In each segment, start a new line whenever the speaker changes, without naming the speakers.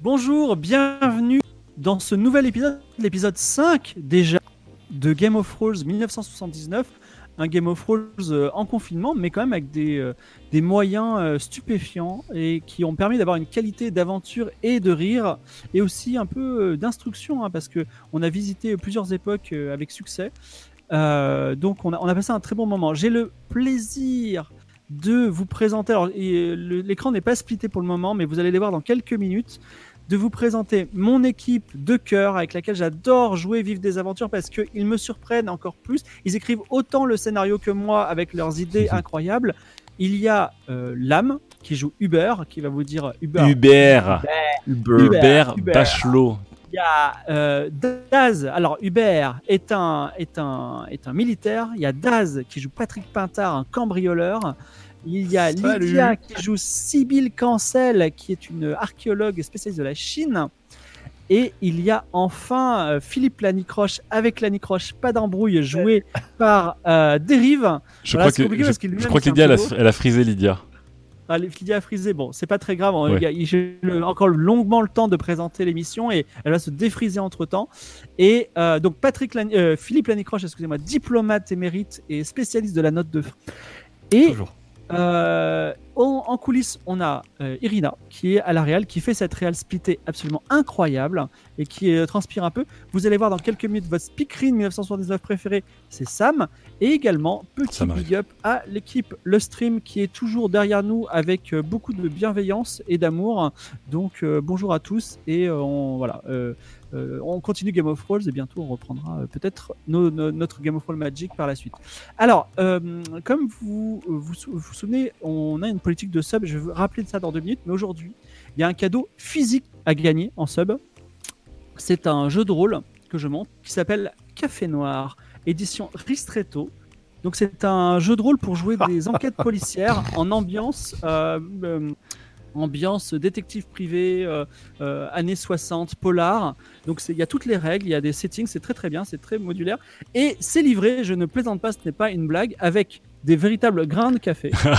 Bonjour, bienvenue dans ce nouvel épisode, l'épisode 5 déjà de Game of Thrones 1979. Un Game of Thrones euh, en confinement, mais quand même avec des, euh, des moyens euh, stupéfiants et qui ont permis d'avoir une qualité d'aventure et de rire et aussi un peu euh, d'instruction hein, parce que on a visité plusieurs époques euh, avec succès. Euh, donc on a, on a passé un très bon moment. J'ai le plaisir de vous présenter, alors et, euh, le- l'écran n'est pas splitté pour le moment, mais vous allez les voir dans quelques minutes, de vous présenter mon équipe de cœur avec laquelle j'adore jouer Vive des Aventures parce qu'ils me surprennent encore plus. Ils écrivent autant le scénario que moi avec leurs idées incroyables. Il y a euh, Lame qui joue Hubert, qui va vous dire Hubert.
Hubert. Hubert
Hubert.
Bachelot.
Il y a euh, Daz. Alors, Hubert est un, est, un, est un militaire. Il y a Daz qui joue Patrick Pintard, un cambrioleur. Il y a
Salut.
Lydia qui joue Sibylle Cancel, qui est une archéologue spécialiste de la Chine. Et il y a enfin euh, Philippe Lanicroche avec Lanicroche, pas d'embrouille, joué par euh, Dérive. Voilà,
Je
c'est
crois que,
compliqué
je,
parce qu'il
je
lui-même,
crois que
c'est un
Lydia, elle a,
pseudo.
elle a frisé Lydia.
Ah, les Lydia a frisé, bon, c'est pas très grave. on-
Ouais.
il y a- il- J'ai le- encore longuement le temps de présenter l'émission et elle va se défriser entre temps. Et euh, donc, Patrick Lani- euh, Philippe Lanicroche, excusez-moi, diplomate émérite et spécialiste de la note de frais. Et
Toujours.
euh, en, en coulisses, on a euh, Irina qui est à la Real, qui fait cette Real splittée absolument incroyable et qui euh, transpire un peu. Vous allez voir dans quelques minutes votre speakerine 1979 préféré, c'est Sam. Et également, petit
Sam arrive.
big up à l'équipe Le Stream qui est toujours derrière nous avec euh, beaucoup de bienveillance et d'amour. Donc euh, bonjour à tous et euh, on, voilà, euh, euh, on continue Game of Thrones et bientôt on reprendra euh, peut-être nos- nos- notre Game of Thrones Magic par la suite. Alors, euh, comme vous vous, sou- vous souvenez, on a une politique de sub. Je vais vous rappeler de ça dans deux minutes. Mais aujourd'hui, il y a un cadeau physique à gagner en sub. C'est un jeu de rôle que je monte qui s'appelle Café Noir, édition Ristretto. Donc, c'est un jeu de rôle pour jouer des enquêtes policières en ambiance. euh, euh, ambiance détective privé, euh, euh, années 60, polar. Donc c'est- il y a toutes les règles, il y a des settings, c'est très très bien, c'est très modulaire. Et c'est livré, je ne plaisante pas, ce n'est pas une blague, avec des véritables grains de café.
oh,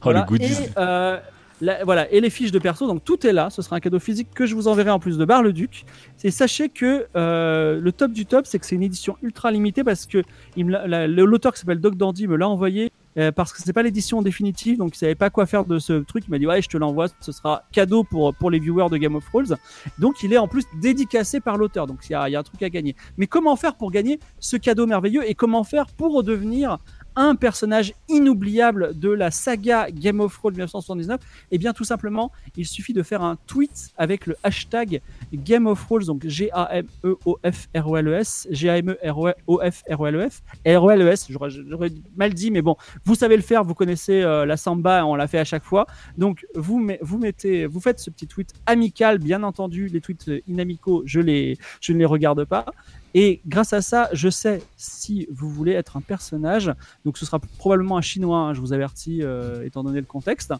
Voilà.
le goodies.
Et, euh, la- voilà, et les fiches de perso, donc tout est là. Ce sera un cadeau physique que je vous enverrai en plus de Bar-le-Duc. Et sachez que euh, le top du top, c'est que c'est une édition ultra limitée parce que il me l'a- la- l'auteur qui s'appelle Doc Dandy me l'a envoyé. euh, parce que c'est pas l'édition définitive, donc il savait pas quoi faire de ce truc. Il m'a dit ouais, je te l'envoie, ce sera cadeau pour pour les viewers de Game of Thrones. Donc il est en plus dédicacé par l'auteur, donc il y a, il y a un truc à gagner. Mais comment faire pour gagner ce cadeau merveilleux et comment faire pour devenir un personnage inoubliable de la saga Game of Thrones 1979 Eh bien, tout simplement, il suffit de faire un tweet avec le hashtag Game of Thrones, donc E G-A-M-E-O-F-R-O-L-E-S, E G-A-M-E-R-O-F-R-O-L-E-S, R-O-L-E-S, E j'aurais j'aurais mal dit, mais bon, vous savez le faire, vous connaissez euh, la samba, on la fait à chaque fois. Donc, vous, met- vous, mettez, vous faites ce petit tweet amical, bien entendu, les tweets euh, inamicaux, je, les, je ne les regarde pas. Et grâce à ça, je sais si vous voulez être un personnage donc ce sera probablement un chinois, hein, je vous avertis, euh, étant donné le contexte.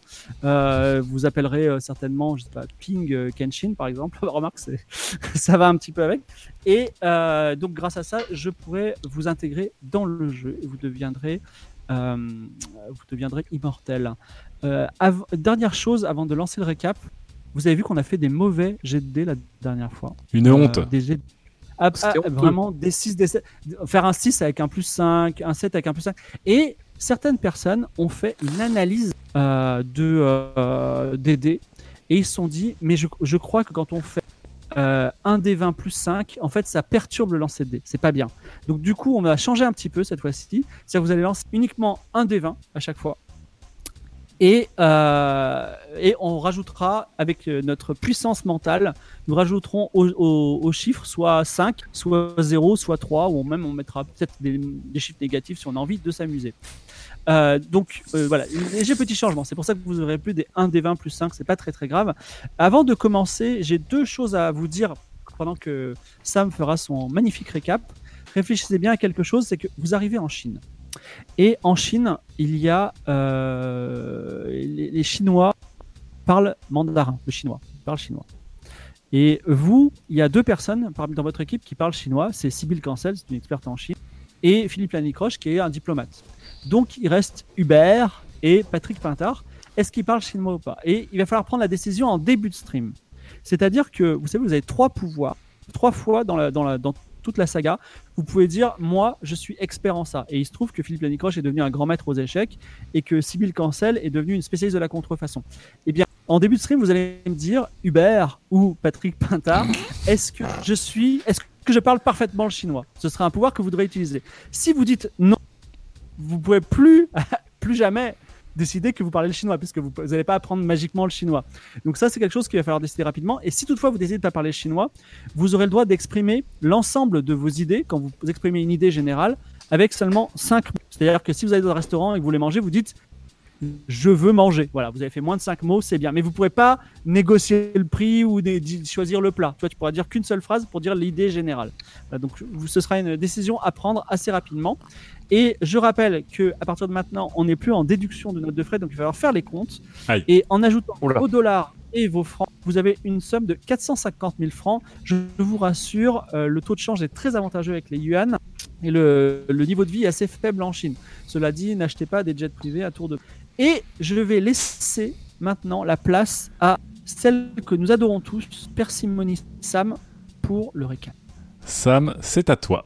Euh, vous appellerez euh, certainement, je sais pas, Ping euh, Kenshin par exemple. Remarque, c'est- ça va un petit peu avec. Et euh, donc grâce à ça, je pourrai vous intégrer dans le jeu et vous deviendrez, euh, vous deviendrez immortel. Euh, av- dernière chose avant de lancer le récap, vous avez vu qu'on a fait des mauvais jets de dés la dernière fois.
Une honte.
Euh, des jets- Ah,
C'était
ah,
honteux.
vraiment des 6, des 7. Faire un 6 avec un plus 5, un 7 avec un plus 5. Et certaines personnes ont fait une analyse euh, de, euh, des dés Et ils se sont dit, mais je, je crois que quand on fait euh, un des 20 plus 5, en fait, ça perturbe le lancer de dés. C'est pas bien. Donc, du coup, on va changer un petit peu cette fois-ci. C'est-à-dire que vous allez lancer uniquement un des 20 à chaque fois. Et, euh, et on rajoutera, avec euh, notre puissance mentale, nous rajouterons au, au- au chiffre soit 5, soit 0, soit 3, ou même on mettra peut-être des, des chiffres négatifs si on a envie de s'amuser. Euh, donc euh, voilà, un léger petit changement. C'est pour ça que vous aurez plus des 1 des 20 plus 5, c'est pas très très grave. Avant de commencer, j'ai deux choses à vous dire pendant que Sam fera son magnifique récap. Réfléchissez bien à quelque chose, c'est que vous arrivez en Chine. Et en Chine, il y a euh, les, les Chinois parlent mandarin, le chinois, ils parlent chinois. Et vous, il y a deux personnes parmi dans votre équipe qui parlent chinois, c'est Sybille Cancel, c'est une experte en Chine, et Philippe Lanicroche qui est un diplomate. Donc il reste Hubert et Patrick Pintard. Est-ce qu'ils parlent chinois ou pas Et il va falloir prendre la décision en début de stream. C'est-à-dire que vous savez, vous avez trois pouvoirs, trois fois dans, la- dans la- dans toute la saga. Vous pouvez dire, moi, je suis expert en ça. Et il se trouve que Philippe Lanicroche est devenu un grand maître aux échecs et que Sybille Cancel est devenue une spécialiste de la contrefaçon. Eh bien, en début de stream, vous allez me dire, Hubert ou Patrick Pintard, est-ce que je suis, est-ce que je parle parfaitement le chinois Ce sera un pouvoir que vous devrez utiliser. Si vous dites non, vous pouvez plus, plus jamais décider que vous parlez le chinois, puisque vous n'allez pas apprendre magiquement le chinois. Donc ça, c'est quelque chose qu'il va falloir décider rapidement. Et si toutefois vous décidez de pas parler le chinois, vous aurez le droit d'exprimer l'ensemble de vos idées, quand vous exprimez une idée générale, avec seulement 5 mots. C'est-à-dire que si vous allez dans un restaurant et que vous voulez manger, vous dites « je veux manger ». Voilà, vous avez fait moins de 5 mots, c'est bien. Mais vous pourrez pas négocier le prix ou né- di- choisir le plat. Tu vois, tu pourras dire qu'une seule phrase pour dire l'idée générale. Voilà, donc vous- ce sera une décision à prendre assez rapidement. Et je rappelle que à partir de maintenant, on n'est plus en déduction de notes de frais, donc il va falloir faire les comptes.
Aïe.
Et en ajoutant
Oula.
vos dollars et vos francs, vous avez une somme de 450 000 francs. Je vous rassure, euh, le taux de change est très avantageux avec les yuan et le, le niveau de vie est assez faible en Chine. Cela dit, n'achetez pas des jets privés à tour de. Et je vais laisser maintenant la place à celle que nous adorons tous, Persimony Sam, pour le récap.
Sam, c'est à toi.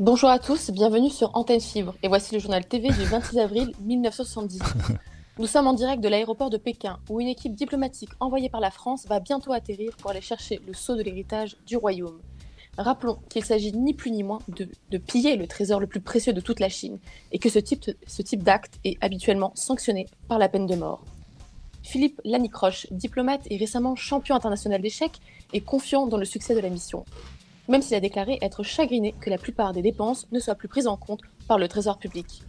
Bonjour à tous, bienvenue sur Antenne Fibre et voici le journal TV du 26 avril 1970. Nous sommes en direct de l'aéroport de Pékin où une équipe diplomatique envoyée par la France va bientôt atterrir pour aller chercher le sceau de l'héritage du royaume. Rappelons qu'il s'agit ni plus ni moins de, de piller le trésor le plus précieux de toute la Chine et que ce type, ce type d'acte est habituellement sanctionné par la peine de mort. Philippe Lanicroche, diplomate et récemment champion international d'échecs, est confiant dans le succès de la mission même s'il a déclaré être chagriné que la plupart des dépenses ne soient plus prises en compte par le Trésor public.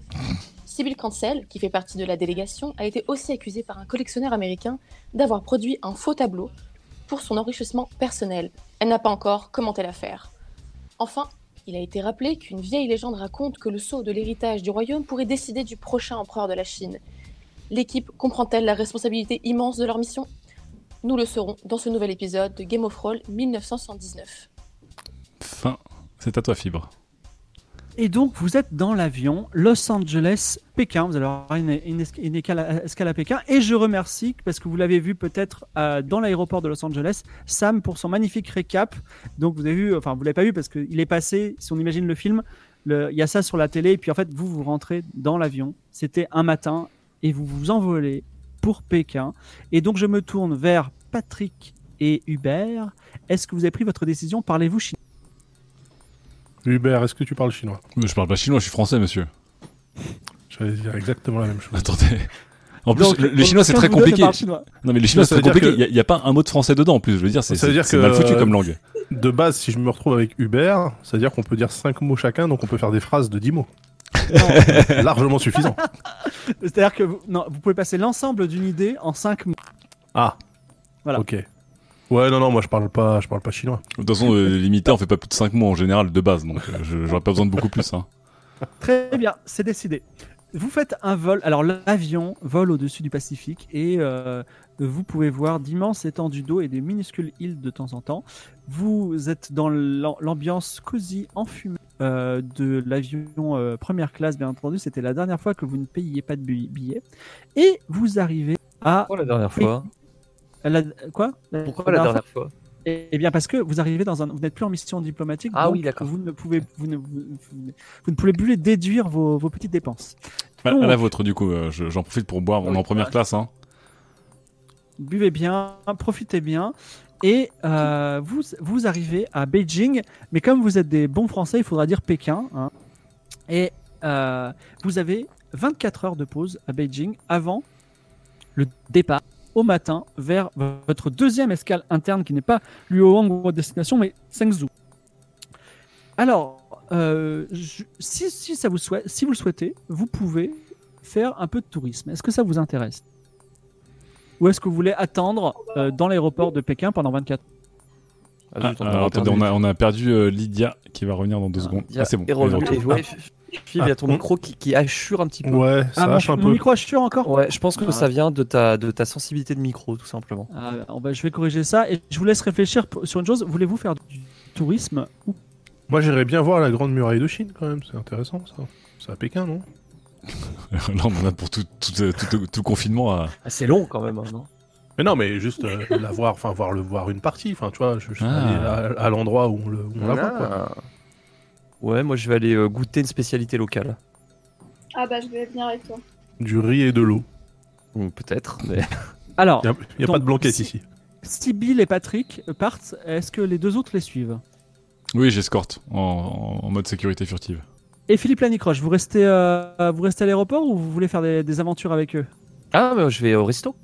Sybille Cancel, qui fait partie de la délégation, a été aussi accusée par un collectionneur américain d'avoir produit un faux tableau pour son enrichissement personnel. Elle n'a pas encore commenté l'affaire. Enfin, il a été rappelé qu'une vieille légende raconte que le sceau de l'héritage du royaume pourrait décider du prochain empereur de la Chine. L'équipe comprend-elle la responsabilité immense de leur mission Nous le saurons dans ce nouvel épisode de Game of Thrones 1979.
Fin. C'est à toi, Fibre.
Et donc, vous êtes dans l'avion Los Angeles-Pékin. Vous allez avoir une, une esca- une escale, à, escale à Pékin. Et je remercie, parce que vous l'avez vu peut-être euh, dans l'aéroport de Los Angeles, Sam pour son magnifique récap. Donc, vous avez vu, enfin, vous l'avez pas vu parce qu'il est passé, si on imagine le film, le- il y a ça sur la télé. Et puis, en fait, vous, vous rentrez dans l'avion. C'était un matin et vous vous envolez pour Pékin. Et donc, je me tourne vers Patrick et Hubert. Est-ce que vous avez pris votre décision Parlez-vous chinois
Hubert, est-ce que tu parles chinois
Mais Je parle pas chinois, je suis français, monsieur.
J'allais dire exactement la même chose.
Attendez. En plus,
Donc,
le, le chinois, c'est
aucun
très
de vous deux ne
compliqué.
parle chinois.
Non, mais le chinois, c'est
Ça veut
très
dire
compliqué. Il n'y a, pas un mot de français dedans, en plus. Je veux dire, c'est
Ça veut
c'est-
dire
c'est
que-
mal foutu
euh,
comme langue.
De base, si je me retrouve avec Hubert, c'est-à-dire qu'on peut dire 5 mots chacun, donc on peut faire des phrases de 10 mots. Largement suffisant.
C'est-à-dire que vous, non, vous pouvez passer l'ensemble d'une idée en 5 mots.
Ah.
Voilà.
Ok. Ouais, non, non, moi je parle pas, je parle pas chinois.
De toute façon, euh, limité, on fait pas plus de 5 mots en général de base, donc euh, je- j'aurais pas besoin de beaucoup plus. Hein.
Très bien, c'est décidé. Vous faites un vol. Alors l'avion vole au-dessus du Pacifique et euh, vous pouvez voir d'immenses étendues d'eau et des minuscules îles de temps en temps. Vous êtes dans l'am- l'ambiance cosy enfumée euh, de l'avion euh, première classe, bien entendu. C'était la dernière fois que vous ne payiez pas de bu- billets. Et vous arrivez à...
Pourquoi la dernière fois
la- quoi
Pourquoi la dernière fois
Eh bien, parce que vous arrivez dans un, vous n'êtes plus en mission diplomatique,
Ah
donc
oui, d'accord.
vous ne pouvez, vous ne, vous, vous ne- vous ne pouvez plus déduire vos, vos petites dépenses.
À, à
Donc.
la vôtre, du coup, euh, je- j'en profite pour boire. On est en première classe, hein.
buvez bien, profitez bien. Et euh, vous, vous arrivez à Beijing, mais comme vous êtes des bons Français, il faudra dire Pékin. hein. et euh, vous avez 24 heures de pause à Beijing avant le départ au matin vers votre deuxième escale interne qui n'est pas Luohang ou votre destination, mais Zhengzhou. Alors, euh, je- si, si ça vous souhaite, si vous le souhaitez, vous pouvez faire un peu de tourisme. Est-ce que ça vous intéresse ou est-ce que vous voulez attendre euh, dans l'aéroport de Pékin pendant 24
Ah, zut,
Ah,
on
alors,
a
attendez,
perdu.
on a, on a perdu euh, Lydia qui va revenir dans deux secondes.
Lydia
Ah, c'est bon.
est
elle est de
revenue.
retour.
Et ouais, F- Phil, il y a ton
Ah.
micro qui, qui hachure un petit peu.
Ouais, ça
mon,
lâche un
Ah, mon
peu.
micro assure encore
Ouais, je pense que
Ah.
ça vient de ta, de ta sensibilité de micro, tout simplement.
Ah, alors, bah, Je vais corriger ça et je vous laisse réfléchir pour- sur une chose. Voulez-vous faire du tourisme ou
Moi, j'irais bien voir la Grande Muraille de Chine, quand même. C'est intéressant, ça. C'est à Pékin, non
Là, on en a pour tout, tout, euh, tout, tout- tout confinement à.
Ah, c'est long quand même, hein, non
Mais non, mais juste euh, la voir, enfin, voir, le, voir une partie. Enfin, tu vois, je, je suis
Ah.
allé à, à l'endroit où on, le- où on la voit, quoi.
Ouais, moi je vais aller euh, goûter une spécialité locale.
Ah bah je vais venir avec toi.
Du riz et de l'eau.
Ou Peut-être, mais
Alors,
Il n'y a,
Donc,
pas de blanquette
si-
ici.
si Bill et Patrick partent, est-ce que les deux autres les suivent
Oui, j'escorte en, en- en mode sécurité furtive.
Et Philippe Lanicroche, vous restez, euh, vous restez à l'aéroport ou vous voulez faire des, des aventures avec eux
Ah, mais je vais au resto.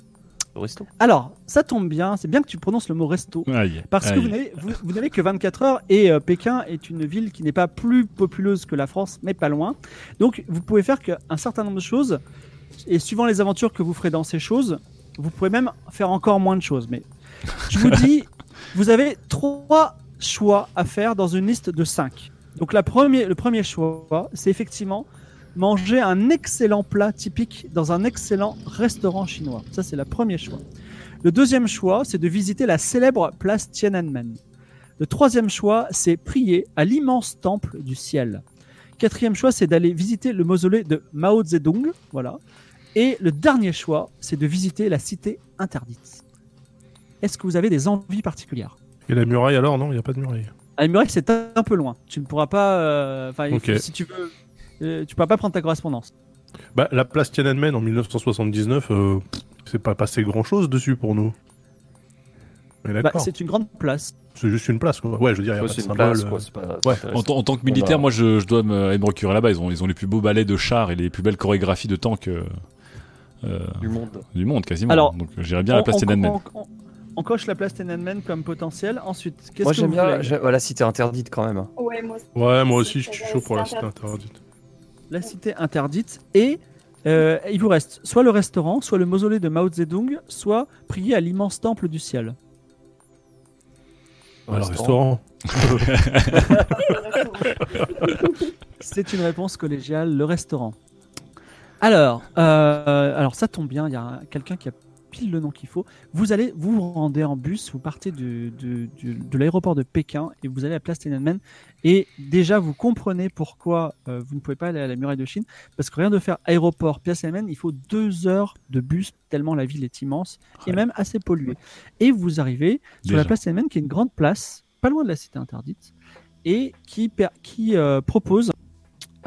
Au resto.
Alors, ça tombe bien, c'est bien que tu prononces le mot resto.
Aïe.
Parce que
aïe.
vous n'avez- vous vous n'avez que 24 heures et euh, Pékin est une ville qui n'est pas plus populeuse que la France, mais pas loin. Donc vous pouvez faire que- un certain nombre de choses et suivant les aventures que vous ferez dans ces choses, vous pouvez même faire encore moins de choses. Mais je vous dis, vous avez trois choix à faire dans une liste de cinq. Donc la premier, le premier choix, c'est effectivement manger un excellent plat typique dans un excellent restaurant chinois. Ça, c'est le premier choix. Le deuxième choix, c'est de visiter la célèbre place Tiananmen. Le troisième choix, c'est prier à l'immense temple du ciel. Quatrième choix, c'est d'aller visiter le mausolée de Mao Zedong. Voilà. Et le dernier choix, c'est de visiter la cité interdite. Est-ce que vous avez des envies particulières
Et la muraille, alors, non Il n'y a pas de muraille.
À Murray, c'est un un peu loin. Tu ne pourras pas. euh, Enfin, il
Ok.
faut- si tu veux. euh, tu pourras pas prendre ta correspondance.
Bah, la place Tiananmen en 1979, euh, c'est pas passé grand-chose dessus pour nous. Mais
Bah,
d'accord,
c'est une grande place.
c'est juste une place, quoi. Ouais, je veux dire, il y a pas de symbole, euh,
Ouais,
En, tant- en tant que militaire,
Voilà.
moi, je, je dois me, aller me procurer là-bas. Ils ont, ils ont les plus beaux ballets de chars et les plus belles chorégraphies de tanks euh, euh,
du monde.
du monde, quasiment.
Alors,
Donc, euh, j'irais bien à la place
on,
Tiananmen.
on- on- on coche la place Tiananmen comme potentiel. Ensuite, qu'est-ce
Moi
que vous
j'aime bien
voulez
j'ai- voilà, cité interdite quand même. hein.
Ouais, moi aussi.
Ouais, moi aussi, je suis chaud pour la cité interdite.
la cité interdite et euh, il vous reste soit le restaurant, soit le mausolée de Mao Zedong, soit prier à l'immense temple du ciel.
Ouais, le restaurant.
euh,
C'est une réponse collégiale, le restaurant. Alors, euh, alors ça tombe bien, il y a quelqu'un qui a pile le nom qu'il faut. Vous allez vous vous rendez en bus, vous partez du- du- du- de l'aéroport de Pékin et vous allez à la place Tiananmen. Et déjà, vous comprenez pourquoi euh, vous ne pouvez pas aller à la muraille de Chine, parce que rien de faire aéroport, place Tiananmen, il faut deux heures de bus, tellement la ville est immense et
Ouais.
même assez polluée. Et vous arrivez sur la
Déjà.
place Tiananmen, qui est une grande place, pas loin de la cité interdite, et qui, per- qui euh, propose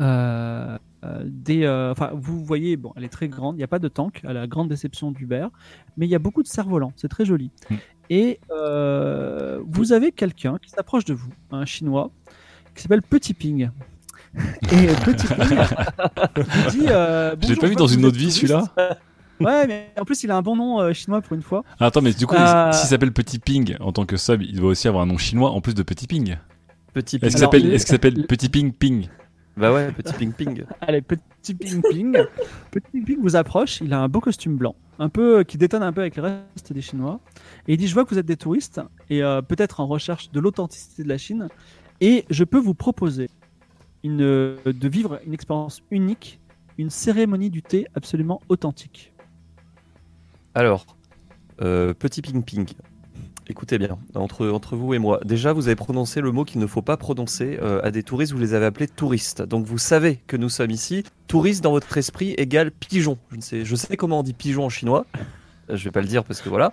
euh, euh, des. euh, Enfin, vous voyez, bon, elle est très grande, il n'y a pas de tank, à la grande déception d'Hubert, mais il y a beaucoup de cerfs-volants, c'est très joli.
Mm.
Et euh, vous avez quelqu'un qui s'approche de vous, un chinois, qui s'appelle Petit Ping. Et euh, Petit Ping vous dit. euh,
Je l'ai
Bonjour,
pas vu
vois
dans
que
une
vous
autre
êtes
vie,
touriste.
celui-là.
Ouais, mais en plus, il a un bon nom euh, chinois pour une fois.
Ah, attends, mais du coup,
Euh,
il- s'il s'appelle Petit Ping en tant que sub, il doit aussi avoir un nom chinois en plus de Petit Ping. Est-ce
Petit ping.
qu'il
Alors,
s'appelle
les-
est-ce qu'il s'appelle
les-
Petit Ping Ping
Bah ouais, petit ping ping.
Allez, petit ping ping. petit ping ping vous approche. Il a un beau costume blanc, un peu euh, qui détonne un peu avec le reste des Chinois. Et il dit je vois que vous êtes des touristes et euh, peut-être en recherche de l'authenticité de la Chine. Et je peux vous proposer une, euh, de vivre une expérience unique, une cérémonie du thé absolument authentique.
Alors, euh, petit ping ping. Écoutez bien, entre, entre vous et moi, déjà vous avez prononcé le mot qu'il ne faut pas prononcer euh, à des touristes, vous les avez appelés touristes. Donc vous savez que nous sommes ici. Touriste dans votre esprit égale pigeon. Je, ne sais, je sais comment on dit pigeon en chinois. Euh, Je vais pas le dire parce que voilà.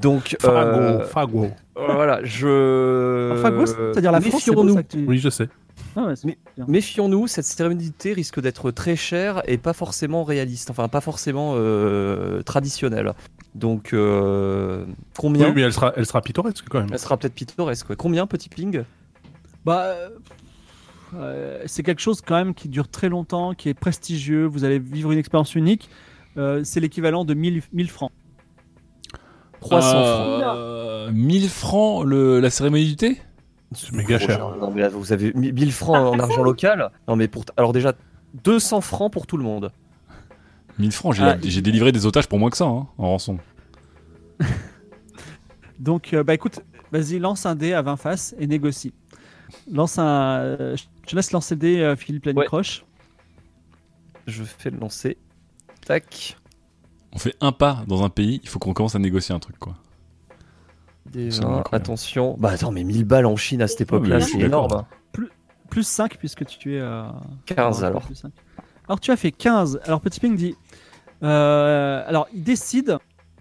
Donc, euh,
Fago, fago.
voilà, je. Euh,
Enfin, gros, c'est-à-dire la France, c'est beau,
Méfions-nous.
ça que tu-
Oui, je sais.
Ah ouais, c'est bien.
Méfions-nous, cette sérénité risque d'être très chère et pas forcément réaliste, enfin pas forcément euh, traditionnelle. Donc euh,
Oui,
combien
mais elle sera, elle sera pittoresque quand même.
Elle sera peut-être pittoresque. ouais. Combien, petit ping
Bah, euh, euh, c'est quelque chose quand même qui dure très longtemps, qui est prestigieux. Vous allez vivre une expérience unique. Euh, c'est l'équivalent de 1000, 1000 francs.
300 francs.
Euh, 1000 francs le, la cérémonie du thé
C'est méga
Trop
cher.
Non, mais là, vous avez mi- 1000 francs en argent local. Non, mais pour t- alors déjà 200 francs pour tout le monde.
1000 francs, j'ai
Ah,
j'ai délivré des otages pour moins que ça, hein, en rançon.
Donc, euh, bah écoute, vas-y, lance un dé à 20 faces et négocie. Lance un. euh, je te laisse lancer le dé, euh, Philippe Lanicroche.
Je fais le lancer. Tac.
On fait un pas dans un pays, il faut qu'on commence à négocier un truc, quoi.
Des
C'est
vingt,
incroyable.
attention. Bah attends, mais 1000 balles en Chine à cette époque-là,
mais je
c'est
suis d'accord.
énorme.
Plus 5 puisque tu es. euh,
15
Bon,
alors.
plus cinq. Alors tu as fait 15. Alors Petit Ping dit. euh, alors il décide.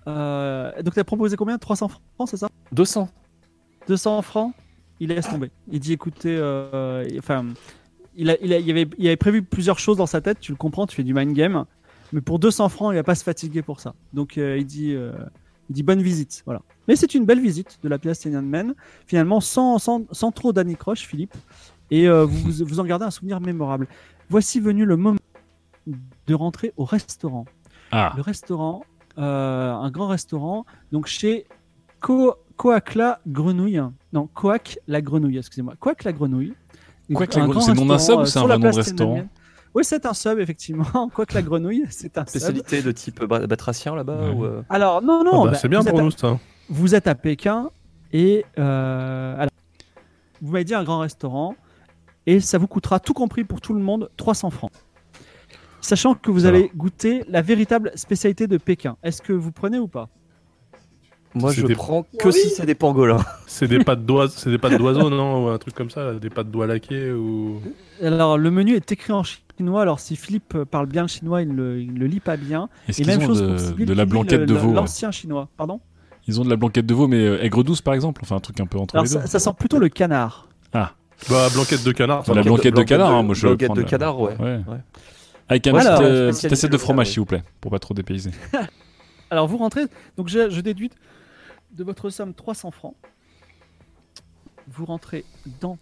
euh, donc tu as proposé combien 300 francs, c'est ça
200.
200 francs Il laisse tomber. Il dit écoutez, euh, il- enfin, il, a- il, a- il avait, il avait prévu plusieurs choses dans sa tête, tu le comprends, tu fais du mind game. Mais pour 200 francs, il va pas se fatiguer pour ça. Donc euh, il, dit, euh, il dit bonne visite. Voilà. Mais c'est une belle visite de la place Tiananmen, finalement sans, sans, sans trop d'anicroche, Philippe. Et euh, vous, vous, vous en gardez un souvenir mémorable. Voici venu le moment de rentrer au restaurant.
Ah,
Le restaurant, euh, un grand restaurant, donc chez Co Coac la Grenouille. Non, Coac la Grenouille, excusez-moi. Coac la Grenouille.
Coac la
Un
Grenouille,
grand
c'est le nom d'un
restaurant, euh,
sub ou c'est un
sur la
vrai nom de
place
restaurant
Tiananmen. Oui, c'est un sub, effectivement. Coac la Grenouille, c'est un sub.
Spécialité de type ba- batracien là-bas
Ouais.
ou, euh,
Alors, non, non,
Ah bah,
bah,
c'est bien
vous
pour
êtes à-
nous ça.
vous êtes à Pékin et euh, alors, vous m'avez dit un grand restaurant et ça vous coûtera tout compris pour tout le monde 300 francs. Sachant que vous
Ça va.
allez goûter la véritable spécialité de Pékin. Est-ce que vous prenez ou pas
Moi
C'est
je
des-
prends que
Oui.
si c'est des pangolins.
C'est des pattes d'oiseau, c'est des pattes d'oiseau, non Ou un truc comme ça, là, des pattes d'oies laquées ou.
Alors le menu est écrit en chinois. Alors si Philippe euh, parle bien le chinois, il ne le, il ne le lit pas bien.
est-ce
Et
qu'ils
même
ont
chose
de,
pour Sibyl
de la
qui lit
blanquette
le-
de
le-
veau ouais
L'ancien chinois, pardon.
Ils ont de la blanquette de veau, mais euh, aigre douce par exemple Enfin, un truc un peu entre
Alors
les deux.
ça, ça sent plutôt le canard.
Bah, blanquette de canard, ça
La
va.
blanquette de canard, hein, moi, je
Blanquette
prends
de
la-
canard, ouais.
Ouais. Avec un
Ouais,
petit,
alors,
euh,
spécialité
petite assiette de
locale,
fromage,
ouais.
s'il vous plaît, pour pas trop dépayser.
Alors vous rentrez. Donc je, je déduis de votre somme 300 francs. Vous rentrez dans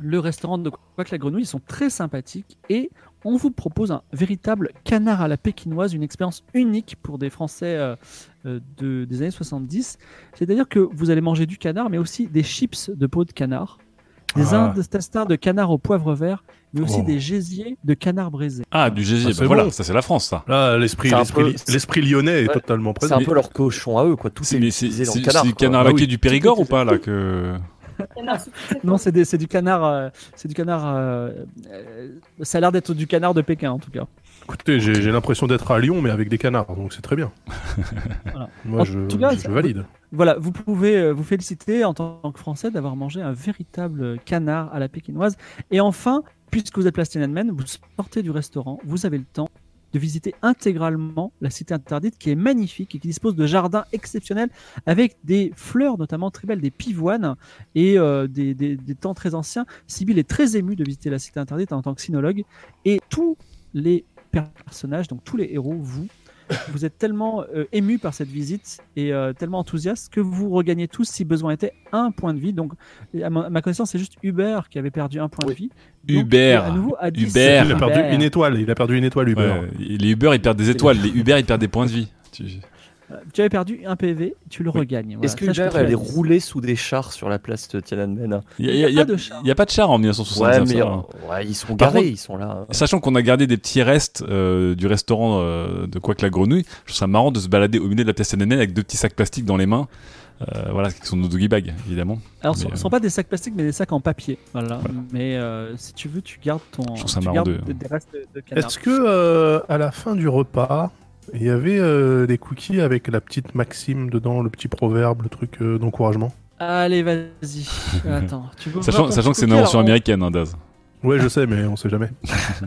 le restaurant de Quack la Grenouille. Ils sont très sympathiques et on vous propose un véritable canard à la pékinoise, une expérience unique pour des Français euh, euh, de, des années 70. C'est-à-dire que vous allez manger du canard, mais aussi des chips de peau de canard, des
Ah.
intestins de canard au poivre vert, mais aussi
Oh.
des gésiers de canard braisé.
Ah, du
Ah,
gésier,
c'est
bah voilà,
bon.
ça c'est la France, ça.
Là, l'esprit,
C'est un
l'esprit,
peu-
li- l'esprit lyonnais est
Ouais.
totalement
C'est
présent.
un peu leur cochon à eux, quoi. Tout
C'est
est
mais c'est-
utilisé dans le
c'est- c'est du
quoi.
canard
Ah oui.
laqué du Périgord ou pas, là que...
Il y en a sous toutes les
Non,
formes.
c'est des- c'est du canard. euh, c'est du canard. euh, euh, ça a l'air d'être du canard de Pékin en tout cas.
Écoutez, j'ai, j'ai l'impression d'être à Lyon, mais avec des canards, donc c'est très bien.
Voilà.
Moi,
En
je,
tout cas,
je
ça-
valide.
Voilà, vous pouvez euh, vous féliciter en tant que Français d'avoir mangé un véritable canard à la pékinoise. Et enfin, puisque vous êtes place Tiananmen, vous sortez du restaurant, vous avez le temps de visiter intégralement la cité interdite qui est magnifique et qui dispose de jardins exceptionnels avec des fleurs notamment très belles, des pivoines et euh, des, des- des temps très anciens. Sibyl est très émue de visiter la cité interdite en tant que sinologue et tous les personnages, donc tous les héros, vous, vous êtes tellement euh, ému par cette visite et euh, tellement enthousiaste que vous regagnez tous, si besoin était, un point de vie. Donc, à ma, ma connaissance, c'est juste Hubert qui avait perdu un point de vie. Donc,
Hubert.
à nouveau à 10.
Hubert.
Il a perdu une étoile, il a perdu une étoile, Uber.
Ouais, les Uber, ils perdent des étoiles, les Uber, ils perdent des points de vie. Tu-
Tu avais perdu un PV, tu le regagnes. Voilà.
Est-ce que
Sache
Hubert,
tu
elle
l'as
est
dit.
roulée sous des chars sur la place de Tiananmen
Il
Il y a
y a-
pas de char.
il y a pas de char en
Ouais,
1970.
mais
ça,
euh,
hein.
ouais, ils sont
Par
garés,
contre-
ils sont là.
Sachant qu'on a gardé des petits restes euh, du restaurant euh, de Quoi que la Grenouille, je trouve ça marrant de se balader au milieu de la place Tiananmen avec deux petits sacs plastiques dans les mains. Euh, voilà, qui sont nos doggy bags, évidemment.
Alors, ce
Mais,
ne sont pas des sacs plastiques, mais des sacs en papier. Voilà. Mais euh, si tu veux, tu gardes ton.
Je trouve ça
tu
marrant
gardes
de-
des- des restes de, de canard.
Est-ce que euh, à la fin du repas, il y avait euh, des cookies avec la petite maxime dedans, le petit proverbe, le truc euh, d'encouragement
Allez, vas-y. Attends. Tu veux voir
Sachant,
ton
sachant que
petit
c'est une
cookie,
invention
alors, on-
américaine, hein, Daz.
Ouais, je sais, mais on sait jamais.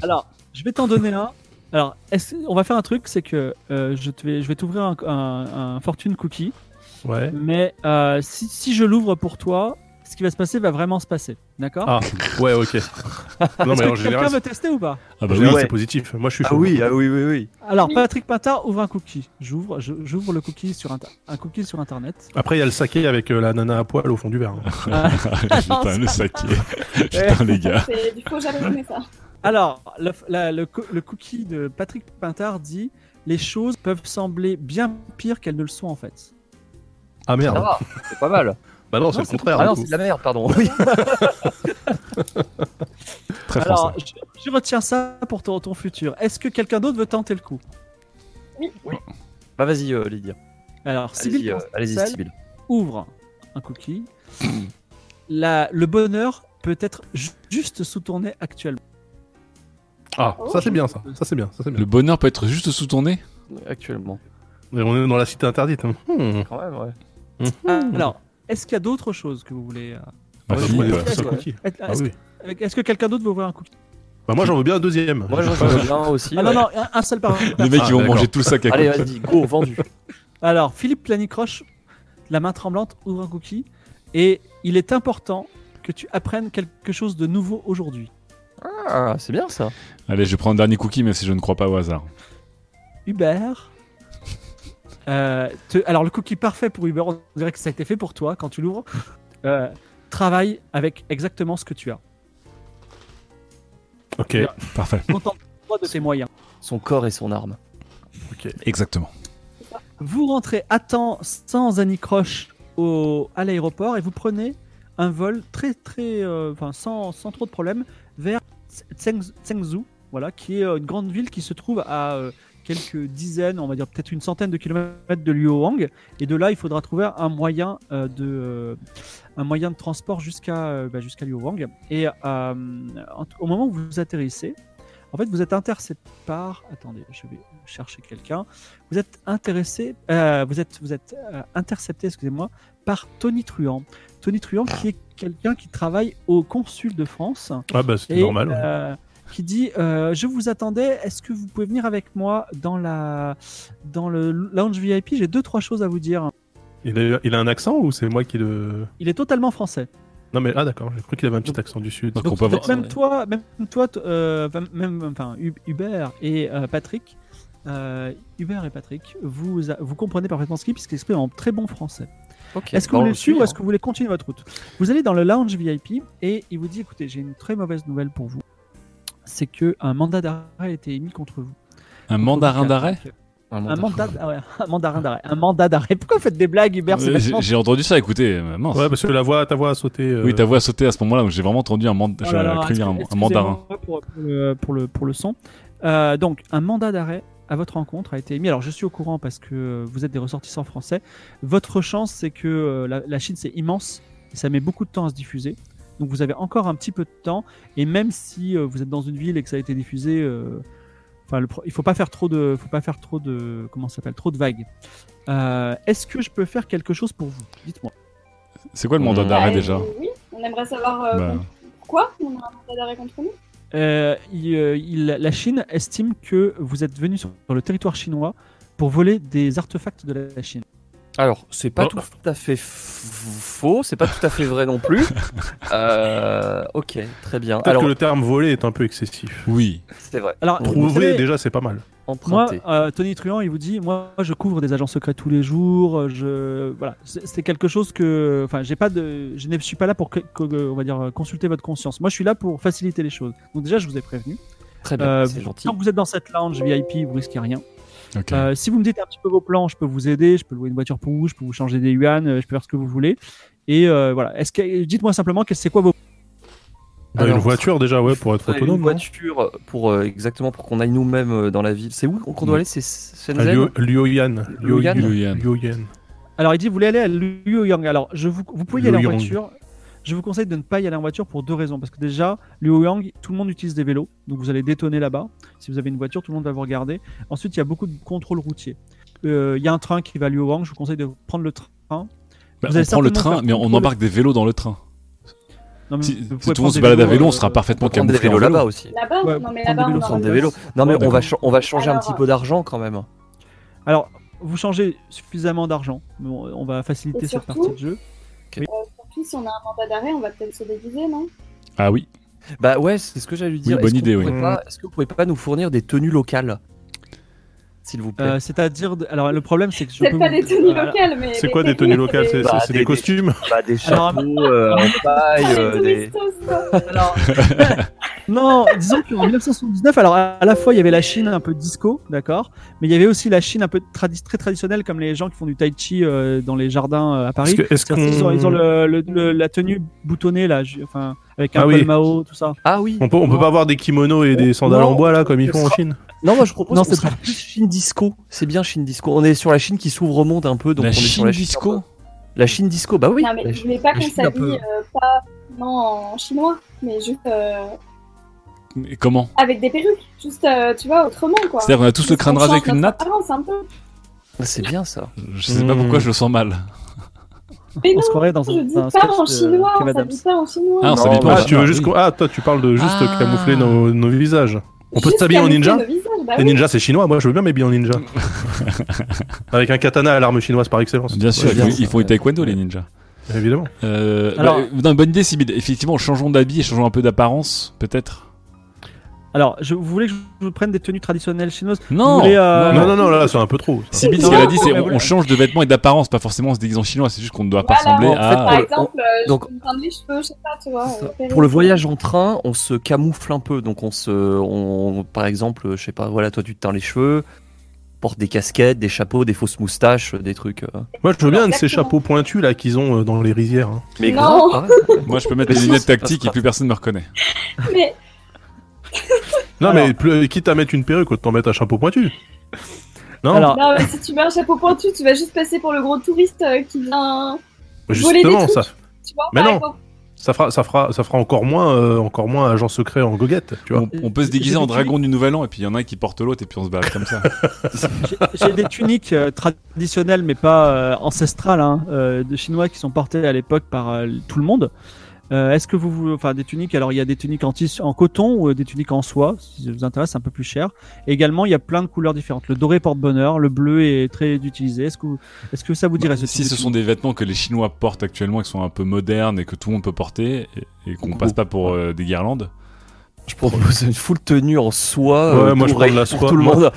Alors, je vais t'en donner un. Alors, est-ce- on va faire un truc, c'est que euh, je, te vais, je vais t'ouvrir un, un- un fortune cookie,
Ouais.
mais euh, si, si je l'ouvre pour toi, ce qui va se passer va vraiment se passer. D'accord
Ah, ouais, ok. Non,
Est-ce
mais en
que quelqu'un
général,
veut tester ou pas
Ah bah
en
oui.
général,
Ouais.
c'est positif. Moi, je suis chaud.
Ah oui, ah oui, oui, oui.
Alors,
Oui.
Patrick Pintard ouvre un cookie. J'ouvre, je- j'ouvre le cookie sur inter- un cookie sur internet.
Après, il y a le saké avec euh, la nana à poil au fond du verre. hein.
Ah,
Putain, le saké. Putain, les gars.
C'est- Du coup, j'avais aimé ça.
Alors, le, la- le co- le cookie de Patrick Pintard dit les choses peuvent sembler bien pires qu'elles ne le sont en fait.
Ah merde.
Ça va, c'est pas mal.
Bah non,
Non,
c'est le
c'est-
contraire.
Ah
du
non,
coup.
c'est de la merde, pardon. Oui.
Très
Alors,
français.
je, je retiens ça pour ton, ton futur. Est-ce que quelqu'un d'autre veut tenter le coup
Bah vas-y, euh, Lydia.
Alors, Sybille
Allez-y, euh, allez-y,
Cancel
Sibyl.
ouvre un cookie. La- le bonheur peut être ju- juste sous ton nez actuellement.
Ah, ça c'est bien, ça. Ça c'est bien, ça c'est bien.
Le bonheur peut être juste sous ton nez
Actuellement.
Mais on est dans la cité interdite. hein. Hmm.
Quand même, ouais.
Ah, Alors, est-ce qu'il y a d'autres choses que vous voulez euh,
Bah,
Ouais, je
Philippe,
voulais
euh,
faire ça au cookie.
Est-
Ah
Est-ce
oui.
est-ce que quelqu'un d'autre veut ouvrir un cookie
Bah moi, j'en veux bien un deuxième.
Moi, j'en veux bien aussi.
Ah non,
ouais.
non, un, un seul par
les mecs,
Ah,
ils vont
d'accord.
manger tout le sac à
Allez,
côté.
vas-y, go, vendu.
Alors, Philippe Planicroche, la main tremblante, ouvre un cookie. Et il est important que tu apprennes quelque chose de nouveau aujourd'hui.
Ah, c'est bien ça.
Allez, je prends un dernier cookie, même si je ne crois pas au hasard.
Hubert. euh, te- alors, le cookie parfait pour Hubert, on dirait que ça a été fait pour toi quand tu l'ouvres. Euh, travaille avec exactement ce que tu as.
Ok,
Parfait.
Contente-toi de tes moyens.
Son corps et son arme.
Exactement.
Vous rentrez à temps sans anicroche au, à l'aéroport et vous prenez un vol très très euh, enfin sans, sans trop de problèmes vers Tseng- Tsengzhou, voilà, qui est euh, une grande ville qui se trouve à euh, quelques dizaines, on va dire peut-être une centaine de kilomètres de Luohang et de là il faudra trouver un moyen euh, de euh, un moyen de transport jusqu'à euh, bah, jusqu'à Luohang et euh, en tout- au moment où vous atterrissez, en fait vous êtes intercepté par attendez, je vais chercher quelqu'un. Vous êtes intéressé, euh, vous êtes, vous êtes euh, intercepté, excusez-moi, par Tony Truant. Tony Truant, qui est quelqu'un qui travaille au consul de France
ah bah c'est
et
normal. ouais.
euh, qui dit euh, Je vous attendais. Est-ce que vous pouvez venir avec moi dans la dans le lounge VIP J'ai deux trois choses à vous dire.
Il, a, il a un accent ou c'est moi qui le...
Il est totalement français.
Non mais ah d'accord, j'ai cru qu'il avait un petit accent du sud.
Donc,
Donc,
on peut avoir...
peut-être même toi, même toi, t- euh, même- même enfin Hu- Hubert et euh, Patrick. euh, Hubert et Patrick, vous, a- vous comprenez parfaitement ce qu'il dit puisqu'il exprime en très bon français.
Ok.
Est-ce que vous
Bah, on
voulez le suivre ou
suit,
est-ce que vous voulez continuer votre route Vous allez dans le lounge VIP et il vous dit écoutez, j'ai une très mauvaise nouvelle pour vous. C'est que un mandat d'arrêt a été émis contre vous.
Un mandarin
Contre
d'arrêt
Patrick.
hein.
Un mandat d'arrêt. Un mandarin d'arrêt. Un mandat d'arrêt. Pourquoi vous faites des blagues, Hubert C'est
Euh, J'ai
vachement-
j'ai entendu ça, écoutez, euh, mince.
Ouais parce que la voix, ta voix a sauté. euh,
Oui, ta voix a sauté à ce moment-là, donc j'ai vraiment entendu un, mand...
Oh
j'ai
là là,
cru lire un, un
excusez-
mandarin.
excusez-moi Pour, pour le, pour, le, pour le son. Euh, donc, un mandat d'arrêt à votre rencontre a été émis. Alors, je suis au courant parce que vous êtes des ressortissants français. Votre chance, c'est que euh, la, la Chine, c'est immense. et ça met beaucoup de temps à se diffuser. Donc, vous avez encore un petit peu de temps. Et même si euh, vous êtes dans une ville et que ça a été diffusé, euh, enfin, le pro- il faut pas faire trop de, faut pas faire trop de, comment ça s'appelle, trop de vagues. Euh, Est-ce que je peux faire quelque chose pour vous Dites-moi.
C'est quoi le mandat
Mmh.
d'arrêt
Bah,
déjà
euh, Oui, on aimerait savoir euh,
Bah.
contre- pourquoi on a un mandat d'arrêt contre nous.
Euh, il- euh, il- la Chine estime que vous êtes venu sur, sur le territoire chinois pour voler des artefacts de la, la Chine.
Alors, c'est pas
Oh.
tout à fait f- faux, c'est pas tout à fait vrai non plus. Euh, ok, très bien.
Peut-être
Alors,
que le terme volé est un peu excessif.
Oui.
c'est vrai.
Alors, vous
Trouver
savez,
déjà c'est pas mal.
moi,
Emprunté.
euh, Tony Truant, il vous dit, moi, je couvre des agents secrets tous les jours. euh, Je, voilà, c'est c'est quelque chose que, enfin, j'ai pas de, je ne suis pas là pour, que- que- on va dire, euh, consulter votre conscience. Moi, je suis là pour faciliter les choses. Donc déjà, je vous ai prévenu.
très bien,
euh,
Eh ben, c'est gentil.
Tant que vous êtes dans cette lounge VIP, vous risquez rien.
Ok.
Euh, si vous me dites un petit peu vos plans, je peux vous aider, je peux louer une voiture pour vous, je peux vous changer des yuan, euh, je peux faire ce que vous voulez. Et euh, voilà. Est-ce que dites-moi simplement que- c'est quoi vos
Bah,
Alors,
une voiture déjà ouais pour être
Faudrait
autonome.
Une
non
voiture pour euh, exactement pour qu'on aille nous-mêmes euh, dans la ville. C'est où qu'on doit aller C'est Shenzhen.
Ah, Liu- Luoyan.
Luoyan.
Luoyan.
Luoyan.
Alors il dit vous voulez aller à Luoyang. Alors je vous vous pouvez y aller en
Luoyang.
voiture. Je vous conseille de ne pas y aller en voiture pour deux raisons. Parce que déjà, Luoyang, tout le monde utilise des vélos, donc vous allez détonner là-bas. Si vous avez une voiture, tout le monde va vous regarder. Ensuite, il y a beaucoup de contrôles routiers. Euh, Il y a un train qui va à Luoyang. Je vous conseille de prendre le train. vous
Bah, on
allez
prend le
certainement
train,
faire
mais on
contrôler-
embarque des vélos dans le train.
Non, mais
Si,
vous
si
pouvez
tout le monde
prendre
se
des
balade à
vélos,
vélo, on
euh,
sera parfaitement
On prend des
camouflé en
vélos
vélo.
là-bas aussi.
Là-bas
Ouais,
Non, mais
prendre des
là-bas,
vélos,
on
prendre
a
Prendre
un
des vélos. Non mais on
D'accord.
va cha- on va changer un
Alors,
petit peu d'argent quand même.
Alors, vous changez suffisamment d'argent. mais On on va faciliter
Et
cette
surtout-
partie de jeu.
Surtout, si on a un mandat d'arrêt, on va peut-être se déguiser, non
Ah oui.
Bah ouais, c'est ce que j'allais lui dire.
bonne
Est-ce qu'on
idée, oui.
pourrait pas- Est-ce que vous pouvez pas nous fournir des tenues locales S'il vous plaît.
Euh, C'est-à-dire, de- alors le problème c'est que je
C'est
peux
pas
vous- euh,
des tenues
Voilà.
locales, mais.
C'est
les
quoi des tenues locales
c'est
C'est
des-
Bah,
c'est des
des-
costumes
Bah, des
Alors-
chapeaux, euh, en paille,
Ah,
euh,
les
des...
touristos, quoi.
Non, disons qu'en 1979, alors à à la fois il y avait la Chine un peu disco, d'accord, mais il y avait aussi la Chine un peu tradi- très traditionnelle, comme les gens qui font du tai chi euh, dans les jardins euh, à Paris.
Est-ce que- est-ce
C'est-à-dire, Ils ont, ils ont
qu'on
le- le- le- la tenue boutonnée là, ju- enfin avec un
Ah
peu
oui.
de Mao, tout ça.
Ah oui.
on peut, on peut pas avoir des kimonos et des sandales en bois là comme ils font en Chine
Non, moi je propose.
Non,
Non,
c'est
c'est plus Chine disco. C'est bien Chine disco. On est sur la Chine qui s'ouvre au monde un peu, donc
la
on est sur
Chine
la Chine un
disco
peu. La Chine disco, bah oui.
Non, mais
La
je
Chine-
voulais pas
la
qu'on
Chine un peu-
s'habille euh, pas forcément en chinois, mais juste euh,
Mmh.
Mais Comment
avec des perruques, juste, euh, tu vois, autrement, quoi.
C'est-à-dire qu'on a tous le
Juste
crâne
qu'on
rasé
change
avec une
notre
natte
apparence un peu.
C'est bien ça.
Mmh.
Je sais pas
Hmm.
pourquoi je le sens mal.
Mais
On
non,
se croirait dans
je
un,
dis
dans un
pas en
sketch de
chinois,
Kev
on
Adams.
s'habille pas en chinois.
Ah, on
Non,
s'habille
bah,
pas
Ah,
en
tu veux
chinois,
juste
oui.
qu'on- Ah, toi tu parles de juste
Ah.
camoufler nos, nos visages. On peut
Juste
s'habiller en
camoufler
ninja
nos visages, bah
Les
oui.
ninjas c'est chinois, moi je veux bien m'habiller en ninja. Avec un katana à l'arme chinoise par
Mmh.
excellence.
Bien sûr,
Ouais,
ils
bien
font-
ça,
ils font du
ouais.
taekwondo, les ninjas.
Évidemment.
Euh,
Alors-
bah, euh, non, bonne idée, Sybille. Effectivement, changeons d'habit et changeons un peu d'apparence, peut-être.
Alors, je, vous voulez que je vous prenne des tenues traditionnelles chinoises
Ah Non,
voulez, euh,
Non, non, non, là c'est un peu trop. ça.
Sybille, ce
Non,
qu'elle a dit, c'est
mais
on,
voilà.
on change de vêtements et d'apparence, pas forcément on se déguise en chinois, c'est juste qu'on ne doit pas
Voilà,
ressembler
en
à.
fait,
Par
Ah,
exemple, euh,
donc-
je me teins les cheveux, je sais pas, tu vois.
C'est
euh,
ça.
perruque.
Pour le voyage en train, on se camoufle un peu. Donc on se, on, par exemple, je sais pas, voilà, toi tu te teins les cheveux, porte des casquettes, des chapeaux, des fausses moustaches, des trucs. euh.
Moi je veux bien
Alors,
de ces
exactement.
chapeaux pointus là qu'ils ont euh, dans les rizières. hein.
Mais
Non.
grave, Ah ouais.
Moi, je peux mettre des
Mais
lunettes
c'est pas
tactiques et
ça.
plus personne ne me reconnaît.
Mais
Non
Alors-
mais plus- euh, quitte à mettre une perruque, autant mettre un chapeau pointu. Non,
Alors,
non, mais si tu mets un chapeau pointu, tu vas juste passer pour le gros touriste euh, qui vient. voler des
justement
trucs.
ça,
Tu vois,
Mais
par
non.
exemple.
ça fera, ça fera, ça fera encore moins, euh, encore moins agent secret en goguette, tu vois.
On, on peut se déguiser
J'ai
en
des tuniques-
dragon du Nouvel An et puis il y en a un qui porte l'autre et puis on se bat comme ça.
j'ai- J'ai des tuniques euh, traditionnelles, mais pas euh, ancestrales, hein, euh, de chinois qui sont portées à l'époque par euh, tout le monde. Euh, Est-ce que vous voulez, enfin, des tuniques Alors, il y a des tuniques en, tissu- en coton ou euh, des tuniques en soie, si ça vous intéresse, c'est un peu plus cher. Et également, il y a plein de couleurs différentes. Le doré porte bonheur, le bleu est très utilisé. Est-ce que, vous- est-ce que ça vous dirait ce
Bah, si
type
ce
de
sont des vêtements que les Chinois portent actuellement et qui sont un peu modernes et que tout le monde peut porter et, et qu'on passe pas pour euh, des guirlandes,
je propose une full tenue en soie.
Ouais,
euh,
moi, je
dorée
prends de la
pour
soie.
Tout le
Moi-
monde.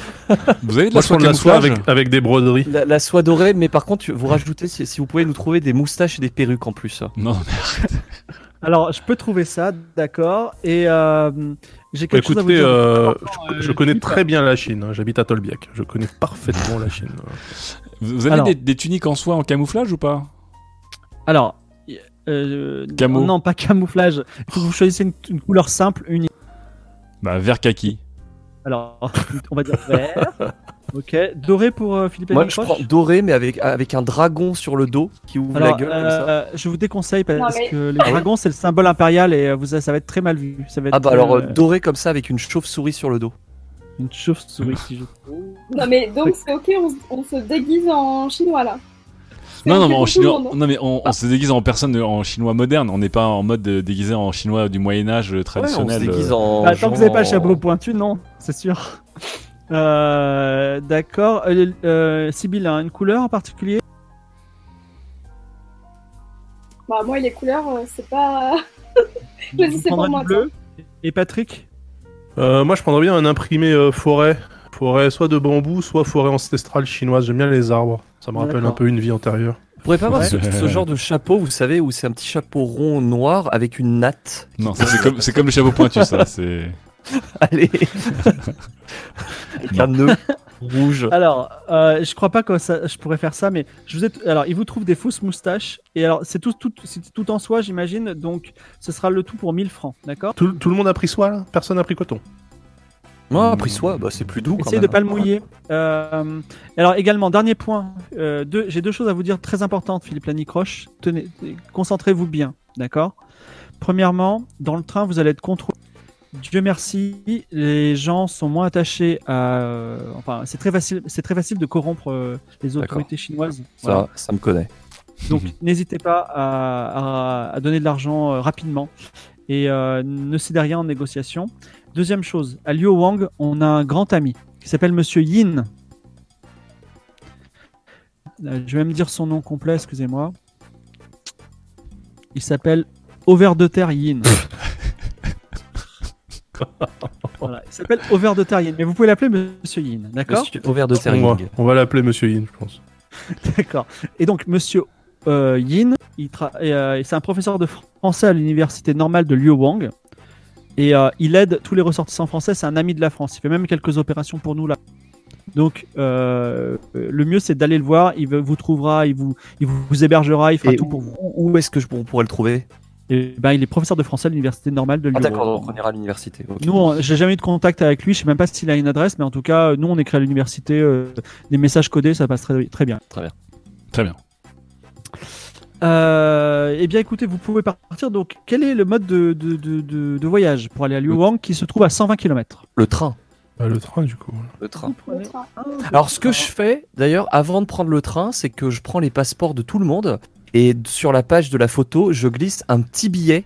vous avez de la
Moi je
soie
prends de la soie
camouflage
avec, avec des broderies.
La, la soie dorée, mais par contre, tu- vous rajoutez si, si vous pouvez nous trouver des moustaches et des perruques en plus.
Non,
Alors, je peux trouver ça, d'accord. Et euh, j'ai quelque chose à vous
écoutez,
dire.
euh, je,
euh,
je connais
Philippe.
très bien la Chine. hein. J'habite à Tolbiac. Je connais parfaitement la Chine.
vous vous avez
Alors.
des, des tuniques en soie en camouflage ou pas
Alors, y- euh,
Camo.
non, pas camouflage. Il faut que vous choisissez une, une couleur simple, unique.
Bah, vert kaki.
Alors, on va dire vert. ok, doré pour euh, Philippe
Moi, je
Lacoste.
prends doré, mais avec, avec un dragon sur le dos qui ouvre
Alors,
la gueule comme ça.
euh, je vous déconseille parce
Non, mais-
que les dragons, c'est le symbole impérial et euh, vous, ça va être très mal vu. Ça va être
Ah bah alors,
euh,
euh, doré comme ça avec une chauve-souris sur le dos.
une chauve-souris. si je-
Non, mais donc c'est ok, on, se- on se déguise en chinois là. C'est
Non, non,
ok
mais en
pour tout le
chinois,
monde. hein.
non, mais on, on se déguise en personne en chinois moderne. On n'est pas en mode euh, déguisé en chinois du Moyen-Âge
on se
traditionnel.
déguise
euh.
en.
Bah, tant que vous n'avez pas le
genre en-
chapeau pointu, non, c'est sûr. Euh, d'accord. Euh, euh, Sybille, hein, une couleur en particulier
Bah, moi, les couleurs, euh, c'est pas. Vas-y,
Vous
c'est pour
prendrez du
moi,
bleu. Et Patrick
Euh, moi, je prendrais bien un imprimé euh, forêt. Forêt soit de bambou, soit forêt ancestrale chinoise. J'aime bien les arbres. Ça me rappelle
D'accord.
un peu une vie antérieure.
Vous pourrez pas avoir ce,
Ouais.
ce genre de chapeau, vous savez, où c'est un petit chapeau rond noir avec une natte.
Non, ça, c'est comme, c'est comme le chapeau pointu, ça. C'est.
Allez Avec un nœud rouge.
Alors, euh, je crois pas que ça, je pourrais faire ça, mais je vous ai. Alors, il vous trouve des fausses moustaches. Et alors, c'est tout, tout, c'est tout en soi, j'imagine. Donc, ce sera le tout pour 1000 francs, d'accord
Tout, tout le monde a pris soie, là Personne n'a pris coton.
Moi, après soie, bah, c'est plus doux quand
Essayez
même.
de pas le mouiller. Euh, alors, également, dernier point. euh, deux- J'ai deux choses à vous dire très importantes, Philippe Lanicroche. Tenez, concentrez-vous bien, d'accord Premièrement, dans le train, vous allez être contrôlé. Dieu merci, les gens sont moins attachés à. euh, Enfin, c'est très facile. C'est très facile de corrompre euh, les
D'accord.
autorités chinoises.
Ça, ça me connaît.
Donc n'hésitez pas à, à- à donner de l'argent euh, rapidement et euh, ne cédez rien en négociation. Deuxième chose, à Liu Wang, on a un grand ami qui s'appelle Monsieur Yin. Euh, je vais même dire son nom complet, excusez-moi. Il s'appelle Over de Terre Yin. Voilà, il s'appelle Over de Terre Yin. Mais vous pouvez l'appeler Monsieur Yin, d'accord
Monsieur Over de
On va,
Terring.
on va l'appeler Monsieur Yin, je pense.
D'accord. Et donc, monsieur euh, Yin, il tra- et, euh, c'est un professeur de français à l'université normale de Liuwang. Et euh, il aide tous les ressortissants français. C'est un ami de la France. Il fait même quelques opérations pour nous là. Donc, euh, euh, le mieux, c'est d'aller le voir. Il ve- vous trouvera, il vous, il vous, vous hébergera, il fera
Et
tout pour vous.
Où, où est-ce que je on pourrait le trouver
Et, ben, il est professeur de français à l'université normale de
Ah
Liuwang.
d'accord, donc on ira à l'université. ok.
Nous, on- j'ai jamais eu de contact avec lui. Je sais même pas s'il a une adresse, mais en tout cas, euh, nous, on écrit à l'université euh, des messages codés, ça passe très, très bien.
Très bien.
Très bien.
Euh, eh bien, écoutez, vous pouvez partir. Donc, quel est le mode de, de, de, de- de voyage pour aller à Liuwang qui se trouve à 120 km
Le train.
Bah, le train, du coup.
Le train.
Le train.
Alors ce que je fais d'ailleurs avant de prendre le train, c'est que je prends les passeports de tout le monde et sur la page de la photo, je glisse un petit billet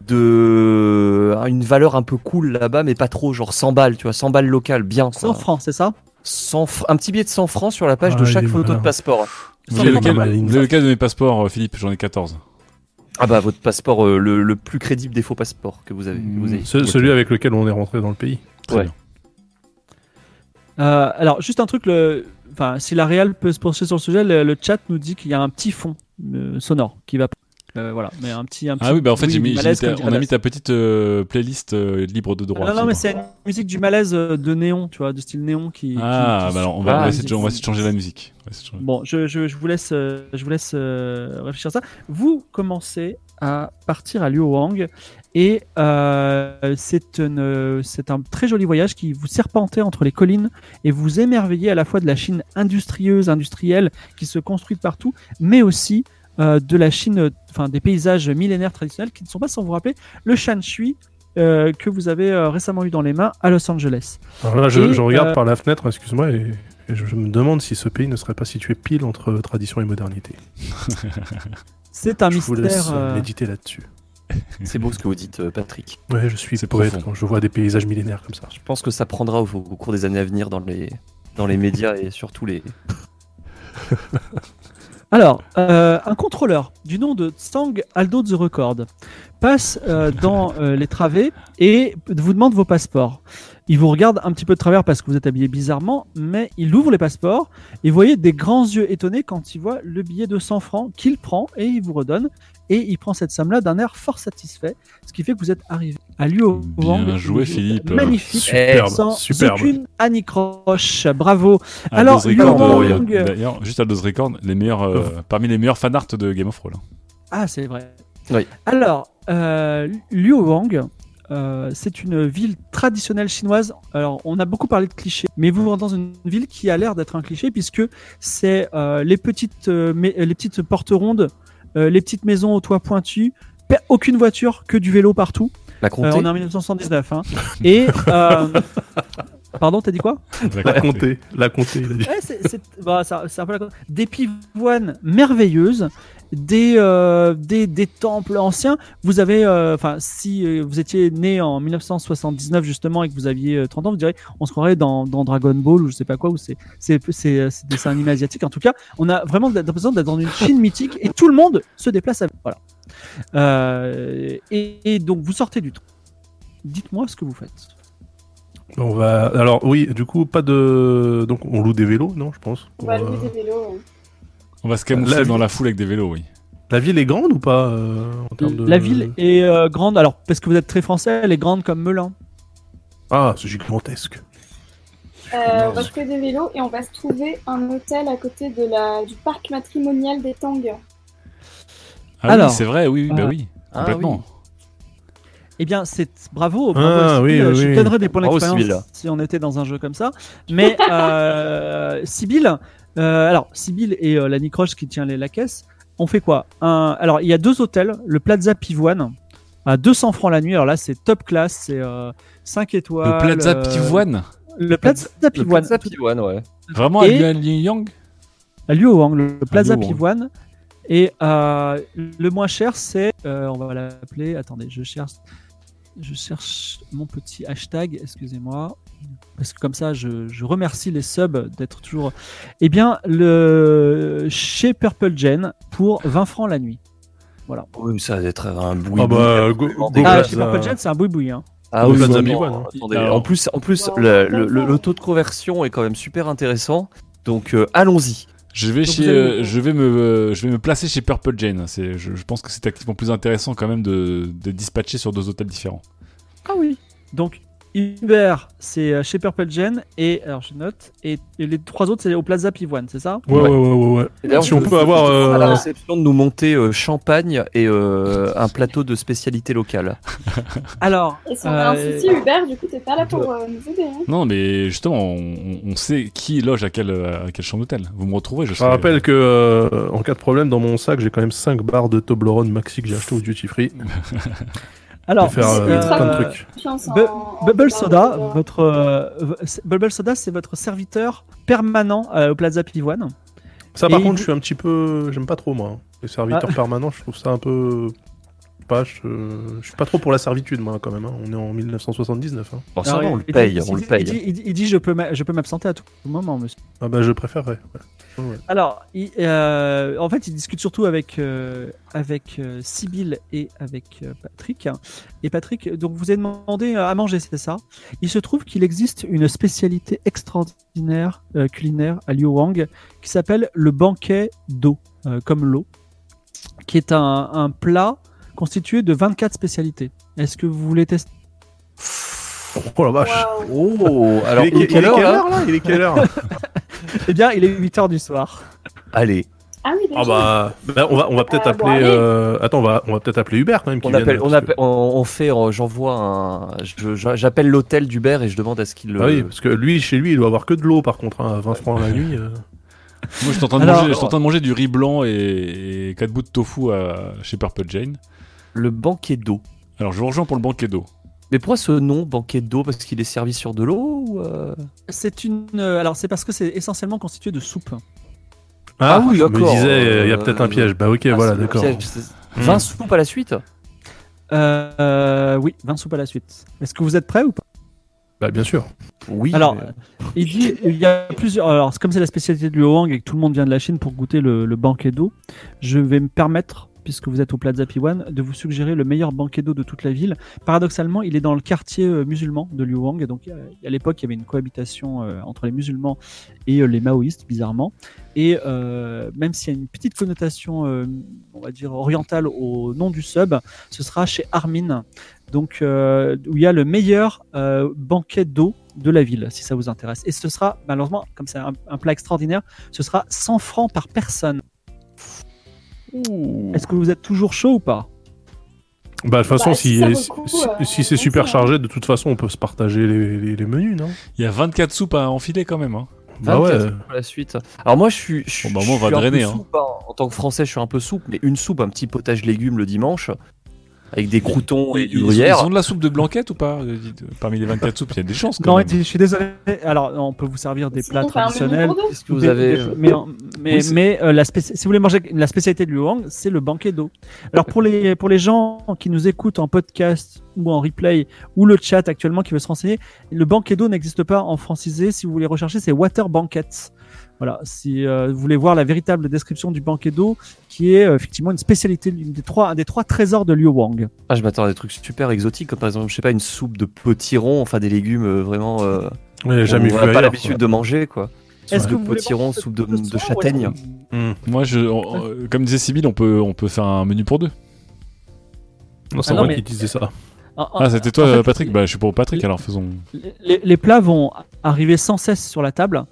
de euh, une valeur un peu cool là-bas mais pas trop genre 100 balles, tu vois, 100 balles locales, bien quoi.
100 francs, c'est ça
100 fr- un petit billet de 100 francs sur la page de
Ah,
chaque
il est
photo
malin.
de passeport.
Vous
Ça
avez,
me
lequel,
semble malin,
vous avez lequel de mes passeports, euh, Philippe J'en ai 14.
Ah bah votre passeport euh, le, le plus crédible des faux passeports que vous avez. que vous ayez.
Ce- Celui avec lequel on est rentré dans le pays.
Très
Ouais.
bien.
Euh, Alors, juste un truc. Le... Enfin, si la réal peut se pencher sur le sujet, le, le chat nous dit qu'il y a un petit fond euh, sonore qui va. euh, voilà, mais un petit. Un petit
Ah oui, bah en fait,
bruit
j'ai
du
mis, j'ai mis
malaise
ta-
comme dirait
on a
Dallas.
mis ta petite euh, playlist euh, libre de droit.
Non, non, mais c'est
Philippe.
une musique du malaise euh, de néon, tu vois, de style néon qui.
Ah,
qui- qui-
bah alors, on va, on va
Ah,
essayer de, on va essayer de changer la musique. On va essayer de changer.
Bon, je, je, je vous laisse, euh, je vous laisse euh, réfléchir à ça. Vous commencez à partir à Luohang et euh, c'est une, euh, c'est un très joli voyage qui vous serpentez entre les collines et vous émerveillez à la fois de la Chine industrieuse, industrielle qui se construit de partout, mais aussi euh, de la Chine, euh, enfin des paysages millénaires traditionnels qui ne sont pas sans vous rappeler le Shanshui euh, que vous avez euh, récemment eu dans les mains à Los Angeles.
Alors là, je,
Et,
je regarde
euh,
par la fenêtre, excuse-moi, et, et je, je me demande si ce pays ne serait pas situé pile entre tradition et modernité.
C'est un
je vous laisse
mystère.
euh,
euh,
méditer là-dessus.
C'est beau ce que vous dites euh, Patrick.
Ouais, je suis
C'est
poète
profond.
quand je vois des paysages millénaires comme ça.
Je pense que ça prendra au, au cours des années à venir dans les dans les médias et surtout les
Alors, euh, un contrôleur du nom de Tsang Aldo the Record passe euh, dans euh, les travées et vous demande vos passeports. Il vous regarde un petit peu de travers parce que vous êtes habillé bizarrement, mais il ouvre les passeports et vous voyez des grands yeux étonnés quand il voit le billet de 100 francs qu'il prend et il vous redonne. Et il prend cette somme-là d'un air fort satisfait, ce qui fait que vous êtes arrivé à Luo
Bien joué, Philippe.
Magnifique.
Superbe,
Sans
superbe.
aucune anicroche. Bravo. Alors,
Aldous Record,
Laurent
euh,
Young.
d'ailleurs, juste Aldous Record, les meilleurs, euh, parmi les meilleurs fanarts de Game of Thrones. hein.
Ah, c'est vrai.
Oui.
Alors, euh, Liuwang, euh, c'est une ville traditionnelle chinoise. Alors, on a beaucoup parlé de clichés, mais vous rentrez dans une ville qui a l'air d'être un cliché puisque c'est euh, les petites, euh, mais- les petites portes rondes, euh, les petites maisons au toit pointu, pe- aucune voiture, que du vélo partout.
la
Euh,
comté.
on est en 1979. hein. Et euh, pardon, t'as dit quoi
La comté, la comté, il a dit.
Ouais, c'est, c'est- bah, ça- c'est un peu la chose. Des pivoines merveilleuses, des, euh, des, des temples anciens. Vous avez, euh, enfin, si euh, vous étiez né en 1979 justement et que vous aviez euh, 30 ans, vous direz, on se croirait dans, dans Dragon Ball ou je sais pas quoi, ou c'est, c'est, c'est, euh, c'est dessin animé asiatique. En tout cas, on a vraiment l'impression d'être dans une Chine mythique et tout le monde se déplace avec. Voilà. Euh, et, et donc, vous sortez du train. Dites-moi ce que vous faites.
On va. Alors oui, du coup, pas de. Donc on loue des vélos, non, je pense.
On va
Pour,
louer
euh,
des vélos. ouais.
On va se camoufler
La-
dans la foule avec des vélos, oui.
La ville est grande ou pas euh, en termes de.
La ville est euh, grande, alors parce que vous êtes très français, elle est grande comme Melun.
Ah, c'est gigantesque.
Euh, on va louer des vélos et on va se trouver un hôtel à côté de la, du parc matrimonial des Tang.
Ah
Alors,
oui, c'est vrai, oui, oui, bah
euh,
oui,
Ah
complètement.
Eh bien, c'est bravo. bravo
Ah,
Sybille.
oui,
Euh,
oui,
Je te
oui.
donnerais des points
Bravo,
d'expérience
Sybille.
si on était dans un jeu comme ça. Mais euh, Sybille, euh, alors Sybille et euh, Lanny Croche qui tient les- la caisse, on fait quoi Un- Alors, il y a deux hôtels, le Plaza Pivoine à 200 francs la nuit. Alors là, c'est top classe, c'est 5 étoiles.
Le Plaza
euh,
Pivoine,
Le Plaza
Le
Pivoine.
Plaza Pivoine, ouais.
vraiment à
et-
Yuan Yin Yang
à Luohang, le Plaza
Luohang.
Pivoine. Et euh, le moins cher, c'est. euh, on va l'appeler. Attendez, je cherche. Je cherche mon petit hashtag, excusez-moi. Parce que comme ça, je, je remercie les subs d'être toujours. Eh bien, le, chez Purple Gen pour 20 francs la nuit. Voilà.
Oui, mais ça va être un boui.
Ah bah, go, go
Ah,
Ah,
Plaza.
chez Papa Jet, c'est un boui-boui. Hein.
Ah
Go
oui,
Plaza
non,
Big
non,
One, hein.
attendez.
Alors-
Bah, En plus, en plus
Wow.
le, le- le- le taux de conversion est quand même super intéressant. Donc euh, allons-y.
Je vais,
Donc
chez,
vous allez-
euh, je, vais me, euh, je vais me placer chez Purple Jane. hein. C'est, je, je pense que c'est activement plus intéressant quand même de, de dispatcher sur deux hôtels différents.
Ah oui. Donc Uber, c'est euh, chez Purple Gen et alors je note et, et les trois autres c'est au Plaza Pivoine, c'est ça
Ouais, ouais, ouais, ouais. ouais.
Et d'ailleurs,
Si
je-
on peut avoir,
je te
euh,
fais la réception de nous monter euh, champagne et euh, un plateau de spécialité locale.
Alors
Et si on a un
Euh,
souci, Hubert, du coup, t'es pas là pour euh, nous aider. Hein.
Non, mais justement, on, on sait qui loge à quelle, à quelle chambre d'hôtel. Vous me retrouvez, je
Je rappelle que euh, en cas de problème, dans mon sac, j'ai quand même 5 barres de Toblerone maxi que j'ai acheté au duty free. Je
alors
vais faire euh,
euh,
plein de trucs.
Confiance en-
Bu-
en-
Bubble
en-
Soda,
en-
votre euh, v- c'est- Bubble Soda, c'est votre serviteur permanent euh, au Plaza Pivoine.
Oh,
Ça, par
Et Ah.
contre,
vous-
je suis un petit peu, j'aime pas trop moi. hein. Les serviteurs permanents, je trouve ça un peu pas. Je, je suis pas trop pour la servitude, moi, quand même. hein. On est en 1979. hein.
Bon, ça
Alors,
va,
il-
on le
il dit-
paye,
il
on le
dit- Il
paye.
dit, il dit- il dit, je peux m'a- je peux m'absenter à tout moment, monsieur.
Ah bah, je préférerais. ouais.
Alors, il- euh, en fait, il discute surtout avec euh, avec euh, Sibyl et avec euh, Patrick. Et Patrick, donc vous avez demandé euh, à manger, c'est ça Il se trouve qu'il existe une spécialité extraordinaire euh, culinaire à Liuwang qui s'appelle le banquet d'eau, euh, comme l'eau, qui est un, un plat constitué de 24 spécialités. Est-ce que vous voulez tester
Oh la vache.
Waouh.
Oh, alors
il est,
il est
il est
quelle heure, là
là Il est quelle heure
Eh bien, il est 8h du soir.
Allez,
Ah oui, déjà.
Ah bah, bah, on va, on va peut-être
Euh, bon,
appeler.
allez.
euh, Attends, on va, on va peut-être appeler Uber quand même. qui
on
vienne,
appelle,
parce
on
que-
appelle, on, on fait, euh, j'envoie un, je- je- j'appelle l'hôtel d'Hubert et je demande à ce qu'il euh, le.
Ah oui, parce que lui, chez lui, il doit avoir que de l'eau par contre, hein, à 20 francs la nuit. euh.
Moi, je suis en train de,
Alors-
manger, je suis en train de manger du riz blanc et, et 4 bouts de tofu à- chez Purple Jane.
le banquet d'eau.
Alors, je vous rejoins pour le banquet d'eau.
Mais pourquoi ce nom banquet d'eau Parce qu'il est servi sur de l'eau ou euh
C'est une. euh, alors, c'est parce que c'est essentiellement constitué de soupe.
Ah oui,
je me
d'accord,
disais, euh, il y a
euh,
peut-être un piège. Bah ok,
Ah,
voilà,
c'est le
d'accord.
piège, c'est- 20 soupes à la suite
Euh, euh, oui, 20 soupes à la suite. Est-ce que vous êtes prêts ou pas
Bah bien sûr.
Oui.
Alors,
mais-
il dit il y a plusieurs. Alors, c'est comme c'est la spécialité de Luohang et que tout le monde vient de la Chine pour goûter le, le banquet d'eau, je vais me permettre, puisque vous êtes au Plaza Piwan, de vous suggérer le meilleur banquet d'eau de toute la ville. Paradoxalement, il est dans le quartier euh, musulman de Luohang. et Donc, euh, à l'époque, il y avait une cohabitation euh, entre les musulmans et euh, les maoïstes, bizarrement. Et euh, même s'il y a une petite connotation, euh, on va dire, orientale au nom du sub, ce sera chez Armin, donc euh, où il y a le meilleur euh, banquet d'eau de la ville, si ça vous intéresse. Et ce sera, malheureusement, comme c'est un, un plat extraordinaire, ce sera 100 francs par personne. Est-ce que vous êtes toujours chaud ou pas
Bah de toute façon,
Bah, si
si,
ça vaut le
si-
coup,
si-
euh,
si c'est
on
super
fait, hein.
chargé, de toute façon, on peut se partager les, les- les menus, non
Il y a 24 soupes à enfiler quand même. Hein.
Ah,
Bah ouais.
24 soupes à la suite. Alors moi, je suis. Je,
Bon, bah, moi, on
je
va
suis un peu
drainer, hein.
soupe, hein. En tant que Français, je suis un peu soupe, mais une soupe, un petit potage légumes le dimanche, avec des croutons et
Ils,
du
ils-
gruyère.
ils ont de la soupe de blanquette ou pas Dites, euh, Parmi les 24 soupes, il y a des chances quand
Non,
même.
je suis désolé. Alors, on peut vous servir des
Si,
plats
on fait un menu
traditionnels. Ah
pour deux.
Qu'est-ce que vous
Des-
avez euh,
des- mais mais,
Oui, c'est-
mais, euh, la spéci- si vous voulez manger la spécialité de Luang, c'est le banquet d'eau. Alors pour les, pour les gens qui nous écoutent en podcast ou en replay ou le chat actuellement qui veut se renseigner, le banquet d'eau n'existe pas en francisé. Si vous voulez rechercher, c'est water banquet. Voilà, si euh, vous voulez voir la véritable description du banquet d'eau, qui est euh, effectivement une spécialité, une des trois, un des trois trésors de Liu Wang.
Ah, je m'attends à des trucs super exotiques, comme par exemple, je sais pas, une soupe de potiron, enfin des légumes euh, vraiment. euh,
On l'a jamais
qu'on
vu
a pas
ailleurs,
l'habitude de manger, quoi.
Est-ce
Soupe
que
de
vous voulez
potiron,
manger ce
soupe de,
soir ou
de
est-ce que-
châtaigne.
quoi. Hmm.
Moi, je, on- euh, comme disait Sybille, on peut, on peut faire un menu pour deux.
Non, c'est
Ah, non,
moi
mais-
qui disais ça.
Ah, ah,
Ah, c'était toi,
en fait,
Patrick Bah, je suis pour Patrick, alors faisons.
les, les plats vont arriver sans cesse sur la table,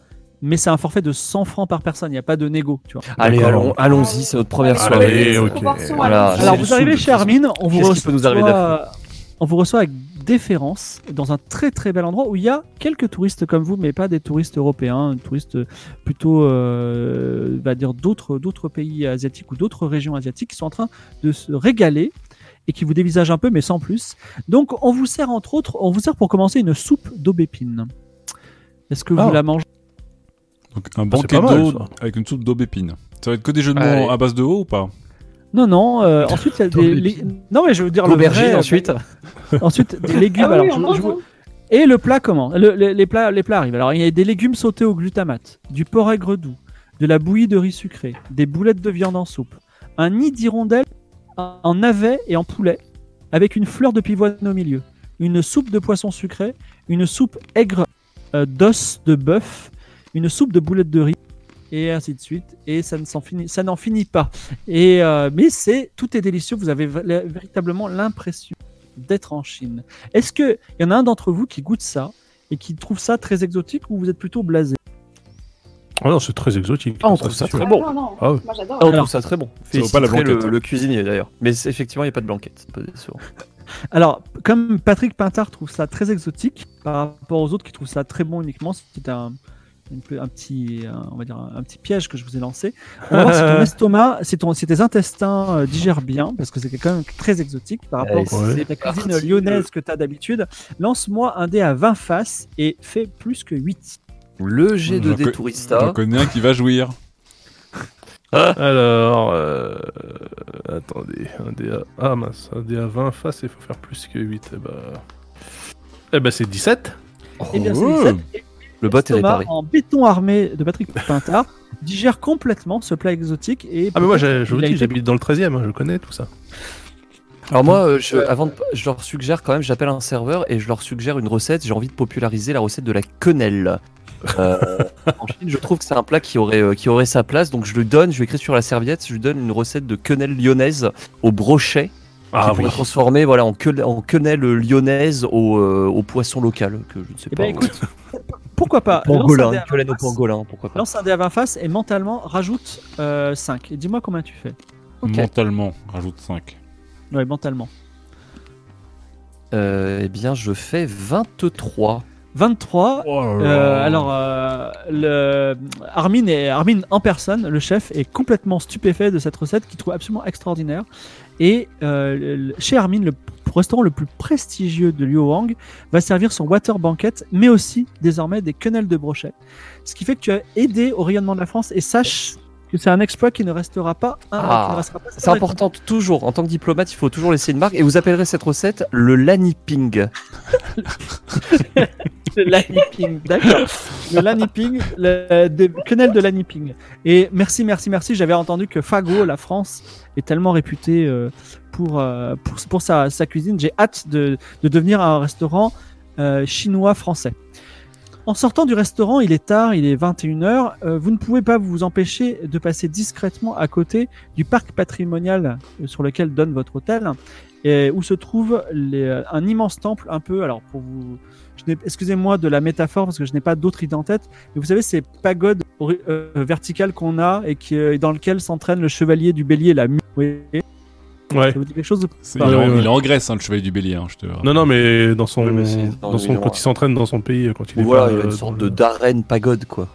mais c'est un forfait de 100 francs par personne. Il n'y a pas de négo, tu vois.
Allez,
D'accord.
allons- allons-y, c'est notre première
Allez,
soirée.
ok.
Proportion,
Voilà.
allez.
Alors
c'est
vous
le
arrivez
sous,
chez
de toute
Armin, on vous,
Qu'est-ce qui peut nous arriver
reçoit, on vous reçoit avec déférence dans un très très bel endroit où il y a quelques touristes comme vous, mais pas des touristes européens, des touristes plutôt, euh, on va dire d'autres d'autres pays asiatiques ou d'autres régions asiatiques qui sont en train de se régaler et qui vous dévisagent un peu, mais sans plus. Donc on vous sert entre autres, on vous sert pour commencer une soupe d'aubépine. Est-ce que vous
Ah.
la mangez
Donc, un
c'est
banquet
pas mal,
d'eau avec une soupe d'aubépine. Ça va être que des jeux de mots
Allez.
à base de eau ou pas
Non, non. euh, ensuite, il y a des. les- Non, mais je veux dire le
Aubergine
vrai, euh,
ensuite.
Ensuite, des légumes.
Ah oui,
alors,
on
je-
mange,
je-
hein.
Et le plat comment Le- le- les, plats, les plats arrivent. Alors il y a des légumes sautés au glutamate, du porc aigre doux, de la bouillie de riz sucré, des boulettes de viande en soupe, un nid d'hirondelle en navet et en poulet, avec une fleur de pivoine au milieu, une soupe de poisson sucré, une soupe aigre euh, d'os de bœuf, une soupe de boulettes de riz, et ainsi de suite. Et ça ne s'en finit, ça n'en finit pas. Et euh, mais c'est tout est délicieux. Vous avez v- la- véritablement l'impression d'être en Chine. Est-ce que il y en a un d'entre vous qui goûte ça et qui trouve ça très exotique ou vous êtes plutôt blasé
Ah non, c'est très exotique.
Ah, on
Ça,
trouve
c'est
ça
sûr.
Ah
bon.
non, non,
Ah ouais.
moi j'adore.
Ah, on
Alors,
trouve ça très bon.
ça vaut pas la
Féliciterai
blanquette.
le, le cuisinier d'ailleurs. Mais c'est- effectivement, il n'y a pas de blanquette. C'est un peu décevant.
Alors, comme Patrick Pintard trouve ça très exotique par rapport aux autres qui trouvent ça très bon uniquement, c'est un, une pe- un petit, un- on va dire un, un petit piège que je vous ai lancé. On va voir si ton estomac, si, ton, si tes intestins euh, digèrent bien, parce que c'est quand même très exotique par rapport
Allez,
à
c'est
la cuisine
parti.
lyonnaise que tu as d'habitude. Lance-moi un dé à 20 faces et fais plus que 8.
Le G2D
J'en co-
Tourista.
J'en connais un qui va jouir.
Alors, euh, attendez, un DA. Ah mince, un DA 20 face, il faut faire plus que 8. Eh bah. Eh bah, c'est 17.
Eh bien, c'est
Oh.
17. Et
Le bot est
l'estomac
réparé.
en béton armé de Patrick Pintard digère complètement ce plat exotique et
Ah, mais moi, j'ai- je vous
Il a
dis,
été-
j'habite dans le 13 e je connais tout ça.
Alors moi, euh, je, avant, de- je leur suggère quand même, j'appelle un serveur et je leur suggère une recette. J'ai envie de populariser la recette de la quenelle. Euh, en Chine, je trouve que c'est un plat qui aurait, euh, qui aurait sa place. Donc je lui donne, je lui écris sur la serviette, je lui donne une recette de quenelle lyonnaise au brochet.
Ah,
qui pourrait transformer voilà, en, que- en quenelle lyonnaise au, euh, au poisson local. Que je ne sais
Eh
pas.
ben,
euh,
écoute, pourquoi pas lance un
pangolin,
dé
une
à
quenelle au
20 faces.
pangolin, pourquoi pas.
Lance un dé à 20 faces et mentalement rajoute 5. Et dis-moi combien tu fais.
Ok.
Mentalement, rajoute 5.
Ouais, mentalement.
Euh, eh bien, je fais 23.
23.
Oh
euh, alors, euh, le, Armin, est, Armin en personne, le chef, est complètement stupéfait de cette recette qu'il trouve absolument extraordinaire. Et euh, le- le- chez Armin, le p- restaurant le plus prestigieux de Luohang va servir son water banquet, mais aussi désormais des quenelles de brochet. Ce qui fait que tu as aidé au rayonnement de la France et sache que c'est un exploit qui ne restera pas. un-
Ah,
qui ne restera pas
C'est important, toujours. En tant que diplomate, il faut toujours laisser une marque. Et vous appellerez cette recette le laniping.
Le laniping, d'accord. Le laniping, le, de, quenelle de laniping. Et merci, merci, merci. J'avais entendu que Fago, la France, est tellement réputée euh, pour, euh, pour, pour sa, sa cuisine. J'ai hâte de, de devenir un restaurant euh, chinois-français. En sortant du restaurant, il est tard, il est 21h. euh, vous ne pouvez pas vous empêcher de passer discrètement à côté du parc patrimonial euh, sur lequel donne votre hôtel, et où se trouve les- euh, un immense temple, un peu, alors pour vous, je n'ai- excusez-moi de la métaphore parce que je n'ai pas d'autre idée en tête, mais vous savez ces pagodes ori- euh, verticales qu'on a et qui, euh, dans lequel s'entraîne le chevalier du bélier, la mue. Vous voyez
Ouais.
Ça vous dit quelque chose de-
C'est-
Ah,
il, est en-
ouais, ouais.
il est en Grèce, hein, le chevalier du bélier, hein, je te rappelle.
Non, non, mais dans son.
Oui, mais c'est-
dans
non,
son
oui, non.
quand il s'entraîne dans son pays, quand il est.
Voilà,
pas,
hein. il y a
euh,
une sorte
dans-
de d'arène pagode, quoi.
Ouais.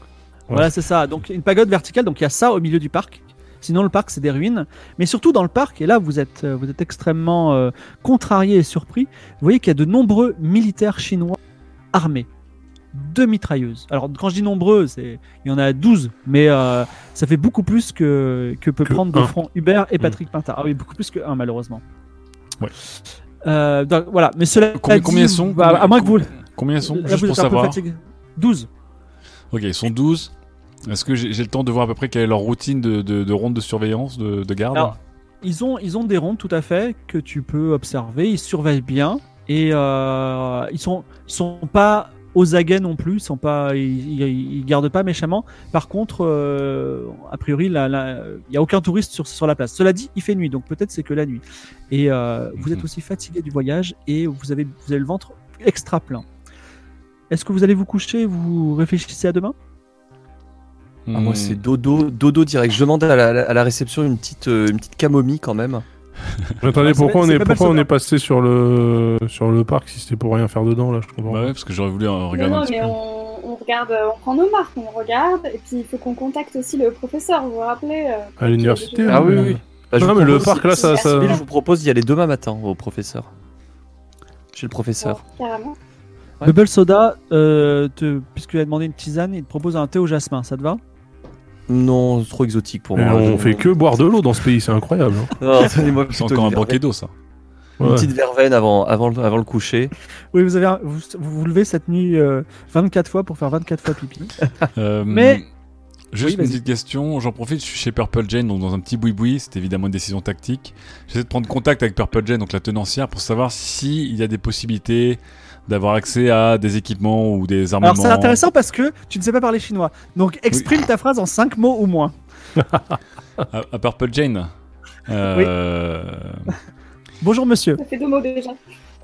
Voilà, c'est ça. Donc une pagode verticale, donc il y a ça au milieu du parc. Sinon, le parc, c'est des ruines. Mais surtout dans le parc, et là, vous êtes, euh, vous êtes extrêmement euh, contrarié et surpris, vous voyez qu'il y a de nombreux militaires chinois armés. Deux mitrailleuses. Alors, quand je dis nombreux, c'est il y en a 12, mais euh, ça fait beaucoup plus que, que peut
Que
prendre de
un. Mm.
front Hubert et Patrick Pintard. Ah oui, beaucoup plus que un, malheureusement.
Ouais.
Euh, donc, voilà, mais cela.
Combien,
dit,
combien sont
bah, À moins que vous. là,
Combien sont
vous
Juste
êtes un
pour
peu
savoir.
fatigué. 12.
Ok, ils sont 12. Est-ce que j'ai j'ai le temps de voir à peu près quelle est leur routine de, de, de ronde de surveillance, de, de garde
Alors, ils ont, ils ont des rondes tout à fait que tu peux observer. Ils surveillent bien et euh, ils sont, sont pas aux aguets non plus. Ils sont pas, ils, ils- ils gardent pas méchamment. Par contre, euh, a priori, là, il y a aucun touriste sur, sur la place. Cela dit, il fait nuit, donc peut-être c'est que la nuit. Et euh, vous
Mhm.
êtes aussi fatigué du voyage et vous avez, vous avez le ventre extra plein. Est-ce que vous allez vous coucher Vous réfléchissez à demain
Ah, moi,
Hmm.
Hmm.
c'est dodo, dodo direct. Je demande à la, à la réception une petite, euh, une petite camomille quand même.
Mais attendez,
Ah,
Ouais, c'est-
pourquoi, on
c'est
est,
pas mal,
pourquoi
ça,
on
là.
est passé sur le, sur le parc si c'était pour rien faire dedans là Je comprends.
Bah
pas.
ouais, parce que j'aurais voulu en
Non,
regarder un
non,
petit
mais
peu.
on, on regarde, euh, on prend nos marques, on regarde, et puis il faut qu'on contacte aussi le professeur, vous vous rappelez euh,
À l'université.
Ah oui,
euh,
oui. Bah, je
Non,
vous
mais le
propose-
parc là, ça. ça-
Bill, je vous propose d'y aller demain matin au professeur. Chez le professeur.
Carrément.
Ouais.
Bubble Soda, euh, te, puisque tu as demandé une tisane, il te propose un thé au jasmin. Ça te va
Non, c'est trop exotique pour
Mais
moi.
on fait que boire de l'eau dans ce pays, c'est incroyable. hein.
Non, donnez-moi
C'est
plutôt
encore un
une,
banquet
verveine,
d'eau, ça.
une
Ouais.
petite verveine avant, avant, le- avant le coucher.
Oui, vous, avez, un- vous, vous vous levez cette nuit euh, 24 fois pour faire 24 fois pipi.
Euh,
Mais-
Juste
Oui,
une
vas-y.
petite question, j'en profite, je suis chez Purple Jane, donc dans un petit boui-boui, c'est évidemment une décision tactique. J'essaie de prendre contact avec Purple Jane, donc la tenancière, pour savoir s'il y a des possibilités d'avoir accès à des équipements ou des armements.
Alors c'est intéressant parce que tu ne sais pas parler chinois. Donc exprime ta phrase en 5 mots ou moins.
À, à Purple Jane. Euh,
Bonjour monsieur.
Ça fait deux mots déjà.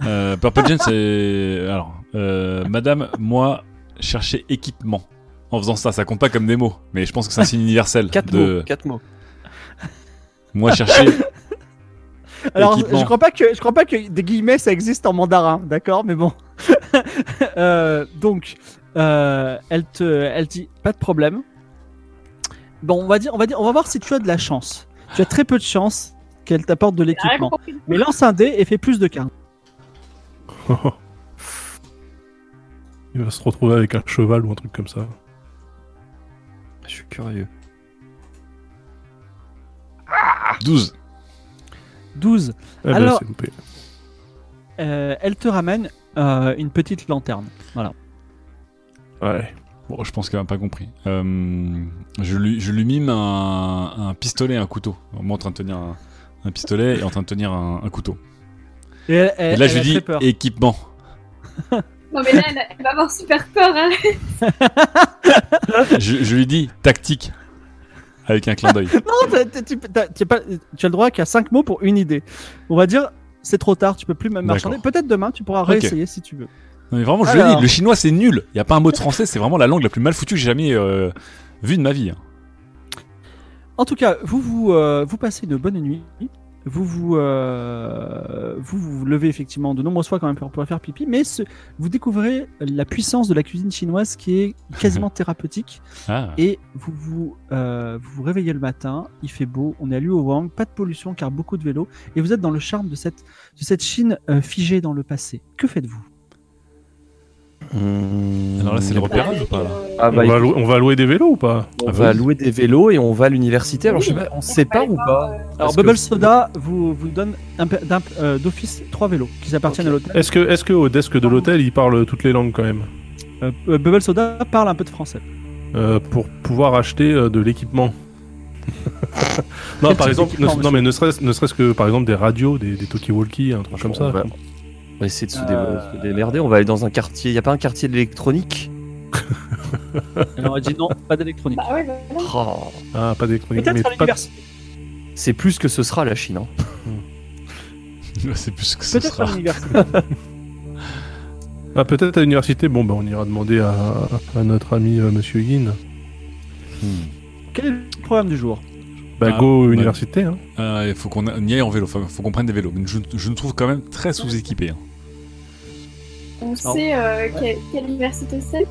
euh, Purple Jane, c'est. Alors, euh, madame, moi, chercher équipement. En faisant ça, ça compte pas comme des mots, mais je pense que c'est un signe universel.
Quatre
de
mots. Quatre mots.
Moi, chercher
Alors
Équipement.
je crois pas que je crois pas que des guillemets ça existe en mandarin, d'accord, mais bon. Euh, donc euh, elle te elle dit pas de problème. Bon, on va dire on va dire on va voir si tu as de la chance. Tu as très peu de chance qu'elle t'apporte de
J'ai rien
l'équipement.
Ah, compris.
Mais lance un dé et fais plus de 15.
Il va se retrouver avec un cheval ou un truc comme ça.
Je suis curieux.
12.
12.
Ah
Alors-
ben, c'est loupé.
Euh, elle te ramène euh, une petite lanterne.
Ouais.
Bon, je pense qu'elle n'a pas compris. Euh, je, lui, je lui mime un, un pistolet et un couteau. Alors, moi en train de tenir un, un pistolet et en train de tenir un, un couteau.
Et, elle- elle-
et là,
Eh, elle
je lui
a
dis
très peur.
équipement.
Non, mais là, elle, elle va avoir super peur. hein.
je, je lui dis tactique. Avec un clin d'œil.
Non, t'as- t'as- tu t'as- tu as pas- tu as le droit qu'à 5 mots pour une idée. On va dire, c'est trop tard, tu peux plus même marchander. Peut-être demain, tu pourras
Ok.
réessayer si tu veux.
Non, mais vraiment, je lui
Alors.
dis, le chinois c'est nul. Il n'y a pas un mot de français, c'est vraiment la langue la plus mal foutue que j'ai jamais euh, vue de ma vie. hein.
En tout cas, vous vous, euh, vous passez une bonne nuit. Vous vous, euh, vous vous levez effectivement de nombreuses fois quand même pour pouvoir faire pipi, mais ce- vous découvrez la puissance de la cuisine chinoise qui est quasiment thérapeutique.
Ah.
Et vous vous, euh, vous vous réveillez le matin, il fait beau, on est à Luowang, pas de pollution car beaucoup de vélos, et vous êtes dans le charme de cette, de cette Chine euh, figée dans le passé. Que faites-vous
Alors là, c'est le repérage
Bah,
ou pas là
euh,
Ah
Hmm. on,
bah,
va
il-
louer, on va louer des vélos ou pas
on
Ah
va
oui.
louer des vélos et on va à l'université. Alors, je sais
Oui.
pas, on se sépare ou pas
euh,
Alors
Parce
Bubble
que-
Soda vous, vous donne un peu- d'un- euh, d'office trois vélos qui appartiennent à l'hôtel.
Est-ce que, est-ce que au desk de l'hôtel, il parle toutes les langues quand même
Euh, euh, Bubble Soda parle un peu de français.
Euh, pour pouvoir acheter euh, de l'équipement. non,
Quel type
par exemple, ne,
d'équipement,
non, mais ne serait-ce, ne serait-ce que par exemple des radios, des, des talkie-walkie, un truc comme ça.
On va, on va essayer de se, dé-
Euh.
se démerder. On va aller dans un quartier. Il a pas un quartier de l'électronique
Alors elle dit non, pas d'électronique.
Bah ouais, voilà.
Oh,
Ah, pas d'électronique.
Peut-être à
pas...
l'université.
C'est plus que ce sera la Chine. hein.
C'est plus que ce
Peut-être à
sera.
l'université.
ah, peut-être à l'université. Bon, ben on ira demander à, à notre ami euh, Monsieur Yin.
Hmm.
Quel est le programme du jour
Bah,
Ah,
go
ouais.
université. Hein.
Euh, Il faut qu'on a- on y aille en vélo, faut, faut qu'on prenne des vélos. Mais je, je me trouve quand même très sous-équipé. hein.
On sait euh, quelle, quelle université c'est.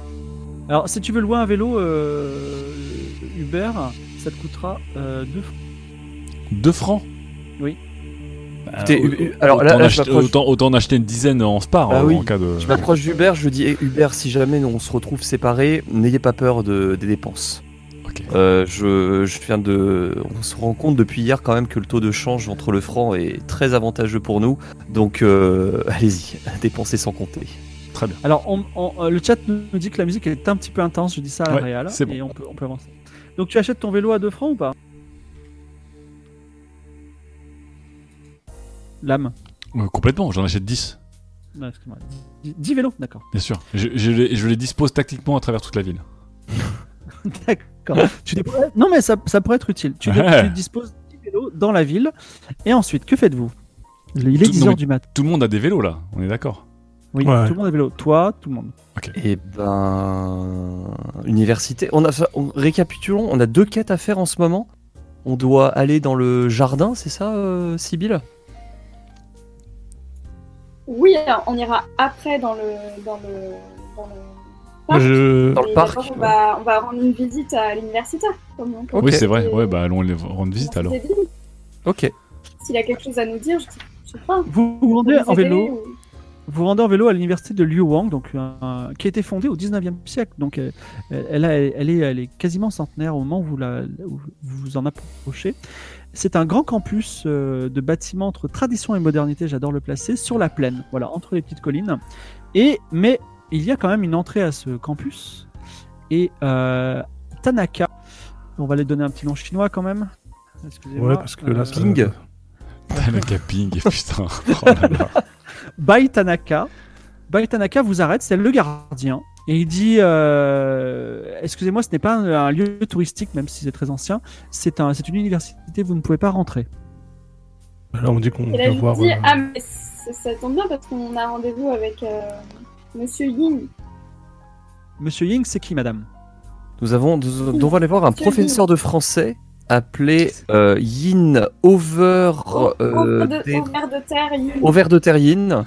Alors si tu veux louer un vélo euh, Uber, ça te coûtera euh, deux francs.
2 francs
Oui.
Bah,
Écoutez,
au-
euh, alors là,
autant, en
là, je
acheter,
m'approche.
autant, autant en acheter une dizaine en spar
Bah
euh,
oui.
en cas de.
Je m'approche d'Hubert. Je dis eh, Hubert, si jamais on se retrouve séparés, n'ayez pas peur de- des dépenses.
Ok.
Euh, je, je viens de. On se rend compte depuis hier quand même que le taux de change entre le franc est très avantageux pour nous. Donc euh, allez-y, dépensez sans compter.
Alors, on- on- euh, le chat nous dit que la musique elle est un petit peu intense. Je dis ça à la
Ouais,
réal,
c'est
et on peut, on peut avancer. Donc, tu achètes ton vélo à 2 francs ou pas Lame.
Euh, complètement, j'en achète 10,
Non, excuse-moi. 10 vélos, d'accord.
bien sûr. Je, je les, je les dispose tactiquement à travers toute la ville.
D'accord. Tu dép- Non, mais ça, ça pourrait être utile. Tu, dé-
Ouais.
tu disposes de 10 vélos dans la ville. Et ensuite, que faites-vous Il est
Tout- non,
10h
mais-
du matin.
Tout le monde a des vélos là, on est d'accord.
Oui,
Ouais.
tout le monde a vélo. Toi, tout le monde.
Et Eh ben. Université. On a, fa- on- récapitulons, on a deux quêtes à faire en ce moment. On doit aller dans le jardin, c'est ça, euh, Sybille
Oui, alors, on ira après dans le. Dans le, dans le
Moi,
parc.
je...
Dans le
Mais
parc,
d'abord,
ouais.
On va, on va rendre une visite à l'universitaire. Comme on
Ok.
Oui, c'est vrai,
Et-
ouais, bah allons les rendre visite
on
alors.
s'est dit,
Ok.
S'il a quelque chose à nous dire, je sais- je sais pas.
Vous vous rendez
Vous
en
aider
vélo.
ou-
vous rendez en vélo à l'université de Luowang, donc un- qui a été fondée au 19e siècle. Donc euh, elle, a- elle est, elle est quasiment centenaire au moment où vous, la- où vous vous en approchez. C'est un grand campus euh, de bâtiments entre tradition et modernité, j'adore le placer, sur la plaine, voilà, entre les petites collines. Et mais il y a quand même une entrée à ce campus. Et euh, Tanaka, On va les donner un petit nom chinois quand même. Excusez-moi. Euh,
Ouais, parce que là, ça-
Ping.
Putain, le capping, putain. Oh là là.
Bai Tanaka. Bai Tanaka vous arrête, c'est le gardien. Et il dit euh, Excusez-moi, ce n'est pas un, un lieu touristique, même si c'est très ancien. C'est un, c'est une université, vous ne pouvez pas rentrer.
Ben, Là, on dit qu'on
Et là,
vient
je me
voir.
dis,
euh,
ah, mais ça, ça tombe bien parce qu'on a rendez-vous avec euh, Monsieur Ying.
Monsieur Ying, c'est qui, madame
Nous avons, nous, nous allons aller voir un
Quel
professeur de français appelé euh, Yin Over
Au,
euh,
au- de,
des-
au ver de terre, Ying.
Over de Terre Yin,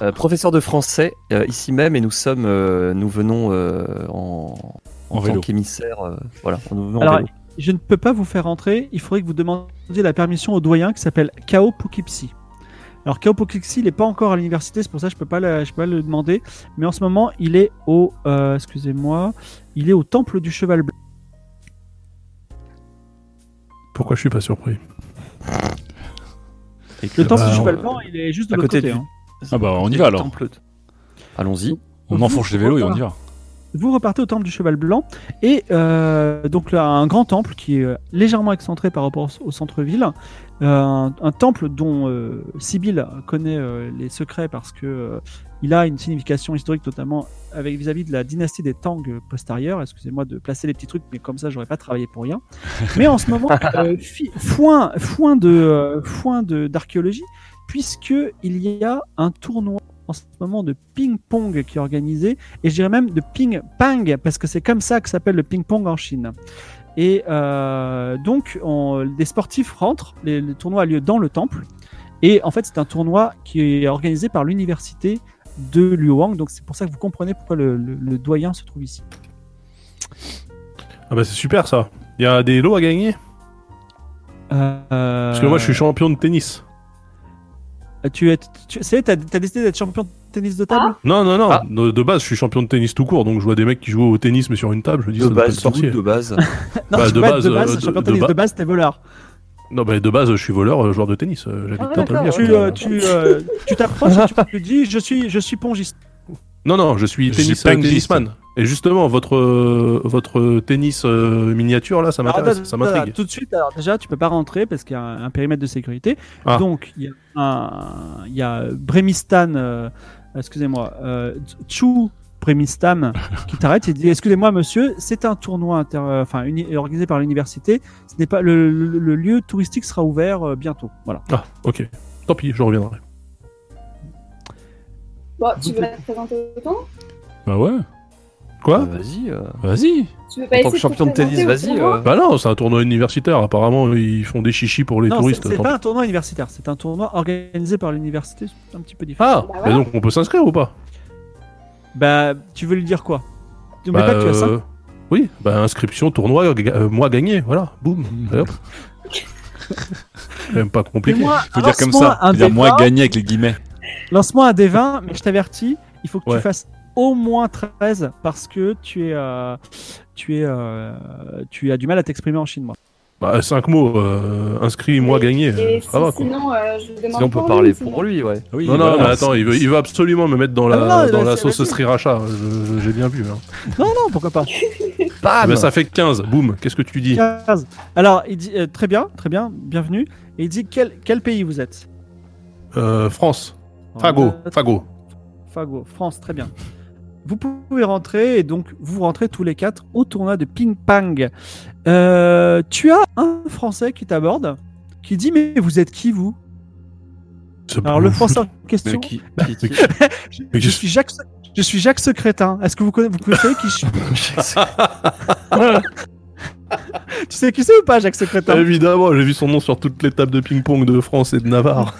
euh, professeur de français euh, ici même, et nous sommes, euh, nous venons euh, en,
En
tant
vélo.
qu'émissaire, euh, voilà, nous venons en
Alors,
vélo.
je ne peux pas vous faire rentrer. Il faudrait que vous demandiez la permission au doyen qui s'appelle Kao Poughkeepsie. Alors, Kao Poughkeepsie, il n'est pas encore à l'université, c'est pour ça que je ne peux, pas le- je peux pas le demander. Mais en ce moment, il est au. euh, Excusez-moi. Il est au temple du cheval blanc.
Pourquoi je suis pas surpris
Et que-
Le temple
bah,
du
on-
cheval blanc, il est juste de
à
l'autre
côté
côté.
du-
hein.
Ah bah, on y va, alors.
Temple de- Allons-y.
On enfourche les vélos et on y va.
Vous repartez au temple du cheval blanc. Et euh, donc, là, un grand temple qui est euh, légèrement excentré par rapport au centre-ville. Euh, un, un temple dont euh, Sibyl connaît euh, les secrets parce que euh, il a une signification historique notamment avec vis-à-vis de la dynastie des Tang euh, postérieure. Excusez-moi de placer les petits trucs, mais comme ça j'aurais pas travaillé pour rien. Mais en ce moment, euh, fi- foin, foin de euh, foin de d'archéologie, puisque il y a un tournoi en ce moment de ping-pong qui est organisé, et je dirais même de ping-pang, parce que c'est comme ça que s'appelle le ping-pong en Chine. Et euh, donc, on- des sportifs rentrent, les- le tournoi a lieu dans le temple, et en fait, c'est un tournoi qui est organisé par l'université de Luoang, donc c'est pour ça que vous comprenez pourquoi le, le- le doyen se trouve ici.
Ah bah c'est super ça. Il y a des lots à gagner
Euh,
Parce que moi je suis champion de tennis.
Tu es, tu, c'est, t'as, t'as décidé d'être champion de tennis de table
Non, non, non.
Ah.
De, de base, je suis champion de tennis tout court, donc je vois des mecs qui jouent au tennis mais sur une table, je me dis
De
ça doit
base,
être sorcier.
de base.
Non,
Bah,
tu
de
peux être
base,
de base,
euh, de-
champion de
de
tennis de
ba-
base, t'es voleur.
Non, bah de base, je suis voleur, euh, joueur de tennis. euh, J'habite
Ah ouais,
Pinterville.
d'accord,
Tu,
ouais.
euh, tu, euh, tu t'approches et tu lui dis je suis, je suis pongiste.
Non, non, je suis
Je
tennis, euh,
suis pangiste.
tennisman. Et justement, votre, euh, votre tennis euh, miniature là, ça
Alors,
m'intéresse,
attends,
ça
attends,
m'intrigue.
Tout de suite, alors déjà, tu peux pas rentrer parce qu'il y a un, un périmètre de sécurité.
Ah.
Donc, il y a, un, il y a Bremistan, euh, excusez-moi, euh, Chu Bremistan qui t'arrête et dit Excusez-moi, monsieur, c'est un tournoi inter- euh, enfin, uni- organisé par l'université. Ce n'est pas le, le- le lieu touristique sera ouvert euh, bientôt. Voilà.
Ah, ok. Tant pis, je reviendrai.
Bon, tu veux la présenter autant
Bah ouais,
Quoi
vas-y. euh,
vas-y.
Tu veux pas
En tant
essayer
que
de
champion de
te Bah, présenter
tennis,
au
vas-y.
tournoi
euh.
Bah non, c'est un tournoi universitaire. Apparemment, ils font des chichis pour les
non, c'est-
touristes.
c'est
tant
pas
pis.
un tournoi universitaire, c'est un tournoi organisé par l'université. C'est un petit peu différent.
Ah,
Bah
et
voilà.
donc on peut s'inscrire ou pas
Bah, tu veux lui dire quoi Tu mets
Bah,
pas que tu as ça
euh, Oui, bah inscription, tournoi, ga- euh, moi gagné, voilà, boum. Et hop. C'est même pas compliqué.
Fais-moi-
Faut dire
alors,
comme
lance-moi
ça.
un
Faut dire
dé
moi
20,
gagner avec les guillemets.
Lance-moi un D20, mais je t'avertis, il faut que
Ouais.
tu fasses au moins 13 parce que tu es, euh, tu es, euh, tu as du mal à t'exprimer en chinois.
Bah, cinq mots, euh, inscrit, moi gagné, euh,
Et
ça va
si-
quoi.
sinon, euh, je demande.
Sinon, on
pas
peut
en
parler
ligne, sinon.
pour lui, ouais.
Oui,
Non, non,
voilà.
mais attends, il veut, il veut absolument me mettre dans la,
Ah, non, non,
dans la
bah,
sauce
c'est-
Sri Racha, je- j'ai bien vu. hein.
Non, non, pourquoi pas
Ah,
Bam
bah, ça fait 15, boum, qu'est-ce que tu dis
15. Alors, il dit euh, très bien, très bien, bienvenue. Et il dit quel, quel pays vous êtes
euh, France, Fago,
Euh,
Fago.
Fago, France, très bien. Vous pouvez rentrer et donc vous rentrez tous les quatre au tournoi de ping pong. Euh, tu as un Français qui t'aborde, qui dit mais vous êtes qui vous
C'est
Alors
pas
le
ouf.
Français en
Mais
question,
qui- qui- qui-
je,
Mais
je
qu'est-ce-
suis Jacques, je suis Jacques Secrétin. Est-ce que vous connaissez, vous connaissez qui je suis Tu sais qui c'est ou pas Jacques
Euh,
Secrétin
Évidemment, j'ai vu son nom sur toutes les tables de ping-pong de France et de Navarre.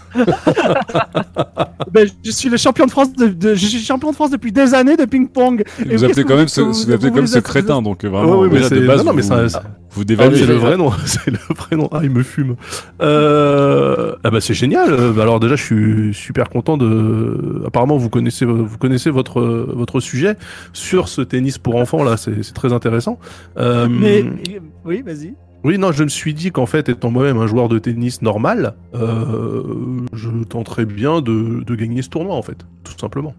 Ben, Je suis le champion de France. De, de- je suis champion de France depuis des années de ping pong.
Vous vous appelez quand même ce, vous appelez comme ce crétin, donc euh, vraiment,
Ouais, ouais, Ah, mais
déjà, de
c'est-
base,
non, non, mais
vous,
ça- ça-
vous
Ah oui,
dévaluez.
c'est le vrai nom, c'est le vrai nom. Ah, il me fume. Euh, Ah bah c'est génial. Euh, bah Alors déjà, je suis super content de. Apparemment, vous connaissez vous connaissez votre votre sujet sur ce tennis pour enfants là. C'est c'est très intéressant. Euh,
Mais oui, vas-y.
oui, non, je me suis dit qu'en fait, étant moi-même un joueur de tennis normal, euh, je tenterais bien de, de gagner ce tournoi en fait, tout simplement.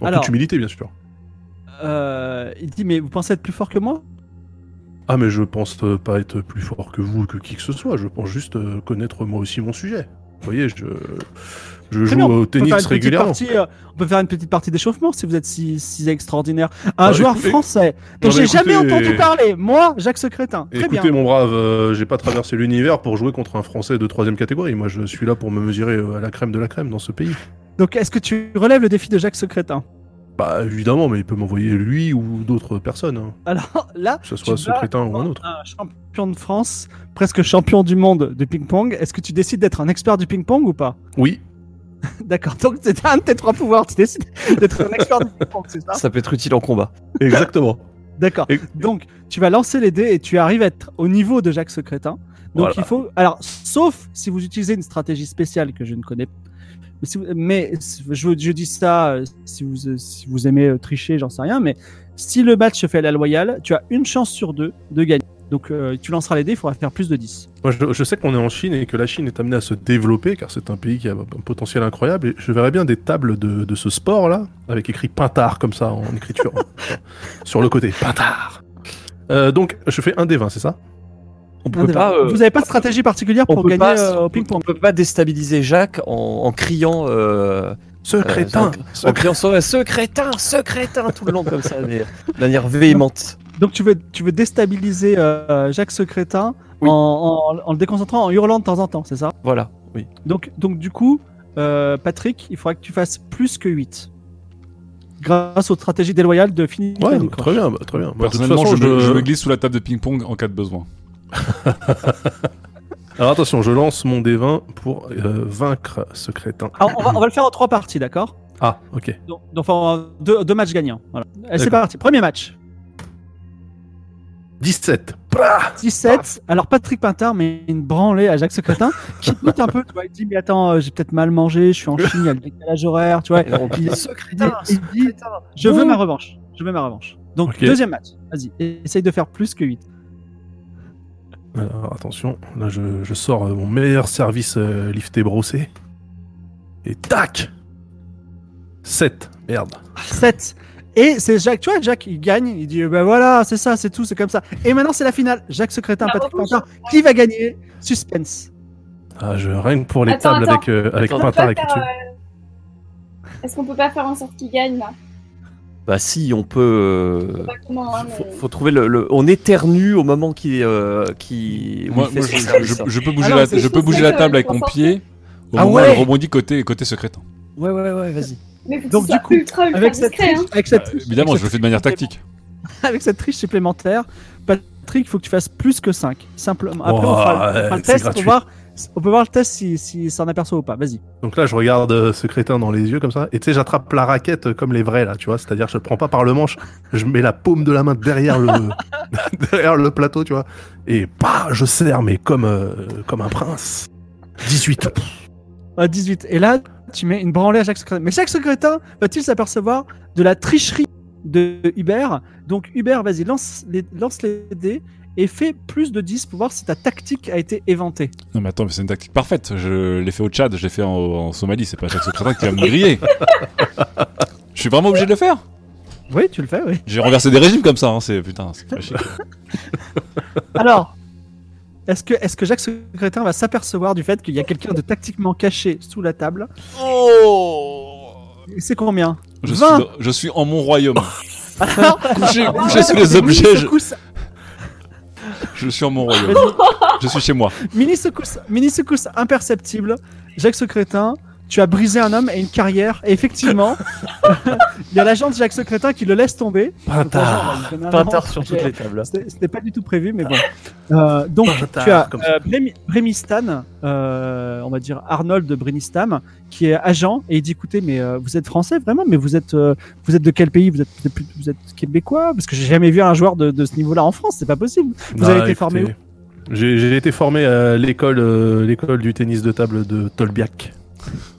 En
Alors-
toute humilité, bien sûr.
Euh, il dit mais vous pensez être plus fort que moi
Ah, mais je pense euh, pas être plus fort que vous ou que qui que ce soit. Je pense juste euh, connaître moi aussi mon sujet. Vous voyez, je, je
Très
joue
bien,
au
On peut faire
tennis
une petite
régulièrement.
partie, euh, on peut faire une petite partie d'échauffement si vous êtes si, si extraordinaire. Un
Ah,
joueur
écoutez-
français dont
Non, mais
j'ai jamais
écoutez-
entendu parler, moi, Jacques Secrétin. Très
Écoutez,
bien.
mon brave, euh, j'ai pas traversé l'univers pour jouer contre un Français de troisième catégorie. Moi, je suis là pour me mesurer euh, à la crème de la crème dans ce pays.
Donc, est-ce que tu relèves le défi de Jacques Secrétin
Bah, évidemment, mais il peut m'envoyer lui ou d'autres personnes, hein,
Alors là,
que ce soit
Tu
ce
vas
crétin ou un autre.
un Ah, champion de France, presque champion du monde de ping-pong, est-ce que tu décides d'être un expert du ping-pong ou pas
Oui,
D'accord, donc c'est un de tes trois pouvoirs, tu décides d'être un expert du ping-pong, c'est ça
Ça peut être utile en combat.
exactement.
D'accord.
Et-
Donc, tu vas lancer les dés et tu arrives à être au niveau de Jacques Secrétin. Donc,
Voilà.
il faut. Alors, sauf si vous utilisez une stratégie spéciale que je ne connais pas. Mais, si vous- mais je, je dis ça euh, si vous, euh, si vous aimez euh, tricher, j'en sais rien. Mais si le match se fait à la loyale, tu as une chance sur deux de gagner. Donc, euh, tu lanceras les dés, il faudra faire plus de 10.
Moi, je, je sais qu'on est en Chine et que la Chine est amenée à se développer car c'est un pays qui a un potentiel incroyable. Et je verrais bien des tables de, de ce sport-là, avec écrit pintard comme ça en écriture sur le côté. Pintard. Euh, donc, je fais un des 20, c'est ça
On peut pas. euh,
Ah, Vous n'avez pas de stratégie particulière
on
pour
peut
gagner
pas-
euh, au
on
ping-pong
peut pas déstabiliser Jacques en, en criant. euh,
Ce crétin ce
en criant sur ce crétin, ce crétin tout le long comme ça, mais de manière véhémente.
Donc, tu veux, tu veux déstabiliser euh, Jacques Secrétin
Oui.
en- en- en le déconcentrant, en hurlant de temps en temps, c'est ça
Voilà, oui.
Donc, donc du coup, euh, Patrick, il faudra que tu fasses plus que 8. Grâce aux stratégies déloyales de Fini.
Ouais, bah, très bien, bah, très bien. Moi, de toute
Personnellement,
façon,
je, me, je me glisse sous la table de ping-pong en cas de besoin.
Alors attention, je lance mon D20 pour euh, vaincre ce crétin.
Alors, on, va, on va le faire en trois parties, d'accord
Ah, ok.
Donc, donc, enfin, deux, deux matchs gagnants. Voilà. Allez, C'est
D'accord.
parti. Premier match.
17.
17. Alors, Patrick Pintard met une branlée à Jacques Secrétin qui doute un peu. Tu vois, il dit Mais attends, euh, j'ai peut-être mal mangé, je suis en Chine, il y a le décalage horaire. Tu vois,
Et là, on dit,
il-
ce crétin,
il-
ce
il dit,
crétin.
Je veux ma revanche. Je veux ma revanche. Donc,
Ok.
deuxième match. Vas-y, essaye de faire plus que 8.
Alors attention, là je, je sors euh, mon meilleur service euh, lifté brossé. Et tac 7. Merde.
7. Et c'est Jacques, tu vois, Jacques, il gagne, il dit, ben voilà, c'est ça, c'est tout, c'est comme ça. Et maintenant, c'est la finale. Jacques Secrétin,
La
Patrick
revanche.
Pintard, qui va gagner Suspense.
Ah, je règne pour les
Attends,
tables
attends.
avec, euh, avec
On peut
Pintard
pas
écrit
faire,
dessus.
euh, Est-ce qu'on peut pas faire en sorte qu'il gagne là
Bah si, on peut. euh,
Je sais pas comment, hein,
Faut,
mais-
faut trouver le, le- On éternue au moment qui euh, qui.
Moi, moi, je, je-
hein.
je peux bouger,
Alors,
la,
c'est-
je peux
c'est
bouger
ça,
la table
euh,
avec mon
pour
pied. Au
Ah
moment où
ouais
elle rebondit côté, côté hein. secrétin.
Ouais ouais ouais, vas-y.
Mais faut que
Donc,
ce soit
du coup,
ultra, ultra
Avec cette,
discret.
triche,
Hein.
avec cette
Euh,
triche-
évidemment,
avec
je le
cette
fais de manière
triche
tactique.
supplémentaire- Avec cette triche supplémentaire, Patrick, il faut que tu fasses plus que 5. Simplement. Après, on
Ouah,
fera, on fera le
Oh, c'est
test
gratuit.
pour voir, on peut voir le test si, si ça en aperçoit ou pas. Vas-y.
Donc là, je regarde euh, ce crétin dans les yeux comme ça. Et tu sais, j'attrape la raquette euh, comme les vrais là, tu vois. C'est-à-dire, je prends pas par le manche, je mets la paume de la main derrière le, derrière le plateau, tu vois. Et bah, je serre, mais comme, euh, comme un prince. 18.
À 18. Et là, tu mets une branlée à Jacques Secrétin. Mais Jacques Secrétin va-t-il s'apercevoir de la tricherie de Hubert Donc Hubert, vas-y, lance les, lance les dés et fais plus de 10 pour voir si ta tactique a été éventée.
Non, mais attends, mais c'est une tactique parfaite. Je l'ai fait au Tchad, je l'ai fait en, en Somalie. C'est pas chaque secrétin qui va me griller. Je suis vraiment obligé de le faire.
Oui, tu le fais, oui.
J'ai renversé des régimes comme ça. hein, C'est putain, c'est pas chier.
Alors, est-ce que, est que Jacques Secrétin va s'apercevoir du fait qu'il y a quelqu'un de tactiquement caché sous la table Et C'est combien
Je suis,
Vingt. Ah
dans- je suis en mon royaume. couché, couché sous les
Mini
objets, je,
secousse,
je suis en mon royaume. Je suis chez moi.
mini, secousse, mini secousse imperceptible. Jacques Secrétin, tu as brisé un homme et une carrière. Et effectivement, il y a l'agent de Jacques Secrétin qui le laisse tomber.
Pintard.
Bonjour, il donne un
Pintard
nom.
sur toutes les tables.
C'était c'était pas du tout prévu, mais bon. Euh, donc,
Pintard,
tu as
comme
euh, Bremi- Bremistan, euh, on va dire Arnold de Bremistan, qui est agent, et il dit écoutez, mais euh, vous êtes français vraiment Mais vous êtes, euh, vous êtes de quel pays vous êtes, vous êtes- vous êtes québécois Parce que j'ai jamais vu un joueur de, de ce niveau-là en France, c'est pas possible. Vous avez été formé
écoutez, J'ai j'ai été formé à l'école euh, l'école du tennis de table de Tolbiac.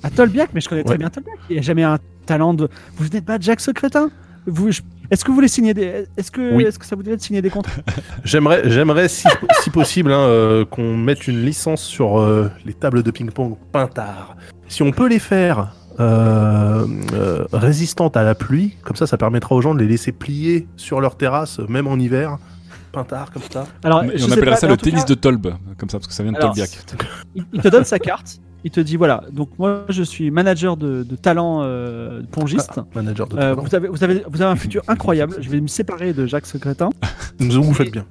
À Tolbiac, mais je connais très
Ouais.
bien Tolbiac. Il n'y a jamais un talent de. Vous n'êtes pas Jack Secrétin vous, je- Est-ce que vous voulez signer des. Est-ce que,
Oui.
est-ce que ça vous dirait de signer des contrats
J'aimerais, j'aimerais si, si possible, hein, euh, qu'on mette une licence sur euh, les tables de ping-pong Pintard. Si on peut les faire euh, euh, résistantes à la pluie, comme ça, ça permettra aux gens de les laisser plier sur leur terrasse, même en hiver. pintard comme ça.
Alors,
Et
je
on
sais
appellera
pas,
ça
mais en
le
tout
tennis
cas,
de Tolb, comme ça, parce que ça vient de
Alors,
Tolbiac.
il, il te donne sa carte. Il te dit voilà, donc moi je suis manager de, de talent euh, pongiste.
Ah, Manager de
Euh,
talent.
vous, avez, vous, avez, vous avez un futur incroyable. Je vais me séparer de Jacques Secrétin.
Vous, vous faites bien.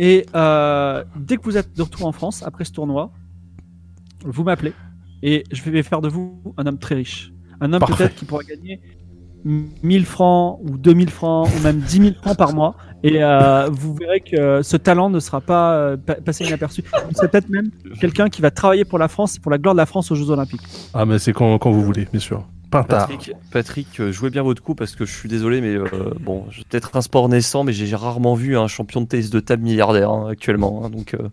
Et euh, dès que vous êtes de retour en France, après ce tournoi, vous m'appelez et je vais faire de vous un homme très riche. Un homme
Parfait.
peut-être qui pourra gagner 1000 francs ou 2000 francs ou même 10 000 francs par mois. Et euh, vous verrez que ce talent ne sera pas euh, pa- passé inaperçu. Vous serez peut-être même quelqu'un qui va travailler pour la France et pour la gloire de la France aux Jeux Olympiques.
Ah, mais c'est quand, quand vous voulez, bien sûr. Pintard.
Patrick, Patrick, euh, jouez bien votre coup parce que je suis désolé, mais euh, bon, j'ai peut-être un sport naissant, mais j'ai rarement vu un champion de tennis de table milliardaire hein, actuellement. hein, donc, euh,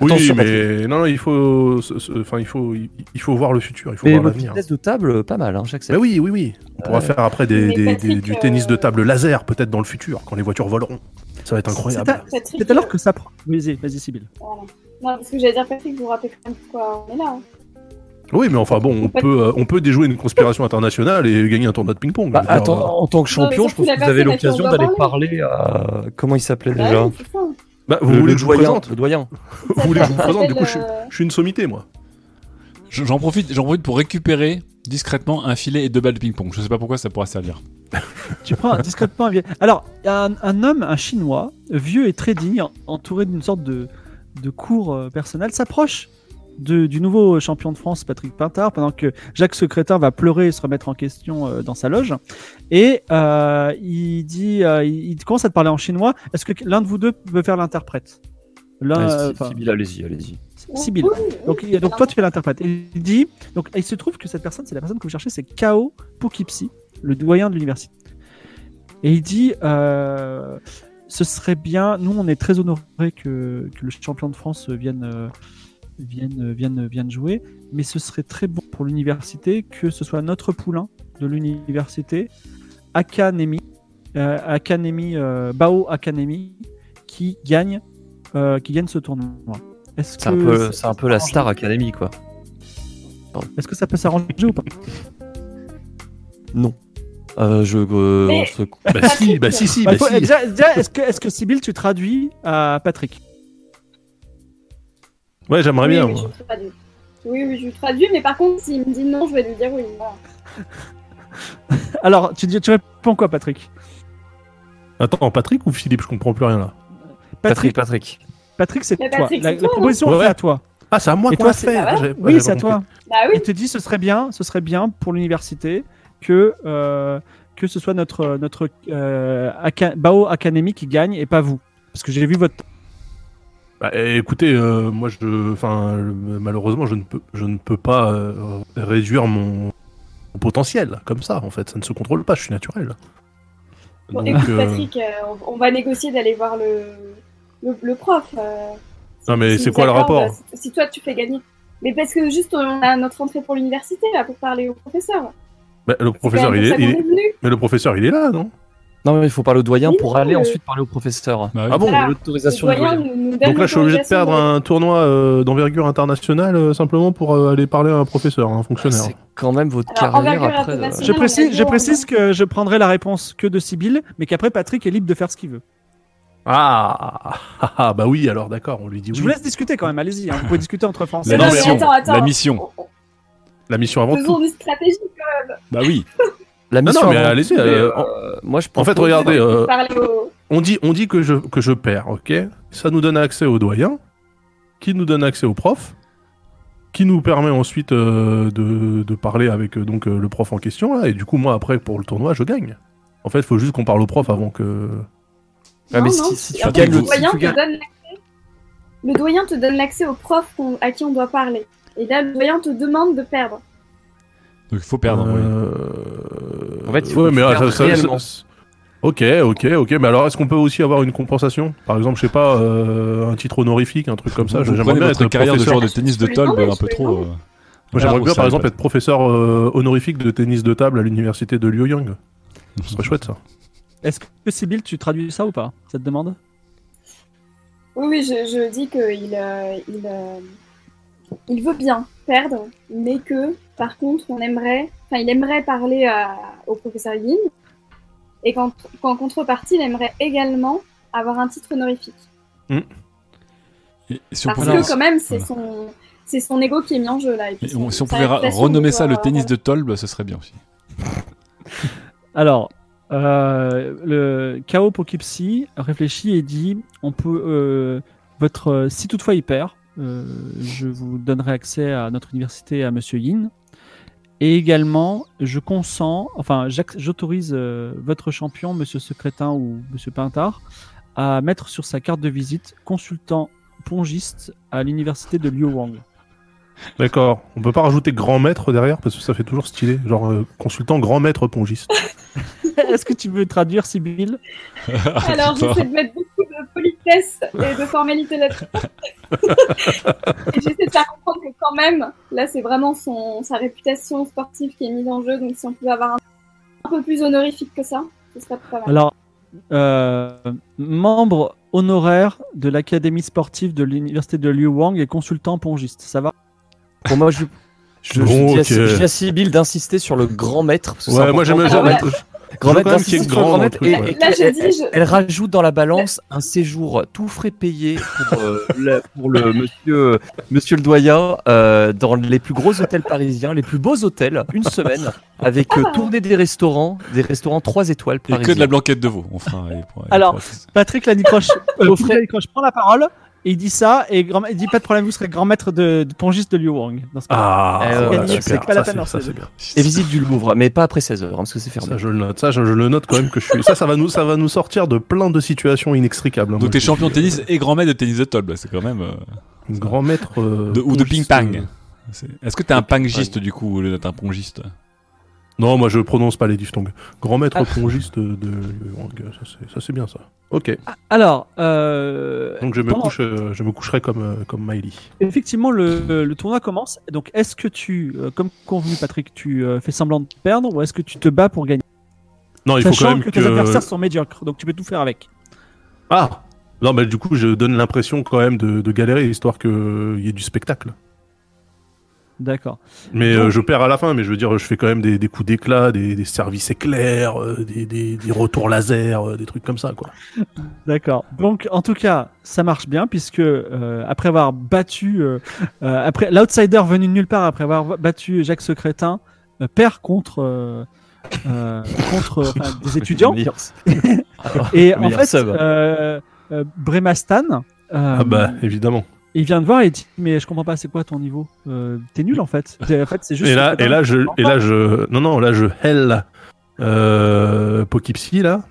Oui,
Attention,
mais non, non, il faut, ce- ce- enfin, il faut, il il faut voir le futur, il faut
mais
voir
votre
l'avenir.
tennis de table, pas mal, hein,
Mais
j'accepte.
oui, oui, oui. On pourra
Euh,
faire après des,
mais
des- des-
Patrick,
du
euh,
tennis de table laser, peut-être dans le futur, quand les voitures voleront. Ça va être
C'est
incroyable.
Patrick,
C'est alors que ça prend. Vas-y, vas-y, Sybille.
voilà. Non, parce que j'allais dire, Patrick, vous vous rappelez quand même pourquoi on est là. hein.
Oui, mais enfin bon, on peut, euh, on peut déjouer une conspiration internationale et gagner un tournoi de ping-pong.
Bah,
Je veux dire, euh,
attends, en tant que champion,
mais
je pense
surtout,
que vous
la
avez
personne à
l'occasion
qui on doit
d'aller parler à. Comment il s'appelait
Bah
déjà
oui, c'est ça.
euh, bah, vous
Le-
voulez
le
que je vous
doyen,
présente
Le doyen.
Vous voulez que je vous
Ça
présente Du
s'appelle,
coup, je,
euh,
je suis une sommité, moi.
Je- J'en profite, j'en profite pour récupérer discrètement un filet et deux balles de ping-pong. Je sais pas pourquoi ça pourra servir.
Tu prends discrètement un vieil. Alors, un, un homme, un chinois, vieux et très digne, en- entouré d'une sorte de, de cours euh, personnel, s'approche de- du nouveau champion de France, Patrick Pintard, pendant que Jacques Secrétin va pleurer et se remettre en question euh, dans sa loge. Et euh, il dit, euh, il il commence à te parler en chinois. Est-ce que l'un de vous deux veut faire l'interprète L'un, euh,
Ah,
enfin,
Sibyl, allez-y, allez-y.
Sibylle.
euh, Oui, oui,
donc,
oui,
il y a- donc toi
pardon.
tu fais l'interprète. Il dit donc il se trouve que cette personne c'est la personne que vous cherchez c'est Kao Poughkeepsie, le doyen de l'université. Et il dit euh, ce serait bien nous on est très honorés que, que le champion de France vienne euh, vienne vienne vienne jouer mais ce serait très bon pour l'université que ce soit notre poulain de l'université Akanemi euh, Akanemi euh, Bao Akanemi qui gagne euh, qui gagne ce tournoi. Est-ce
C'est un
Euh,
que
peu,
ça-
c'est un peu la Star Academy, quoi.
est-ce que ça peut s'arranger ou pas
Euh, je. euh,
Mais-
on se-
Bah si,
Patrick.
bah si, si,
Bah,
bah
toi,
si.
déjà- déjà, Est-ce que, est que Sybille, tu traduis à Patrick
Ouais, j'aimerais bien.
Oui, oui,
moi.
je traduis. Oui, oui, je traduis, mais par contre, s'il me dit non, je vais lui dire oui. voilà.
Alors, tu, dis- tu réponds quoi, Patrick
Attends, Patrick ou Philippe, je comprends plus rien là.
Patrick,
Patrick, Patrick.
Patrick, c'est
Mais
toi.
Patrick,
La,
c'est
la
toi, non
proposition
Ouais,
est
ouais.
à toi.
Ah, c'est à moi
Et
qu'on
toi,
la
c'est-
fait.
Ah,
Ah, j'avais-
Oui,
j'avais
c'est à
compris.
toi.
Bah oui,
Il te dit ce serait bien, ce serait bien pour l'université que euh, que ce soit notre notre euh, Aka- Bao Academy qui gagne et pas vous, parce que j'ai vu votre.
Bah, eh, écoutez, euh, moi, je, enfin, euh, malheureusement, je ne peux, je ne peux pas euh, réduire mon mon potentiel comme ça. En fait, ça ne se contrôle pas. Je suis naturel.
Bon,
Donc,
écoute,
euh,
Patrick, euh, on- on va négocier d'aller voir le, le, le prof. euh,
Non, mais
si
c'est
nous
quoi le
accorde,
rapport
si, si toi, tu fais gagner. Mais parce que juste, on a notre entrée pour l'université, là, pour parler au professeur.
bah, le
C'est
professeur,
quand même
il
pour
est,
ça qu'on
il est-
venu.
mais le professeur, il est là, non
Non, mais il faut parler au doyen
Oui,
pour
non,
aller
le-
ensuite parler au professeur.
Bah oui.
Ah bon
Voilà. Le
L'autorisation du
doyen
doyen.
nous, nous donne
Donc là, je suis obligé de perdre un tournoi euh, d'envergure internationale euh, simplement pour euh, aller parler à un professeur,
Ah,
à un fonctionnaire.
C'est quand même votre
Alors,
carrière
envergure
après. euh,
Je
internationale. Non, on a hein.
précise,
dit
je
on-
précise que je prendrai la réponse que de Sybille, mais qu'après Patrick est libre de faire ce qu'il veut.
Ah, ah, ah, bah oui, alors d'accord, on lui dit oui.
Je vous laisse discuter quand même, allez-y. hein, Vous pouvez discuter entre Français.
La
Non, mais
mission,
attends, attends.
la mission.
tournoi.
La mission avant tout.
Oh, Faisons une stratégie quand
Bah oui.
La
Non,
mission
non, mais
avant-
allez-y.
Mais,
euh,
euh, moi, je
en, en fait,
propose-
regardez,
même.
euh,
Parler au.
on dit, on dit que, je, que je perds, ok Ça nous donne accès au doyen, qui nous donne accès au prof, qui nous permet ensuite euh, de, de parler avec euh, donc euh, le prof en question, là, et du coup, moi, après, pour le tournoi, je gagne. En fait, il faut juste qu'on parle au prof avant que...
Ah, mais
Non,
si-
non,
si
et
tu
en fait,
gagnes
le
le- si
doyen
tu
te
gagnes-
donne l'accès- le doyen te donne l'accès au prof qu'on- à qui on doit parler. Et là, le doyen te demande de perdre.
Donc il faut perdre. oui.
Euh,
En fait, il faut
ouais, mais
faire
ah, ça- ça-
réellement.
ça- Ok, ok, ok. Mais alors, est-ce qu'on peut aussi avoir une compensation Par exemple, je sais pas, euh, un titre honorifique, un truc comme ça.
Vous
J'aimerais
prenez
bien
votre
être
carrière de
professeur.
joueur de tennis de
Je peux les
Tolb
prendre,
un
je
peu
peux les
trop.
prendre.
euh,
Moi, j'aimerais
trop
bien, par
sérieux,
exemple, être professeur euh, honorifique de tennis de table à l'université de Liu Yang. Ce serait chouette, ça.
Est-ce que Sybille, tu traduis ça ou pas Ça te demande
Oui, oui, je, je dis qu'il euh, il, euh, il veut bien perdre, mais que par contre, on aimerait, enfin, il aimerait parler à- au professeur Yin, et qu'en qu'en contrepartie, il aimerait également avoir un titre honorifique.
Et si on
Parce
pouvait,
que, quand même, c'est
voilà.
son. C'est son ego qui est mis en jeu là. et puis
et on-
son-
si on
sa
pouvait ra-
réputation
renommer
de
ça le
joueur,
tennis de Tolb, ce serait bien aussi.
Alors, euh, le chaos Poughkeepsie réfléchit et dit on peut, euh, votre, euh, si toutefois il perd, euh, je vous donnerai accès à notre université à Monsieur Yin. Et également, je consens, enfin, j'ac- j'autorise euh, votre champion, Monsieur Secrétin ou Monsieur Pintard, à mettre sur sa carte de visite consultant pongiste à l'université de Liu Wang.
D'accord. On peut pas rajouter grand maître derrière parce que ça fait toujours stylé. Genre euh, consultant grand maître pongiste.
Est-ce que tu veux traduire, Sybille
voilà. Alors
Putain.
j'essaie de mettre beaucoup de politesse et de formalité là-dessus. Et j'essaie de faire comprendre que quand même, là c'est vraiment son, sa réputation sportive qui est mise en jeu. Donc si on pouvait avoir un, un peu plus honorifique que ça, ce serait pas mal.
Alors, euh, membre honoraire de l'Académie sportive de l'Université de Liu Wang et consultant pongiste, ça va
Pour moi, je. Je, je
Bon,
dis à-
ok.
je dis à Sibyl d'insister sur le grand maître. parce que c'est
euh, Ouais, moi j'aime
important.
j'aime-
Ah ouais.
Grand
Je veux
maître
quand même qu'il y ait
d'insistance sur
grand
le grand
dans le
maître.
truc,
et-
ouais.
et
Là,
qu'elle-
j'ai dit,
elle,
je-
elle rajoute dans la balance un séjour tout frais payé pour, euh, le, pour le monsieur, monsieur le doyen euh, dans les plus gros hôtels parisiens, les plus beaux hôtels, une semaine, avec euh,
Ah.
tournée des restaurants, des restaurants 3 étoiles
Et
parisiens.
que de la blanquette de veau. On fera. et pour- et
Alors,
pour-
Patrick Lanicroche, euh,
Au
Patrick Lanicroche prend la parole et il dit ça et grand- il dit pas de problème, vous serez grand maître de, de pongiste de Liu Wang. dans ce cas.
Ah,
Euh,
ouais,
c'est
super.
pas la
Ça,
peine d'en
c'est- ça,
céder.
c'est bien.
Et visite du Louvre, mais pas après 16h, parce que c'est fermé.
Ça, je le note. Ça, je, je le note quand même que je suis. Ça, ça va nous, ça va nous sortir de plein de situations inextricables. hein, moi,
Donc t'es
je
champion de
suis,
tennis et grand maître de tennis de Tolb, c'est quand même. euh,
euh, Grand maître. euh,
de- ou de
pongiste,
ping-pang.
euh,
C'est- Est-ce que t'es un pangiste du coup, au lieu d'être un pongiste
Non, moi je prononce pas les diphtongues. Grand maître pongiste de. de- ça, c'est- Ça c'est bien ça. Ok.
Alors, euh,
Ah. Donc je me
pendant-
couche, euh, je me coucherai comme euh, comme Miley.
effectivement, le, le tournoi commence. Donc, est-ce que tu, euh, comme convenu, Patrick, tu euh, fais semblant de perdre ou est-ce que tu te bats pour gagner
Non, il faut quand
Sachant
même
que
que.
tes adversaires sont médiocres, donc tu peux tout faire avec.
Ah. Non, mais du coup, je donne l'impression quand même de, de galérer, histoire qu'il y ait du spectacle.
D'accord.
Mais
Donc-
euh, je perds à la fin, mais je veux dire, je fais quand même des, des coups d'éclat, des, des services éclairs, euh, des, des, des retours laser, euh, des trucs comme ça, quoi.
D'accord. Donc, en tout cas, ça marche bien puisque euh, après avoir battu, euh, euh, après l'outsider venu de nulle part, après avoir battu Jacques Secrétin, euh, perd contre euh, euh, contre enfin, des étudiants.
Meilleur-
Et
le
en
meilleur
fait,
sub.
euh, euh, Bremastan, euh,
Ah bah, évidemment.
il vient de voir et il dit mais je comprends pas, c'est quoi ton niveau Euh, T'es nul en fait. T'es- En fait, c'est juste.
Et là, et là, je,
Secrétin.
et là, je, non, non, là, je hell euh, Poughkeepsie, là,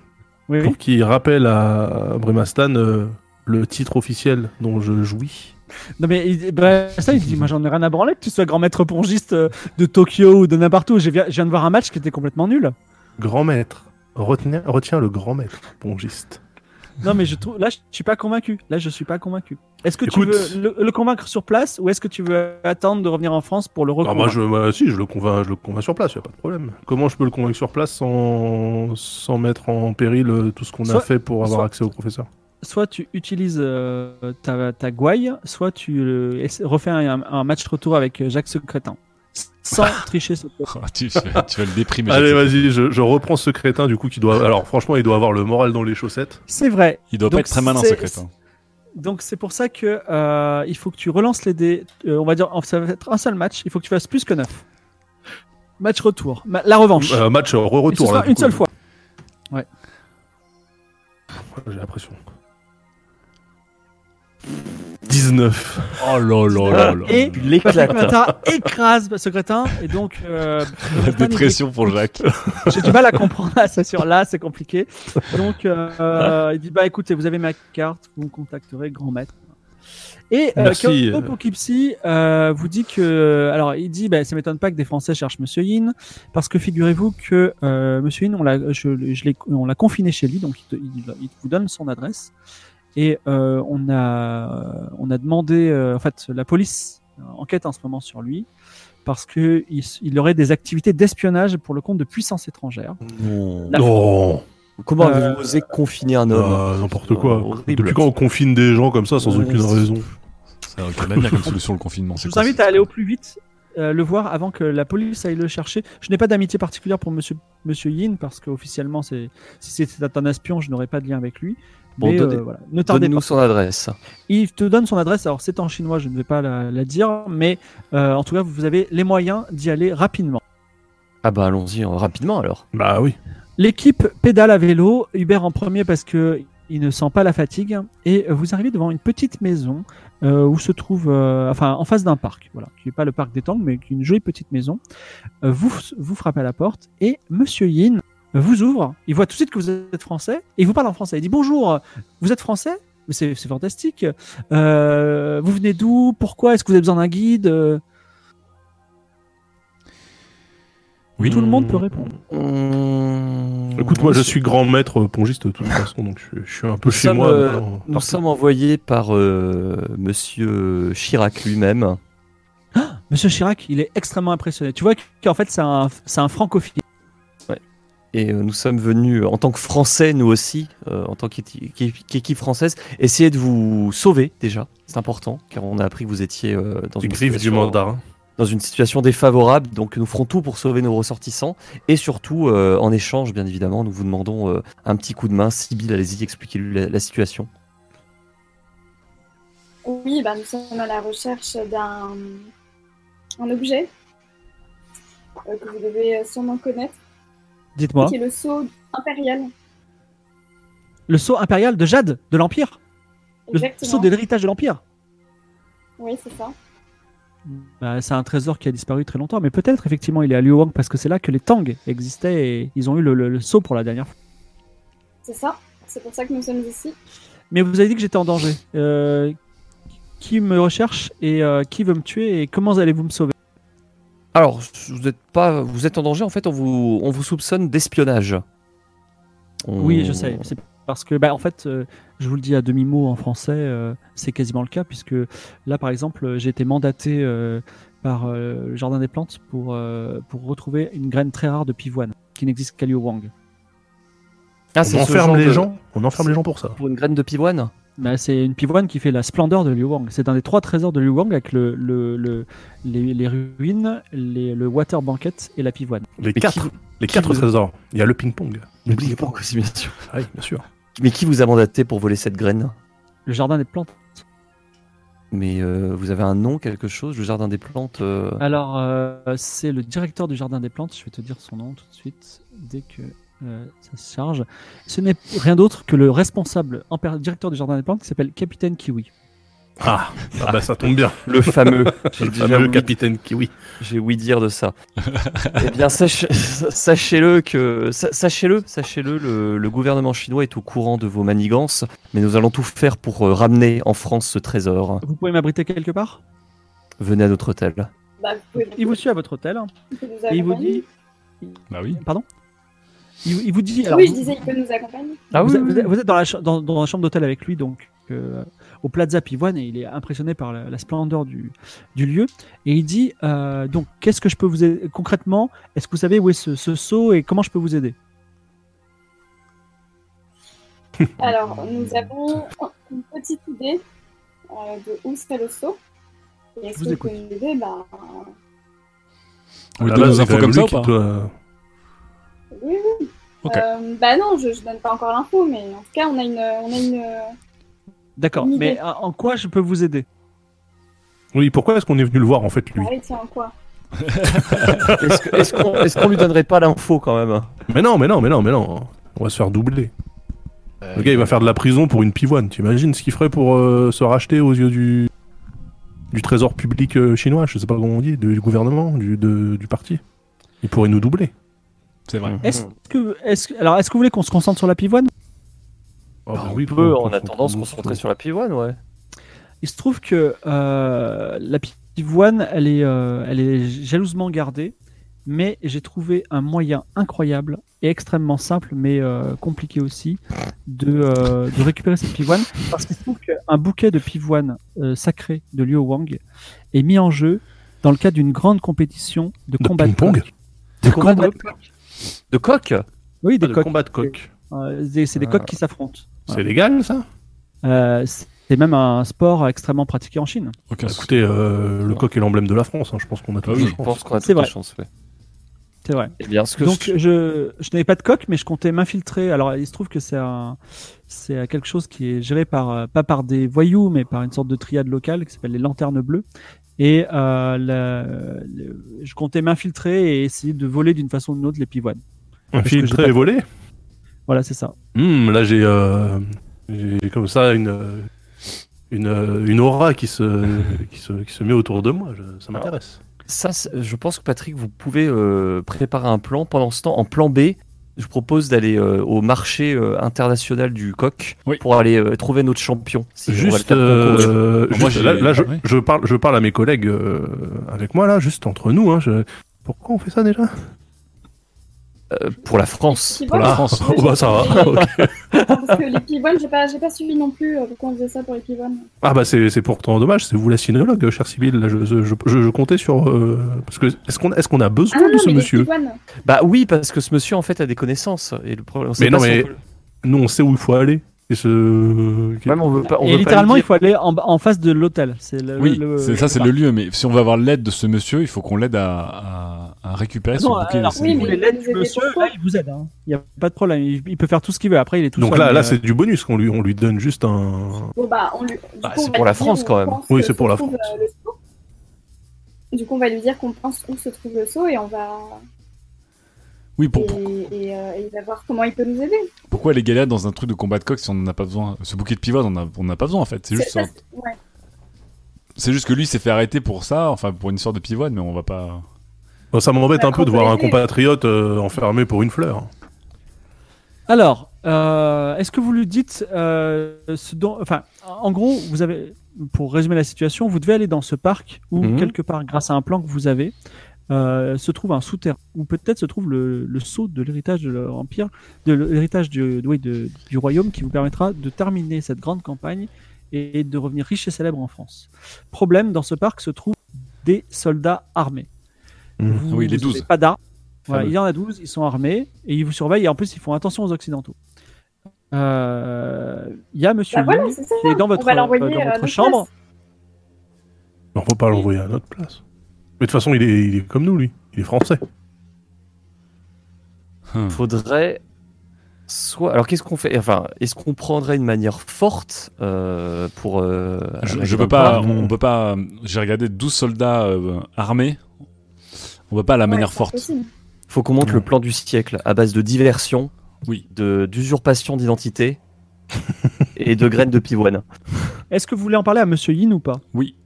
Oui, oui.
pour qu'il rappelle à Bremastan euh, le titre officiel dont je jouis.
Non mais il, bah, ça il dit moi j'en ai rien à branler que tu sois grand maître pongiste euh, de Tokyo ou de n'importe où. Je viens, je viens de voir un match qui était complètement nul.
Grand maître. Retenez, retiens le grand maître, pongiste.
Non, mais je trouve. Là, je suis pas convaincu. Là, je suis pas convaincu. Est-ce que
Écoute.
tu veux le, le convaincre sur place ou est-ce que tu veux attendre de revenir en France pour le
Ah, moi,
reconvaincre
je, moi, si, je le convainc, je le convainc sur place, y a pas de problème. Comment je peux le convaincre sur place sans, sans mettre en péril euh, tout ce qu'on a
Soit-
fait pour avoir
soit-
accès au professeur
Soit tu utilises euh, ta, ta gouaille, soit tu euh, essa- refais un, un match retour avec euh, Jacques Secrétin. Sans tricher cette fois.
Oh, tu, tu vas tu vas le déprimer.
Allez,
Jacques.
vas-y, je, je reprends ce crétin, du coup, qui doit, alors, franchement, il doit avoir le moral dans les chaussettes.
C'est vrai.
Il doit
Donc,
pas être très malin,
c'est-
secret. hein.
Donc c'est pour ça que euh, il faut que tu relances les dés. Euh, on va dire, ça va être un seul match. Il faut que tu fasses plus que 9. Match retour. Ma- la revanche.
Euh, match euh,
Et Oh, ce
re-retour, là.
sera
du
une
coup.
seule fois.
J'ai l'impression. 19.
Oh là là là
Euh,
là.
euh,
Et-
L'éclate.
Patrick Matara écrase Secrétin et donc euh,
La
Bremastan, il dit,
dépression pour Jacques.
J'ai du mal à comprendre ça sur là, c'est compliqué. Donc euh, il dit bah écoutez, vous avez ma carte, vous me contacterez grand maître. Et euh,
Merci.
Kaoto Poughkeepsie, euh, vous dit que alors il dit bah ça m'étonne pas que des Français cherchent Monsieur Yin parce que figurez-vous que euh, Monsieur Yin on l'a je, je l'ai- on l'a confiné chez lui donc il, te- il- il vous donne son adresse et euh, on a on a demandé euh, en fait la police enquête en ce moment sur lui parce que il, s- il aurait des activités d'espionnage pour le compte de puissances étrangères. La-
Non,
Comment
Euh,
avez-vous osé confiner un homme
Ah, n'importe quoi.
Horrible.
Depuis quand on confine des gens comme ça sans
Ouais,
aucune
c'est-
raison
Ça va, Canadien comme solution le confinement.
Je vous invite à aller au plus vite euh, le voir avant que la police aille le chercher. Je n'ai pas d'amitié particulière pour Monsieur, monsieur Yin parce qu'officiellement, si c'était un espion, je n'aurais pas de lien avec lui.
Bon,
mais
donnez-
euh, voilà, ne tardez pas.
Donne-nous son adresse.
Il te donne son adresse, alors c'est en chinois, je ne vais pas la, la dire, mais euh, en tout cas, vous avez les moyens d'y aller rapidement.
Ah bah allons-y euh, rapidement alors.
Bah oui.
L'équipe pédale à vélo, Hubert en premier parce que il ne sent pas la fatigue, et vous arrivez devant une petite maison euh, où se trouve, euh, enfin, en face d'un parc, voilà, qui n'est pas le parc des Tangles, mais qui est une jolie petite maison. Euh, vous, vous frappez à la porte et Monsieur Yin vous ouvre. Il voit tout de suite que vous êtes français et il vous parle en français. Il dit bonjour, vous êtes français Mais c'est c'est fantastique. Euh, vous venez d'où Pourquoi Est-ce que vous avez besoin d'un guide Euh,
Oui.
Tout le monde peut répondre.
Mmh.
Écoute, moi, je suis grand maître euh, pongiste de toute façon, donc je, je suis un peu chez
sommes,
moi.
euh,
maintenant.
Nous
Parfait.
sommes envoyés par euh, Monsieur Chirac lui-même.
Monsieur Chirac, il est extrêmement impressionné. Tu vois qu'en fait, c'est un, c'est un francophile.
Et euh, nous sommes venus euh, en tant que Français, nous aussi, euh, en tant qu'éti- qu'é- qu'équipe française, essayer de vous sauver déjà. C'est important, car on a appris que vous étiez euh, dans,
Les
une
griffes du
situation,
mandarin.
dans une situation défavorable. Donc nous ferons tout pour sauver nos ressortissants. Et surtout, euh, en échange, bien évidemment, nous vous demandons euh, un petit coup de main. Sibyl, allez-y, expliquez-lui la, la situation.
Oui, bah, nous sommes à la recherche d'un un objet euh, que vous devez euh, sûrement connaître,
Dites-moi.
qui est le sceau impérial.
Le sceau impérial de Jade, de l'Empire. Le
Exactement.
sceau de l'héritage de l'Empire.
Oui, c'est ça.
Bah, c'est un trésor qui a disparu très longtemps, mais peut-être effectivement il est à Luowang parce que c'est là que les Tang existaient et ils ont eu le, le- le sceau pour la dernière fois.
C'est ça. C'est pour ça que nous sommes ici.
Mais vous avez dit que j'étais en danger. Euh, qui me recherche et euh, qui veut me tuer et comment allez-vous me sauver
Alors, vous êtes pas, vous êtes en danger. En fait, on vous, on vous soupçonne d'espionnage. On-
Oui, je sais. C'est parce que, bah, en fait, euh, je vous le dis à demi-mot en français, euh, c'est quasiment le cas, puisque là, par exemple, euh, j'ai été mandaté euh, par euh, le Jardin des Plantes pour, euh, pour retrouver une graine très rare de pivoine qui n'existe qu'à Liu Wang.
Ah, c'est
On
ce
enferme
genre
les
de-
gens. On enferme les gens pour ça.
pour une graine de pivoine.
Bah, c'est une pivoine qui fait la splendeur de Liu Wang. C'est un des trois trésors de Liu Wang avec le, le, le- les, les ruines, les- le water banquet et la pivoine.
Les
qui-
quatre. Les quatre
vous-
trésors. Il y a le ping-pong.
N'oubliez pas aussi, bien sûr.
Ah oui, bien sûr.
Mais qui vous a mandaté pour voler cette graine
Le Jardin des Plantes.
Mais euh, vous avez un nom, quelque chose, le jardin des plantes. euh,
Alors, euh, c'est le directeur du Jardin des Plantes, je vais te dire son nom tout de suite, dès que euh, ça se charge. Ce n'est rien d'autre que le responsable, impér- directeur du Jardin des Plantes, qui s'appelle Capitaine Kiwi.
Ah, ah bah ça tombe bien.
Le fameux. J'ai
Le
déjà
fameux
oublié-
capitaine Kiwi.
J'ai ouï dire de ça. eh bien, sach- sachez-le que. sa- Sachez-le, sachez-le, le, le gouvernement chinois est au courant de vos manigances, mais nous allons tout faire pour euh, ramener en France ce trésor.
Vous pouvez m'abriter quelque part
Venez à notre hôtel.
Bah, vous pouvez
Il vous suit à votre hôtel hein.
il peut nous
et il vous
accompagner.
dit...
Ah
Bah oui.
Pardon il, il vous dit... alors,
oui, je
vous-
disais, il peut nous accompagner.
Ah
vous,
oui,
êtes-
oui,
vous êtes-
oui.
vous êtes dans la, cha- dans, dans la chambre d'hôtel avec lui, donc euh, au Plaza Pivoine, et il est impressionné par la, la splendeur du, du lieu. Et il dit euh, donc, qu'est-ce que je peux vous aider concrètement Est-ce que vous savez où est ce, ce seau et comment je peux vous aider
Alors, nous avons une petite idée euh, de où serait le seau. Et est-ce
Je vous
que vous pouvez nous aider bah,
On lui
Ah
donne
bah,
des
c'est
infos
quand
comme
même
ça
lui
ou
qui euh,
pas
doit-
Oui, oui.
Ok.
Euh, bah non, je, je donne pas encore l'info, mais en tout cas, on a une, on a une. euh,
D'accord,
Une
mais
idée.
euh, en quoi je peux vous aider
Oui, pourquoi est-ce qu'on est venu le voir en fait lui
Ah oui, tiens, quoi
Est-ce que- est-ce qu'on est-ce qu'on lui donnerait pas l'info quand même
Mais non, mais non, mais non, mais non. On va se faire doubler.
Euh,
Le gars, il va faire de la prison pour une pivoine. T'imagines ce qu'il ferait pour euh, se racheter aux yeux du du trésor public euh, chinois, je sais pas comment on dit, du gouvernement, du, de- du parti. Il pourrait nous doubler. hein.
C'est vrai.
Est-ce que, est-ce que- alors, est-ce que vous voulez qu'on se concentre sur la pivoine
Ah bah
On
oui,
peut,
on-
en
on-
attendant, se
on-
concentrer sur la pivoine, ouais.
Il se trouve que euh, la pivoine, elle est, euh, elle est jalousement gardée, mais j'ai trouvé un moyen incroyable et extrêmement simple, mais euh, compliqué aussi, de, euh, de récupérer cette pivoine. Parce qu'il se trouve qu'un bouquet de pivoine euh, sacré de Liu Wang est mis en jeu dans le cadre d'une grande compétition de,
De
combat de
ping-pong
coq. De combat de
coq De coq
Oui, des
Ah, le
coqs.
combat de coq.
Ah. Euh, des- c'est des coqs qui s'affrontent.
C'est légal ça
Euh, c'est C'est même un sport extrêmement pratiqué en Chine.
Aucun souci.
Écoutez, euh, le coq est l'emblème de la France. hein. Je pense qu'on a
Ah
tous
oui,
les
Je
chances.
pense qu'on a
C'est
toutes les
vrai.
chances. ouais.
C'est vrai.
Eh bien, ce que
Donc je, je n'avais pas de coq, mais je comptais m'infiltrer. Alors il se trouve que c'est un, c'est quelque chose qui est géré par euh, pas par des voyous, mais par une sorte de triade locale qui s'appelle les lanternes bleues. Et euh, la- le- je comptais m'infiltrer et essayer de voler d'une façon ou d'une autre les pivoines. Parce que
Infiltré
j'ai
et volé
Voilà, c'est ça.
Hmm, Là, j'ai euh, j'ai comme ça une, euh, une, euh, une aura qui se, qui, se, qui se met autour de moi. Je- ça m'intéresse.
Ça, c'est- je pense que Patrick, vous pouvez euh, préparer un plan. Pendant ce temps, en plan B, je vous propose d'aller euh, au marché euh, international du coq
Oui.
pour aller euh, trouver notre champion. Si on va le
Juste,
faire concours.
euh,
Moi,
juste,
j'ai-
là, là, je,
ouais.
je parle, je parle à mes collègues euh, avec moi, là, juste entre nous. hein, je- Pourquoi on fait ça déjà
Euh, pour la France.
Pivoine,
Pour la
parce
France.
que
Oh, bah, ça va.
j'ai-
Ok.
Parce que les pivoines, j'ai pas, j'ai pas suivi non plus euh, pourquoi on faisait ça pour les pivoines.
Ah bah c'est c'est pourtant dommage, c'est vous la sinologue, cher Sibyl. Là, je, je, je, je comptais sur euh, parce que est-ce qu'on est-ce qu'on a besoin de ce
Ah, mais les
monsieur
pivoines.
Bah oui, parce que ce monsieur, en fait, a des connaissances. Et le problème, on sait
Mais
pas
non,
si
mais-
on peut-
Nous on sait où il faut aller. Et ce
Même on veut pas- on
et
veut pas
littéralement,
lui
il
dire.
faut aller en, en face de l'hôtel. C'est le,
Bah, Oui,
le-
c'est- ça c'est le lieu, mais si on veut avoir l'aide de ce monsieur, il faut qu'on l'aide à, à, à récupérer
Non,
son bouquet.
alors,
de-
si
Ah Oui,
vous voulez
mais-
l'aide
vous
du
avez
monsieur,
pourquoi
là, il vous aide. hein. Il n'y a pas de problème. Il, il peut faire tout ce qu'il veut. Après, il est tout
donc
seul,
là
mais,
là
euh,
c'est du bonus qu'on lui on lui donne juste un
Bon bah on lui. du
Bah,
coup, on
c'est
va
pour la
lui dire
France,
où
quand
on
même.
pense
Oui,
que
c'est pour
se
la
trouve,
France.
euh, le seau. Du coup on va lui dire qu'on pense où se trouve le seau et on va
Oui, pour, pour-
et, et, euh, et il va voir comment il peut nous aider.
pourquoi les galères dans un truc de combat de coq si on n'en a pas besoin Ce bouquet de pivoine, on n'en a, on en a pas besoin en fait. C'est
C'est-
juste,
ça,
ça-
c'est- ouais.
c'est juste que lui s'est fait arrêter pour ça, enfin pour une sorte de pivoine, mais on va pas.
Bon, ça m'embête
Bah,
un peu de
on
voir
peut
un
l'aider.
compatriote euh, enfermé pour une fleur.
Alors, euh, est-ce que vous lui dites euh, ce dont, enfin, en gros, vous avez, pour résumer la situation, vous devez aller dans ce parc où
Mhm.
quelque part, grâce à un plan que vous avez, euh, se trouve un souterrain où peut-être se trouve le, le sceau de l'héritage de l'empire, de l'héritage du, oui, de- du royaume, qui vous permettra de terminer cette grande campagne et de revenir riche et célèbre en France. Problème, dans ce parc se trouvent des soldats armés.
Mhm.
Vous-
Oui, les
vous avez
12.
Pas d'armes. Voilà,
Fameux.
il y en a 12, ils sont armés et ils vous surveillent et en plus ils font attention aux Occidentaux. Euh, Il y a monsieur
Bah voilà
Ling
c'est ça.
qui est dans
On
votre,
va l'envoyer,
euh, dans
euh, à
votre
notre
chambre.
On peut pas l'envoyer à notre place. Mais de toute façon il est, il est comme nous lui, il est français.
Hmm.
faudrait soit. Alors qu'est-ce qu'on fait Enfin, est-ce qu'on prendrait une manière forte euh, pour. euh,
Ah,
Je,
attaquer
je
dans
peux
le
pas,
parc
on, on peut pas. euh, J'ai regardé 12 soldats euh, armés. On peut pas à la
Ouais,
manière
c'est Bah
forte.
impossible.
Faut qu'on monte le plan du siècle à base de diversion,
Oui.
de d'usurpation d'identité et de graines de pivoine.
Est-ce que vous voulez en parler à monsieur Yin ou pas
Oui.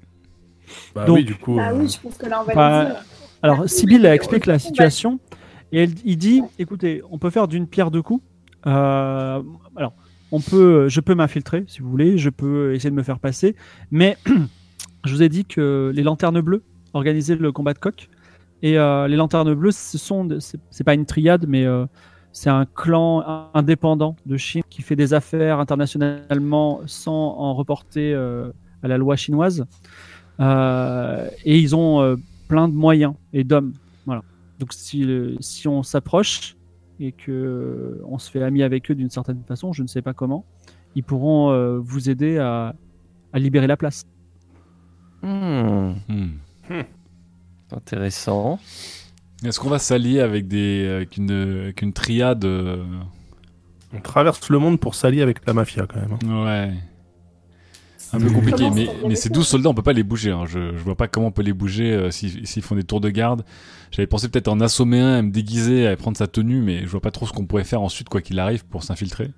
Bah
Donc-
oui du coup.
Bah
euh,
oui je pense que euh, là on va
Bah,
lui dire.
Alors Sibyl
mais-
explique la situation et elle, il dit écoutez, on peut faire d'une pierre deux coups. Euh, alors, on peut, je peux m'infiltrer si vous voulez, je peux essayer de me faire passer, mais je vous ai dit que les lanternes bleues organisaient le combat de coq. Et euh, les lanternes bleues, ce sont, de- c'est c'est pas une triade, mais euh, c'est un clan in- indépendant de Chine qui fait des affaires internationalement sans en reporter euh, à la loi chinoise. Euh, et ils ont euh, plein de moyens et d'hommes. Voilà. Donc si, le- si on s'approche et que euh, on se fait ami avec eux d'une certaine façon, je ne sais pas comment, ils pourront euh, vous aider à, à libérer la place.
Hmm,
Hmm.
intéressant.
Est-ce qu'on va s'allier avec des, euh, avec une, avec une triade euh,
On traverse le monde pour s'allier avec la mafia quand même. hein.
Ouais. Un peu compliqué,
Comment
mais,
ça
mais ces 12 soldats, on peut pas les bouger. hein. Je, je vois pas comment on peut les bouger euh, si- s'ils font des tours de garde. J'avais pensé peut-être en assommer un, à me déguiser, à prendre sa tenue, mais je vois pas trop ce qu'on pourrait faire ensuite, quoi qu'il arrive, pour s'infiltrer.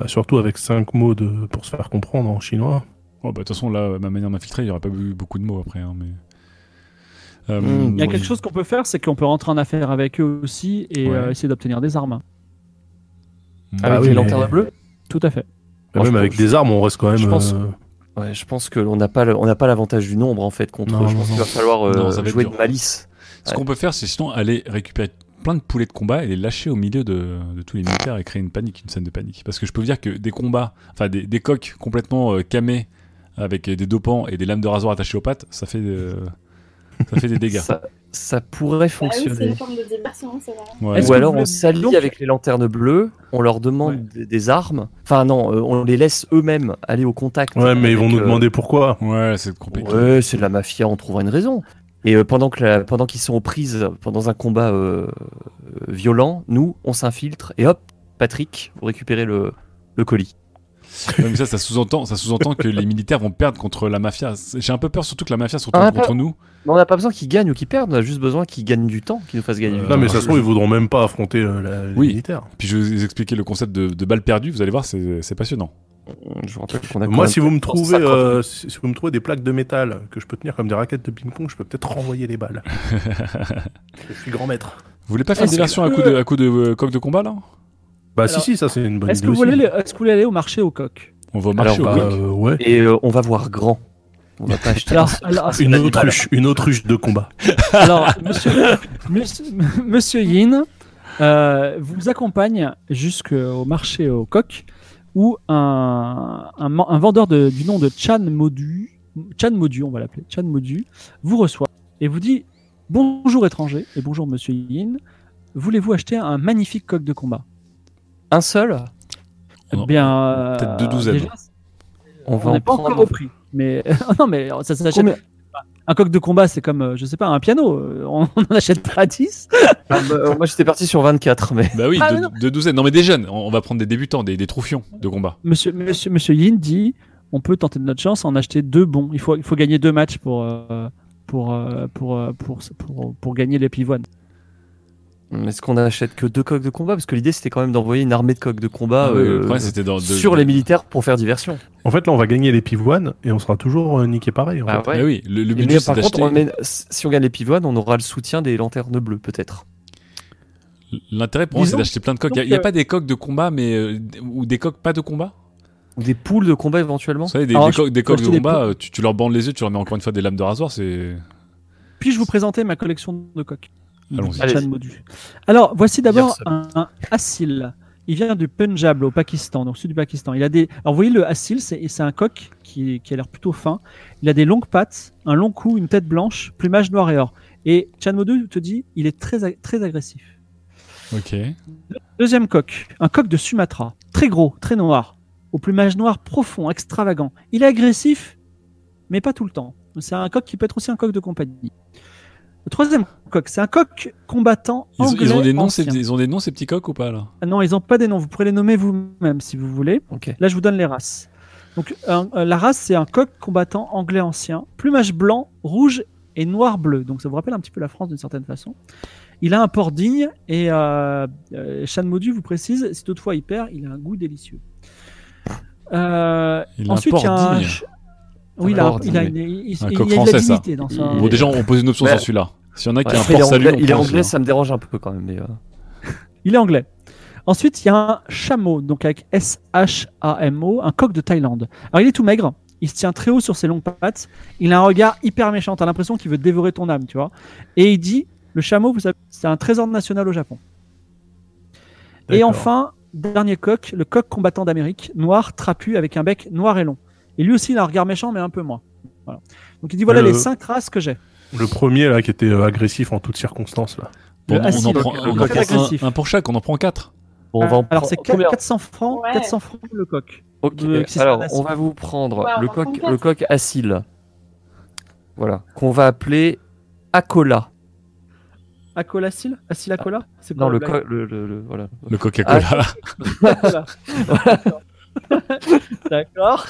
Bah, surtout avec cinq mots de pour se faire comprendre en chinois.
Oh, bah, de toute façon, là, euh, ma manière d'infiltrer, il y aurait pas eu beaucoup de mots après. hein, mais... Euh,
Hmm,
Il y a
Oui.
quelque chose qu'on peut faire, c'est qu'on peut rentrer en affaire avec eux aussi et
Ouais.
euh, essayer d'obtenir des armes.
Bah
oui,
Avec Ah les
mais-
lanternes bleues.
Tout à fait.
Et
Moi,
même
je-
avec
je-
des armes, on reste quand même.
je pense-
euh,
Ouais, je pense qu'on n'a pas le- on n'a pas l'avantage du nombre en fait contre.
Non,
eux. je
non,
pense qu'il
non.
va falloir euh,
Non, ça va être
jouer
dur.
de malice.
Ce qu'on peut faire, c'est sinon aller récupérer plein de poulets de combat et les lâcher au milieu de, de tous les militaires et créer une panique, une scène de panique. Parce que je peux vous dire que des combats, enfin des, des coqs complètement euh, camés avec euh, des dopants et des lames de rasoir attachées aux pattes, ça fait, euh, ça fait des dégâts.
Ça, ça pourrait
Bah oui, c'est une
fonctionner.
forme de diversion, c'est vrai.
Ouais.
Est-ce
Ou
que
alors
vous
on
l'avez- donc-
s'allie avec les lanternes bleues, on leur demande des, des armes. Enfin non, euh, on les laisse eux-mêmes aller au contact.
Ouais, mais ils vont
avec,
nous
euh,
demander pourquoi.
Ouais, c'est compliqué.
Ouais, c'est de la mafia, on trouvera une raison. Et euh, pendant que la- pendant qu'ils sont aux prises, pendant un combat euh, euh, violent, nous, on s'infiltre et hop, Patrick, vous récupérez le, le colis.
Ouais, mais ça, ça sous-entend, ça sous-entend que les militaires vont perdre contre la mafia. C'est- J'ai un peu peur, surtout que la mafia se retourne
Ah,
contre nous.
Mais on n'a pas besoin qu'ils gagnent ou qu'ils perdent, on a juste besoin qu'ils gagnent du temps, qu'ils nous fassent gagner.
Euh,
du
Non,
temps.
mais ça se trouve, ils voudront même pas affronter euh, la, les
Oui.
militaires.
Puis je vais vous expliquer le concept de, de balle perdue. Vous allez voir, c'est c'est passionnant.
Je vous rappelle qu'on a quand
Moi,
même-
si vous me trouvez,
50.
euh, si si vous me trouvez des plaques de métal que je peux tenir comme des raquettes de ping-pong, je peux peut-être renvoyer les balles. je suis grand maître.
Vous voulez pas faire une
Est-ce
diversion à
que-
coup de, à coup de euh, coq de combat là
Bah,
Alors,
si, si, ça c'est une bonne
Est-ce
idée.
que, vous
aussi.
voulez, est-ce que vous voulez aller au marché au coq
On va au marché
Alors,
au
Bah,
Wick.
euh, ouais.
Et euh, on va voir grand. On va pas acheter.
alors,
un-
alors,
Une autruche, une autruche de combat.
alors, monsieur, monsieur, monsieur Yin euh, vous accompagne jusqu'au marché au coq où un, un, man- un vendeur de- du nom de Chan Modu, Chan Modu, on va l'appeler, Chan Modu, vous reçoit et vous dit Bonjour étranger et bonjour monsieur Yin, voulez-vous acheter un magnifique coq de combat
Un seul
Eh
Non,
bien, euh,
peut-être deux douzaines.
déjà,
On va
on
en
n'est pas
prendre.
encore au prix. Mais non, mais ça s'achète.
Combien
Un coq de combat, c'est comme, euh, je sais pas, un piano. euh, On n'en achète pas 10.
Ah, bah, euh, moi j'étais parti sur 24, mais.
Bah oui,
Ah,
deux-
mais non.
deux douzaines. Non mais des jeunes. On on va prendre des débutants, des, des troufions de combat.
Monsieur, monsieur, monsieur Yin dit on peut tenter de notre chance en acheter deux bons. Il faut, il faut gagner deux matchs pour, euh, pour, euh, pour, euh, pour, pour, pour, pour gagner les pivoines.
Est-ce qu'on achète que deux coques de combat Parce que l'idée c'était quand même d'envoyer une armée de coques de
Ah
combat
Ouais, le
euh,
problème, c'était dans- de-
sur les militaires pour faire diversion.
En fait, là, on va gagner les pivoines et on sera toujours euh, niqué pareil. en fait.
Bah oui, le, le
Mais
but c'est
par contre,
d'acheter
on met- si on gagne les pivoines, on aura le soutien des lanternes bleues peut-être.
L'intérêt pour moi, c'est
Disons-
d'acheter plein de coques. Il
disons
n'y a,
que-
euh,
pas des coques de combat, mais euh, d- ou des coques pas de combat.
Ou des poules de combat éventuellement.
Vous savez, des,
Alors,
des
je-
coques, des
faut
coques de
acheter des
combat,
pots.
euh, tu, tu leur bandes les yeux, tu leur mets encore une fois des lames de rasoir. C'est
Puis-je vous présenter ma collection de coqs de
Allons-y.
Chan
Allez-y.
Modu. Alors, voici d'abord
Personne.
un, un Assil. Il vient du Punjab, au Pakistan, donc sud du Pakistan. Il a des... Alors, vous voyez, le Assil, c'est c'est un coq qui, qui a l'air plutôt fin. Il a des longues pattes, un long cou, une tête blanche, plumage noir et or. Et Chan Modu te dit, il est très, ag- très agressif.
ok.
Deuxième coq, un coq de Sumatra, très gros, très noir, au plumage noir profond, extravagant. Il est agressif, mais pas tout le temps. C'est un coq qui peut être aussi un coq de compagnie. Le troisième coq, c'est un coq combattant
Ils, ont-
anglais.
ils ont des noms, ces,
ancien.
ils ont des noms ces petits coques ou pas là
Ah Non, ils n'ont pas des noms. Vous pourrez les nommer vous-même si vous voulez.
Ok.
Là, je vous donne les races. Donc, un- euh, la race, c'est un coq combattant anglais ancien, plumage blanc, rouge et noir-bleu. Donc, ça vous rappelle un petit peu la France d'une certaine façon. Il a un port digne et euh, euh, Chan Modu vous précise, si toutefois il perd, il a un goût délicieux. Euh,
Il a un
ensuite, il y a
port
un.
digne.
Oui,
Un
il a,
port
il a
digne,
une, il- il-
Un
il
coq
y a une
français, ça.
habilité dans sa-
Il-
Bon, déjà, on pose une option
Ouais.
sur celui-là. S'il y en a qui
Bah, Ouais,
a un
après,
port
il est
salut,
anglais,
on
il est
prend
anglais,
celui-là.
ça me dérange un peu quand même. Mais, euh,
Il est anglais. Ensuite, il y a un chameau, donc avec S-H-A-M-O, un coq de Thaïlande. Alors, il est tout maigre, il se tient très haut sur ses longues pattes, il a un regard hyper méchant, t'as l'impression qu'il veut dévorer ton âme, tu vois. Et il dit, le chameau, vous savez, c'est un trésor national au Japon. Et
D'accord.
enfin, dernier coq, le coq combattant d'Amérique, noir, trapu, avec un bec noir et long. Et lui aussi, il a un regard méchant, mais un peu moins. Voilà. Donc, il dit, voilà
Euh,
Le-
les cinq races que j'ai.
Le premier là qui était euh, agressif en toutes circonstances là.
Bon,
Le
on en
acide,
prend,
le
on en
coq
prend
agressif.
un, un pour chaque, on en prend quatre.
bon, on va en
Alors, c'est
prendre- combien
400 francs,
Ouais.
400 francs le coq.
Ok,
de- qui
alors
s'appelle
on va vous prendre
Ouais, on
le,
va prendre
coq,
quatre.
le coq Assil. Voilà, qu'on va appeler Acola.
Acola Sil Asil Acola C'est quoi
Ah. Non, le
blague
coq. Le, le- le- voilà.
Le Coca-Cola.
Ah,
Voilà. D'accord.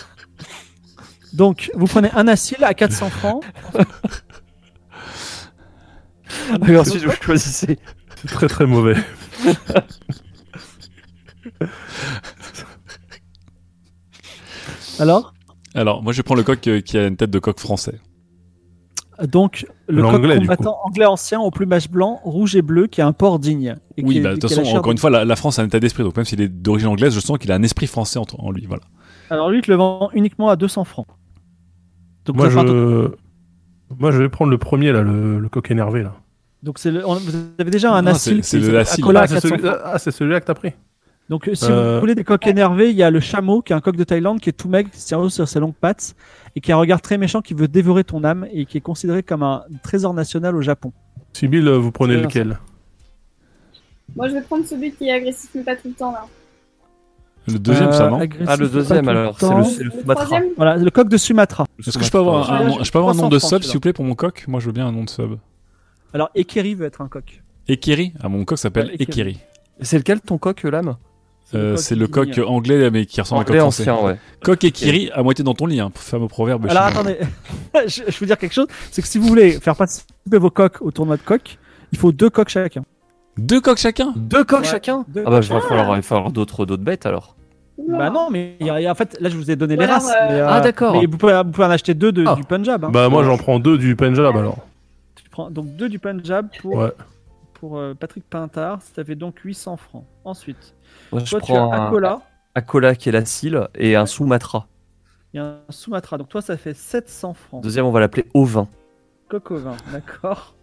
Donc, vous prenez un asile à 400 francs.
Et ensuite, vous choisissez.
C'est très très mauvais.
Alors,
Alors, moi, je prends le coq euh, qui a une tête de coq français.
donc le coq
L'anglais, du
combattant anglais ancien au plumage blanc, rouge et bleu, qui a un port digne. Et
oui,
qui est-
bah, de toute
qui a la
façon,
chair
encore une fois, la, la France a un état d'esprit. Donc, même s'il est d'origine anglaise, je sens qu'il a un esprit français en, en lui. Voilà.
Alors lui, il te le vend uniquement à 200 francs. Donc,
Moi
ça fait un total-
je... Moi je vais prendre le premier là, le, le coq énervé là.
donc c'est le- on- vous avez déjà un
Non,
asile.
c'est- c'est
qui
le
s'appelle
Asil.
Acola à
ah, c'est
400
celui-
francs.
ah, c'est celui-là que t'as pris.
Donc euh, si
Euh,
vous voulez des coqs énervés, il y a le chameau qui est un coq de Thaïlande qui est tout maigre, qui se tient haut sur ses longues pattes et qui a un regard très méchant qui veut dévorer ton âme et qui est considéré comme un trésor national au Japon.
Sibyl, euh, vous prenez
Ouais,
lequel
Moi, je vais prendre celui qui est agressif, mais pas tout le temps. Là.
Le deuxième,
Euh,
ça, non
agressif,
Ah, le
pas
deuxième
tout le
alors, c'est
temps.
le, c'est le Sumatra.
troisième,
Voilà, le coq de Sumatra.
Est-ce que je peux avoir un,
Ouais,
nom- je peux avoir un nom de
300 francs,
sub, s'il vous plaît, pour mon coq Moi, je veux bien un nom de sub.
Alors, Ekeri veut être un coq.
Ekiri Ah, mon coq s'appelle
Ouais,
Ekiri.
Ekiri.
C'est lequel ton coq, l'âme
Euh, C'est le coq
qui digne.
anglais, mais qui ressemble à un coq
Anglais
français.
ancien, ouais.
Coq Ekiri, à moitié dans ton lit, hein, fameux proverbe.
Alors,
chinois.
attendez, je, je vous dire quelque chose. C'est que si vous voulez faire participer vos coqs au tournoi de coq, il faut deux coqs chacun.
Deux coqs chacun
Deux coqs
Ouais.
chacun
Deux
Ah bah, il va falloir, il va falloir d'autres, d'autres bêtes alors.
Bah non, mais il y a- en fait, là, je vous ai donné
Ou
les
alors,
races.
euh,
mais,
Ah, d'accord.
mais vous, pouvez, vous pouvez en acheter deux de-
Ah.
du Punjab. hein.
Bah, moi, j'en prends deux du Punjab alors.
Tu prends donc deux du Punjab pour,
Ouais.
pour euh, Patrick Pintard. Ça fait donc 800 francs. Ensuite,
Moi, je
toi, tu
prends
as
un
Akola
Akola qui est la cile et un Sumatra.
et un Sumatra. Donc, toi, ça fait 700 francs.
Deuxième, on va l'appeler Ovin.
Coq au vin, d'accord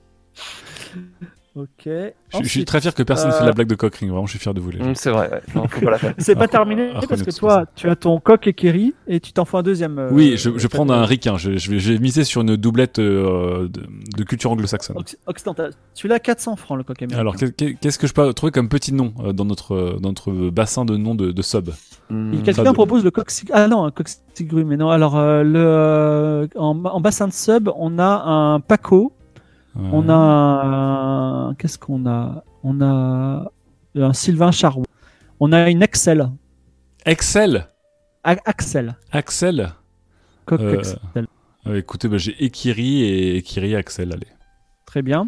Ok.
Je- Je suis
Ensuite,
très fier que personne ne fait
euh,
la blague de coq ring. Vraiment, je suis fier de vous, les gens.
Mm, c'est vrai, ouais. Non, faut pas la faire.
C'est pas
Alors,
terminé
alors,
parce
Renaud,
que
c'est
toi, tu as ton coq et Kerry et tu t'en fous un deuxième. euh,
Oui, je, je
euh,
prends un ricain. Je, je vais, je vais miser sur une doublette euh, de, de culture anglo-saxonne.
occ- occidental. Celui-là, 400 francs le coq américain.
Alors, qu'est- qu'est- qu'est-ce que je peux trouver comme petit nom euh, dans notre, euh, dans notre bassin de noms de, Euh, de sub
Et
Hmm.
pas
Quelqu'un
de-
propose le coq cig- Ah non, un coq cigru, mais non. Alors, euh, le, euh, en, en bassin de sub, on a un Paco, on a un. Qu'est-ce qu'on a On a un Sylvain Charrois. On a une Axel.
Excel
A- Axel.
Axel
Coq
Euh,
Axel.
Euh, Écoutez, bah, j'ai Ekiri et Ekiri Axel, allez.
Très bien.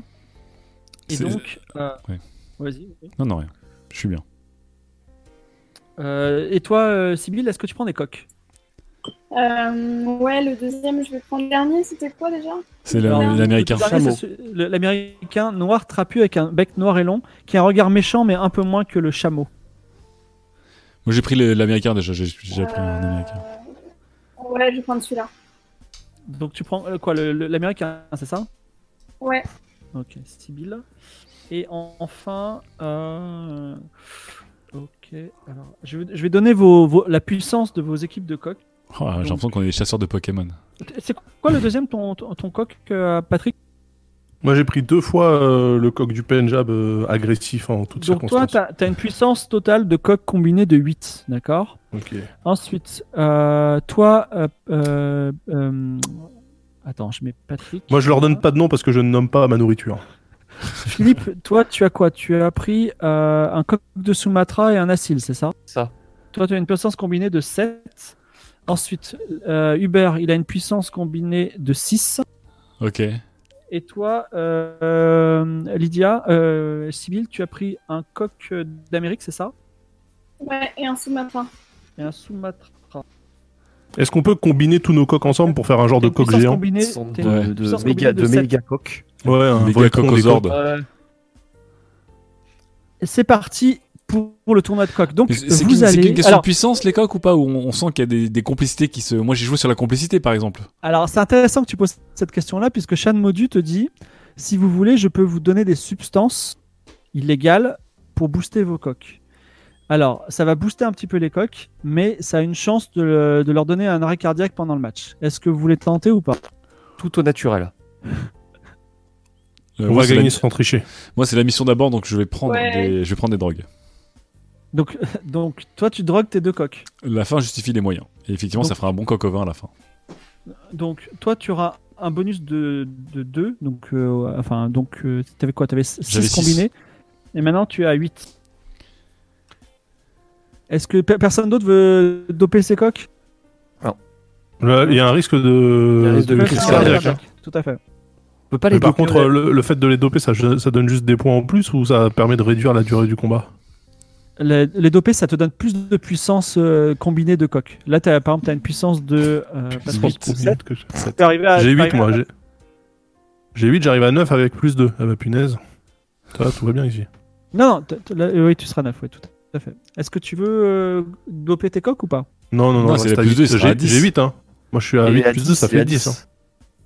Et
C'est-
donc. euh,
ouais.
Vas-y. vas-y.
Non, non, rien. Je suis bien.
Euh, et toi, euh, Sybille, est-ce que tu prends des coqs
Euh, ouais, le deuxième, je vais prendre le dernier. C'était quoi déjà
C'est
Alors,
la-
le-
l'américain.
Le dernier,
chameau.
c'est ce- le- L'américain noir trapu avec un bec noir et long, qui a un regard méchant mais un peu moins que le chameau.
Moi, j'ai pris le- l'américain déjà. J'ai j'ai déjà pris un
Euh,
américain.
Ouais, je vais prendre celui-là.
Donc tu prends euh, quoi le- le- L'américain, c'est ça
Ouais.
Ok, Sibyl. Et en- enfin, euh, ok. Alors, je, vais- je vais donner vos, vos- la puissance de vos équipes de coqs.
Oh, j'ai l'impression qu'on est des chasseurs de Pokémon.
C'est quoi le deuxième ton, ton, ton coq, euh, Patrick
Moi, j'ai pris deux fois euh, le coq du Punjab euh, agressif en toutes
Donc toi,
circonstances.
tu as une puissance totale de coq combiné de 8, d'accord
Ok.
Ensuite, euh, toi, euh, euh, euh, attends, je mets Patrick.
Moi, je leur donne pas de nom parce que je ne nomme pas ma nourriture.
Philippe, toi, tu as quoi Tu as pris euh, un coq de Sumatra et un asile, c'est ça
Ça.
Toi, tu as une puissance combinée de 7. Ensuite, euh, Hubert, il a une puissance combinée de 6.
Ok.
Et toi, euh, euh, Lydia, euh, Sybille, tu as pris un coq d'Amérique, c'est ça
Ouais, et un sous-matin.
Et un Sumatra.
Est-ce qu'on peut combiner tous nos coqs ensemble pour faire un genre de
Une
coq
puissance
géant
combinée-
Ils sont
t'as une
de, de,
puissance
méga,
combinée
de
sept.
méga coq.
Ouais, un
Méga
vrai tronc des coqs.
cocosorde.
C'est parti pour pour le tournoi de coq. Donc,
Mais C'est c'est qu'une
vous
c'est qu'une
allez.
question
Alors,
de puissance, les coqs, ou pas Ou on, on sent qu'il y a des, des complicités qui se. Moi, j'ai joué sur la complicité, par exemple.
Alors, c'est intéressant que tu poses cette question-là, puisque Shan Modu te dit si vous voulez, je peux vous donner des substances illégales pour booster vos coques. Alors, ça va booster un petit peu les coques, mais ça a une chance de, le- de leur donner un arrêt cardiaque pendant le match. Est-ce que vous voulez tenter ou pas
Tout au naturel.
Euh,
On
moi,
va
c'est la-
gagner sans tricher.
Moi, c'est la mission d'abord, donc je vais prendre
Ouais.
des, je vais prendre des drogues.
donc, donc, toi, tu drogues tes deux coques.
La fin justifie les moyens. Et effectivement,
Donc-
ça fera un bon coq au vin à la fin.
Donc, toi, tu auras un bonus de 2. donc, euh, enfin, donc, euh, t'avais quoi T'avais
J'avais
6
six.
combinés. Et maintenant, tu as 8. Est-ce que pe- personne d'autre veut doper ses coques
Là, Il y a un risque
Il y a un
de.
risque de
de
Ouais,
crise
crise
c'est
cardiaque,
vrai,
hein.
Tout à fait.
On peut pas
Mais
les
par
doper,
contre, euh, le, le fait de les doper, ça, ça donne juste des points en plus ou ça permet de réduire la durée du combat
Les, les dopés, ça te donne plus de puissance euh, combinée de coques. Là, t'as- par exemple, tu as une puissance de. euh, pas trop-
Huit.
sept.
que je-
Tu peux arriver à-
J'ai
tu peux
8
arriver
moi.
à-
j'ai- J'ai 8, j'arrive à 9 avec plus 2. Ah bah punaise. Ça va, tout va bien ici.
Non, non, t- t- là, euh, oui, tu seras 9, oui, tout à fait. Est-ce que tu veux euh, doper tes coques ou pas
Non, non, non,
Non,
je
c'est
reste
la
à
plus
huit.
deux, il sera à
J'ai
dix.
j'ai 8, hein. Moi, je suis à
Il
8
est à
plus 2, ça
10, il est
fait
à
10. hein.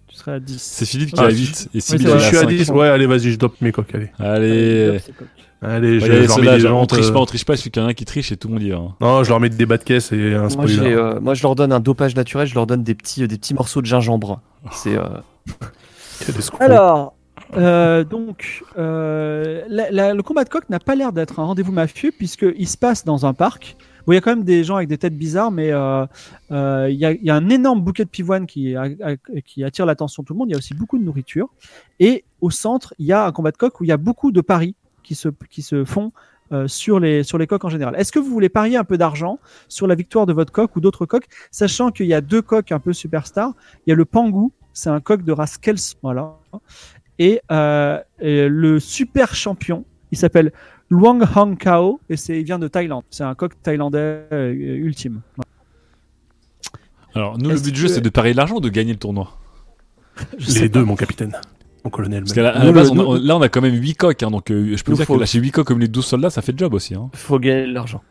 Tu seras à 10.
C'est Philippe qui
Ah,
a
je-
8 et
c'est
Sybille
vrai,
elle
Je
a
suis à
cinq.
10, ouais, allez, vas-y, je dope mes coques, allez.
Allez.
Dope ses coques.
Allez,
Regardez,
je, je leur mets
ceux-là,
des
genre, on
jantes,
triche
euh,
pas, on triche pas, il suffit qu'il y en a un qui triche et tout le monde y va. hein.
Non, je leur mets des bas de caisse et un
Moi, j'ai,
spoiler.
euh, moi, je leur donne un dopage naturel, je leur donne des petits, euh, des petits morceaux de gingembre. C'est euh,
Quel escroc.
Alors, Euh, donc, euh, la- la- le combat de coq n'a pas l'air d'être un rendez-vous mafieux puisqu'il se passe dans un parc. Bon, il y a quand même des gens avec des têtes bizarres, mais euh, euh, il y, a- il y a un énorme bouquet de pivoine qui, a- a- qui attire l'attention de tout le monde. Il y a aussi beaucoup de nourriture. Et au centre, il y a un combat de coq où il y a beaucoup de paris qui se, qui se font euh, sur, les, sur les coqs en général. Est-ce que vous voulez parier un peu d'argent sur la victoire de votre coq ou d'autres coqs, sachant qu'il y a deux coqs un peu superstars Il y a le pangou, c'est un coq de race Kels, voilà. Et, euh, et le super champion, il s'appelle Luang Hong Kao et c'est il vient de Thaïlande. C'est un coq thaïlandais euh, ultime.
Alors, nous, le
Est-ce
but du jeu,
que-
c'est de parier de l'argent ou de gagner le tournoi
Je sais
Les
pas.
deux, mon capitaine. Mon colonel.
Parce
même.
qu'à la, à la
Nous,
base,
le-
on a- on- là, on a quand même 8 coques, hein, donc euh, je peux
Nous,
vous dire
faut-
que lâcher 8 coques comme les 12 soldats, ça fait le job aussi. Hein.
Faut gagner de l'argent.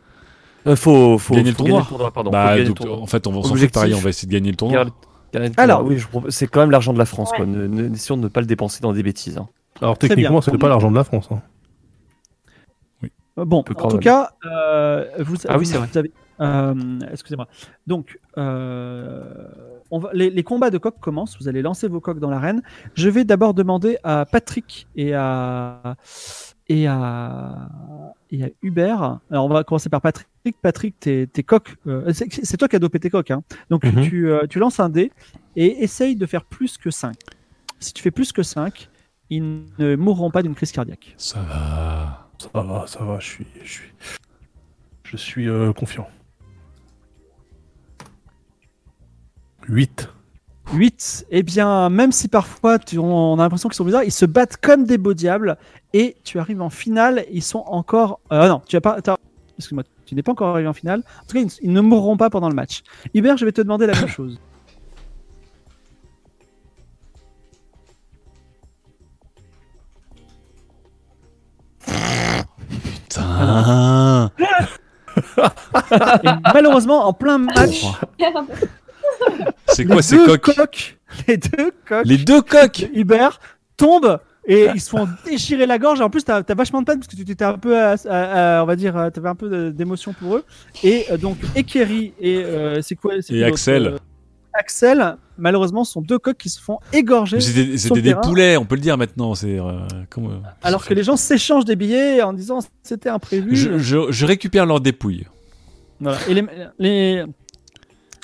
Euh, faut, faut
Gagner le
faut
tournoi.
pardon.
Bah,
faut gagner le
donc,
euh,
tournoi.
en fait, on va s'en
Objectif.
faire parier, on va essayer de gagner le tournoi.
Gagner le- gagner le tournoi.
Alors-
oui, je propose- c'est quand même l'argent de la France.
Ouais.
Quoi. Ne, ne- essayons de ne pas le dépenser dans des bêtises. hein.
Alors
Très
techniquement,
bien.
c'est pas l'argent de la France. hein.
Euh, Bon,
peu
en tout
probable.
cas, euh, vous,
Ah oui,
vous-
c'est vrai.
vous avez- euh, Excusez-moi. Donc, euh, on va, les, les combats de coqs commencent. Vous allez lancer vos coqs dans l'arène. Je vais d'abord demander à Patrick et à et à et à Hubert. Alors, on va commencer par Patrick. Patrick, tes, tes coqs. euh, c'est c'est toi qui as dopé tes coqs. hein. Donc,
Mhm.
tu, euh, tu lances un dé et essaye de faire plus que 5. Si tu fais plus que 5, ils ne mourront pas d'une crise cardiaque.
Ça va.
Ça va, ça va. Je suis, je suis, je suis euh, confiant. 8.
8, eh bien, même si parfois tu- on a l'impression qu'ils sont bizarres, ils se battent comme des beaux diables et tu arrives en finale, ils sont encore. euh, non, tu n'as pas. t'as- Excuse-moi, tu n'es pas encore arrivé en finale. En tout cas, ils, ne- ils ne mourront pas pendant le match. Hubert, je vais te demander la même chose.
Putain.
Et malheureusement, en plein match,
Merde.
C'est
les
quoi ces
deux
coques
coqs, les deux coqs,
Les deux coques
Hubert tombe et ils se font déchirer la gorge. En plus, t'as as vachement de peine parce que tu t'étais un peu, à- à- à- on va dire, euh, t'avais un peu de- d'émotion pour eux. Et euh, donc, Ekeri et euh, c'est quoi c'est qui
Et
l'autre,
Axel.
euh, Axel, malheureusement, sont deux coqs qui se font égorger
Mais C'était
sur
c'était
le
des
terrain.
poulets, on peut le dire maintenant. C'est euh, comment, euh,
alors que les gens s'échangent des billets en disant c'était imprévu.
je, je- je récupère leurs dépouilles.
Voilà. Et les, les,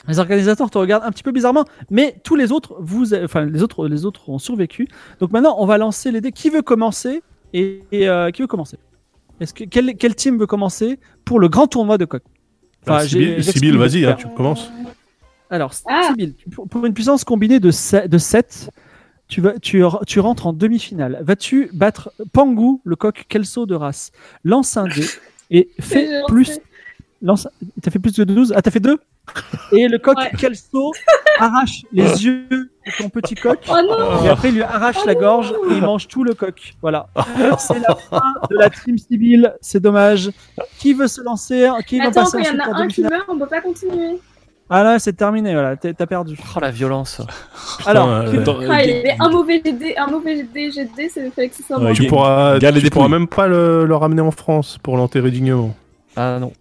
les organisateurs te regardent un petit peu bizarrement, mais tous les autres, vous, enfin, les autres, les autres ont survécu. Donc maintenant, on va lancer les dés. Qui veut commencer et, et, euh, qui veut commencer Est-ce que quel, quel team veut commencer pour le grand tournoi de coq Enfin,
Bah,
j'ai-
Sibyl,
j'explique
Sibyl, vas-y,
le
hein, tu commences.
Alors,
Ah.
Sybille, tu- pour, pour une puissance combinée de 7, de sept, tu, vas, tu, re- tu rentres en demi-finale. Vas-tu battre Pangu, le coq Kelso de race Lance un dé et fais
J'ai lancé.
plus. Lance, t'as fait plus de 12 Ah, t'as fait 2 Et le coq
Ouais.
Kelso arrache les yeux de ton petit coq.
Oh non
Et après, il lui arrache la gorge et il mange tout le coq. Voilà. C'est la fin de la team Sibyl. C'est dommage. Qui veut se lancer Qui va
Attends,
passer
quand il y en
ensuite en
a un qui
demi-finale
meurt, on peut pas
Euh,
continuer.
Ah là, c'est terminé. Voilà, t'es- t'as perdu.
Oh la violence.
Alors,
euh,
qui-
Attends,
Ah,
euh,
il y avait un mauvais GD, un mauvais GD, GD, c'est fait accessoirement.
Ouais,
Tu
euh, Ga-
pourras,
garde les
tu pourras
dépouilles.
même pas le, le ramener en France pour l'enterrer dignement.
Ah non.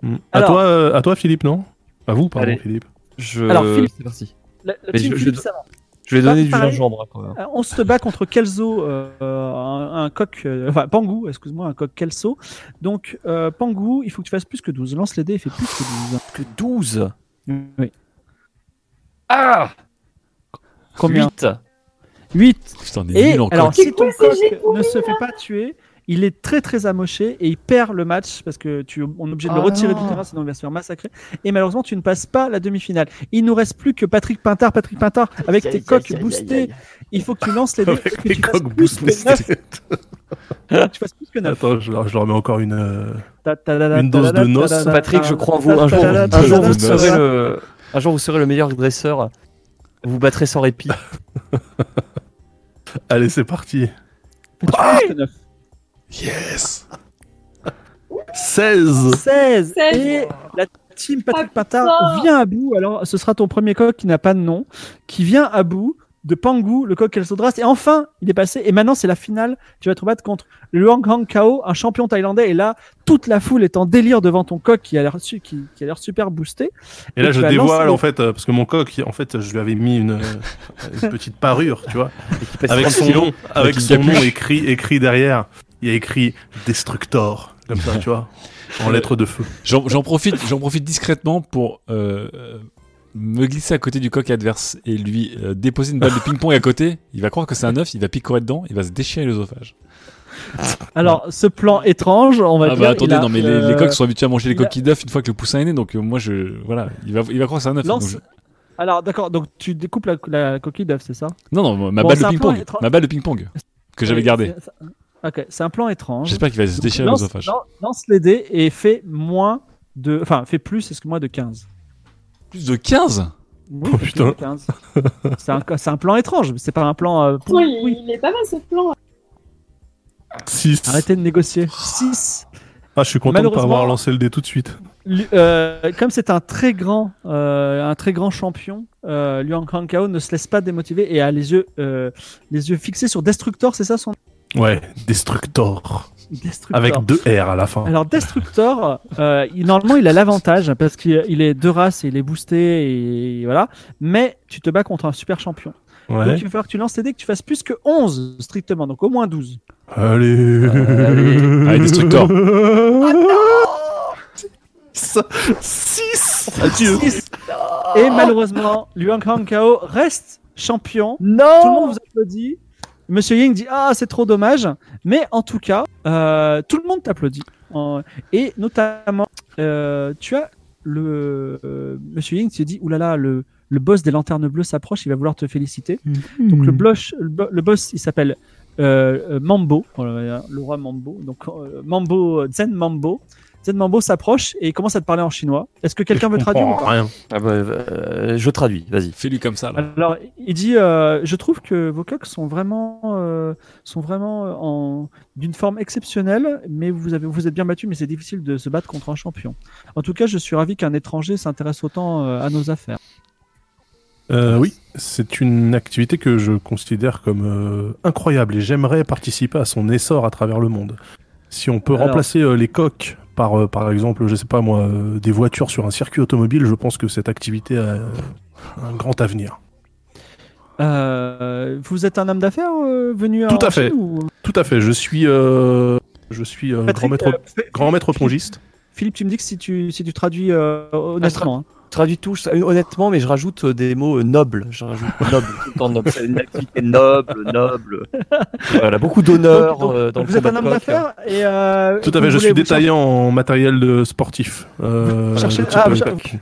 Mm.
Alors-
à toi, euh, à toi, Philippe, non À vous, pardon,
Allez.
Philippe.
Je...
Alors, Philippe-
c'est parti.
la- la
Mais
team
je- je-
Philippe, ça va.
Je vais
Bah,
donner du
pareil.
gingembre après. hein.
Euh, on se bat contre Kelso, euh, un, un coq, euh, enfin Pangou, excuse-moi, un coq Kelso. Donc euh, Pangou, il faut que tu fasses plus que 12. Lance les dés et fais plus que 12.
Que 12
Oui.
Ah
Combien
8
8.
Putain, on est
Et
nul en
alors,
coque.
si
C'est
ton
quoi ces
coq
jets pourris,
ne se fait pas tuer, il est très très amoché et il perd le match parce que tu on est obligé de le
Ah
retirer
non.
du terrain sinon il va se faire massacrer. Et malheureusement, tu ne passes pas la demi-finale. Il nous reste plus que Patrick Pintard. Patrick Pintard, avec tes coqs boostés, il faut que tu lances les dés. et que tu fasses plus que neuf. Que tu fasses plus que 9.
Attends, je, leur- je leur mets encore une. euh,
Une
Une dose de noces.
Patrick, je crois en vous. Un jour, un jour, vous serez le... un jour, vous serez le meilleur dresseur. Vous vous battrez sans répit.
Allez, c'est parti.
Yes
16
16
16.
Et la team Patrick
Ah,
Pintard
putain.
vient à bout. Alors, ce sera ton premier coq qui n'a pas de nom, qui vient à bout. de Pangu, le coq El Sodras. Et enfin, il est passé. Et maintenant, c'est la finale. Tu vas te battre contre Luang Hang Kao, un champion thaïlandais. Et là, toute la foule est en délire devant ton coq qui a l'air su- qui, qui a l'air super boosté.
Et là,
Et
je
tu vas
dévoile,
lancer-
en fait, euh, parce que mon coq, en fait, je lui avais mis une, euh, une petite parure, tu vois,
Et qui passe
avec
30
son
kilos.
nom, avec
une
son nom
capuche.
écrit, écrit derrière. Il y a écrit Destructor, comme ça, tu vois, en lettres de feu.
J'en j'en profite, j'en profite discrètement pour euh, euh, me glisser à côté du coq adverse et lui euh, déposer une balle de ping-pong à côté. Il va croire que c'est un œuf, il va picorer dedans, il va se déchirer l'œsophage.
Alors, ce plan étrange, on va
Ah
dire.
bah
il
attendez,
a,
non mais les,
euh,
les coqs sont habitués à manger les
il a-
coquilles d'œufs une fois que le poussin est né, donc euh, moi je voilà, il va il va croire que c'est un œuf.
lance-
donc je-
Alors, d'accord, donc tu découpes la, la coquille d'œuf, c'est ça
Non non, ma
Bon,
balle
c'est
de
un plan
ping-pong,
étrange.
ma balle de ping-pong que j'avais
Oui,
gardée.
c'est- c'est- Ok, c'est un plan étrange.
J'espère qu'il va se
Donc,
déchirer
lance-
l'œsophage.
lan- Lance les dés et fais moins de. Enfin, fais plus, est-ce que moins de 15
Plus de 15
Oui,
Oh,
fais plus
putain.
de 15. C'est un, c'est un plan étrange, mais c'est pas un plan. euh, pour-
Pourtant, il,
oui.
il est pas mal ce
Euh,
plan.
6.
Arrêtez de négocier. 6.
Ah, je suis content de pas
Malheureusement-
avoir lancé le dé tout de suite.
Lu- euh, comme c'est un très grand, euh, un très grand champion, euh, Luang Hang Kao ne se laisse pas démotiver et a les yeux, euh, les yeux fixés sur Destructor, c'est ça son
Ouais, Destructor.
Destructor.
Avec deux R à la fin.
Alors Destructor, euh, il- normalement il a l'avantage parce qu'il il est deux races, et il est boosté et voilà. Mais tu te bats contre un super champion. Ah, Donc
Ouais.
il va falloir que tu lances les dés, que tu fasses plus que 11 strictement, donc au moins 12.
Allez.
Euh,
allez. Allez, Destructor.
Oh
Ça, 6
Ah,
Adieu
Six. Et malheureusement, Luang Hang Kao reste champion. Tout le monde
Non
vous applaudit. Monsieur Ying dit ah c'est trop dommage, mais en tout cas euh, tout le monde t'applaudit Euh, et notamment euh, tu as le euh, Monsieur Ying se dit oulala le le boss des lanternes bleues s'approche, il va vouloir te féliciter. Donc le, blush, le, bo- le boss, il s'appelle euh, euh, Mambo, euh, le roi Mambo. Donc euh, Mambo, Zen Mambo. Zen Mambo s'approche et il commence à te parler en chinois. Est-ce que quelqu'un
Je
veut traduire ou
comprends
pas
Oh, rien.
Ah bah, euh, je traduis, vas-y.
Fais-lui comme ça là.
Alors, il dit euh, Je trouve que vos coqs sont vraiment, euh, sont vraiment euh, en, d'une forme exceptionnelle, mais vous, avez, vous êtes bien battus, mais c'est difficile de se battre contre un champion. En tout cas, je suis ravi qu'un étranger s'intéresse autant euh, à nos affaires.
Euh, oui, c'est une activité que je considère comme euh, incroyable et j'aimerais participer à son essor à travers le monde. Si on peut
Alors-
remplacer euh, les coques par, euh, par exemple, je sais pas moi, euh, des voitures sur un circuit automobile, je pense que cette activité a euh, un grand avenir.
Euh, vous êtes un homme d'affaires euh, venu
Tout
en
à fait.
Chine ou-
Tout à fait, je suis, euh, je suis euh, grand
Patrick,
maître,
euh, F-
grand maître pongiste.
Philippe, tu me dis que si tu, si tu traduis euh, honnêtement.
Ah,
hein.
Traduis tout, je- honnêtement, mais je rajoute euh, des mots euh, nobles. Je rajoute noble, tout le temps noble. C'est une activité noble, noble. Voilà, beaucoup d'honneur
Donc, donc,
euh, dans le
hein. vous êtes
combat
un
de
homme
coq.
d'affaires et. euh,
Tout à
vous
fait, je
voulez vous
suis
chercher-
détaillant en matériel de sportif. euh,
Cherchez-
de type,
ah,
euh,
vous-
coque.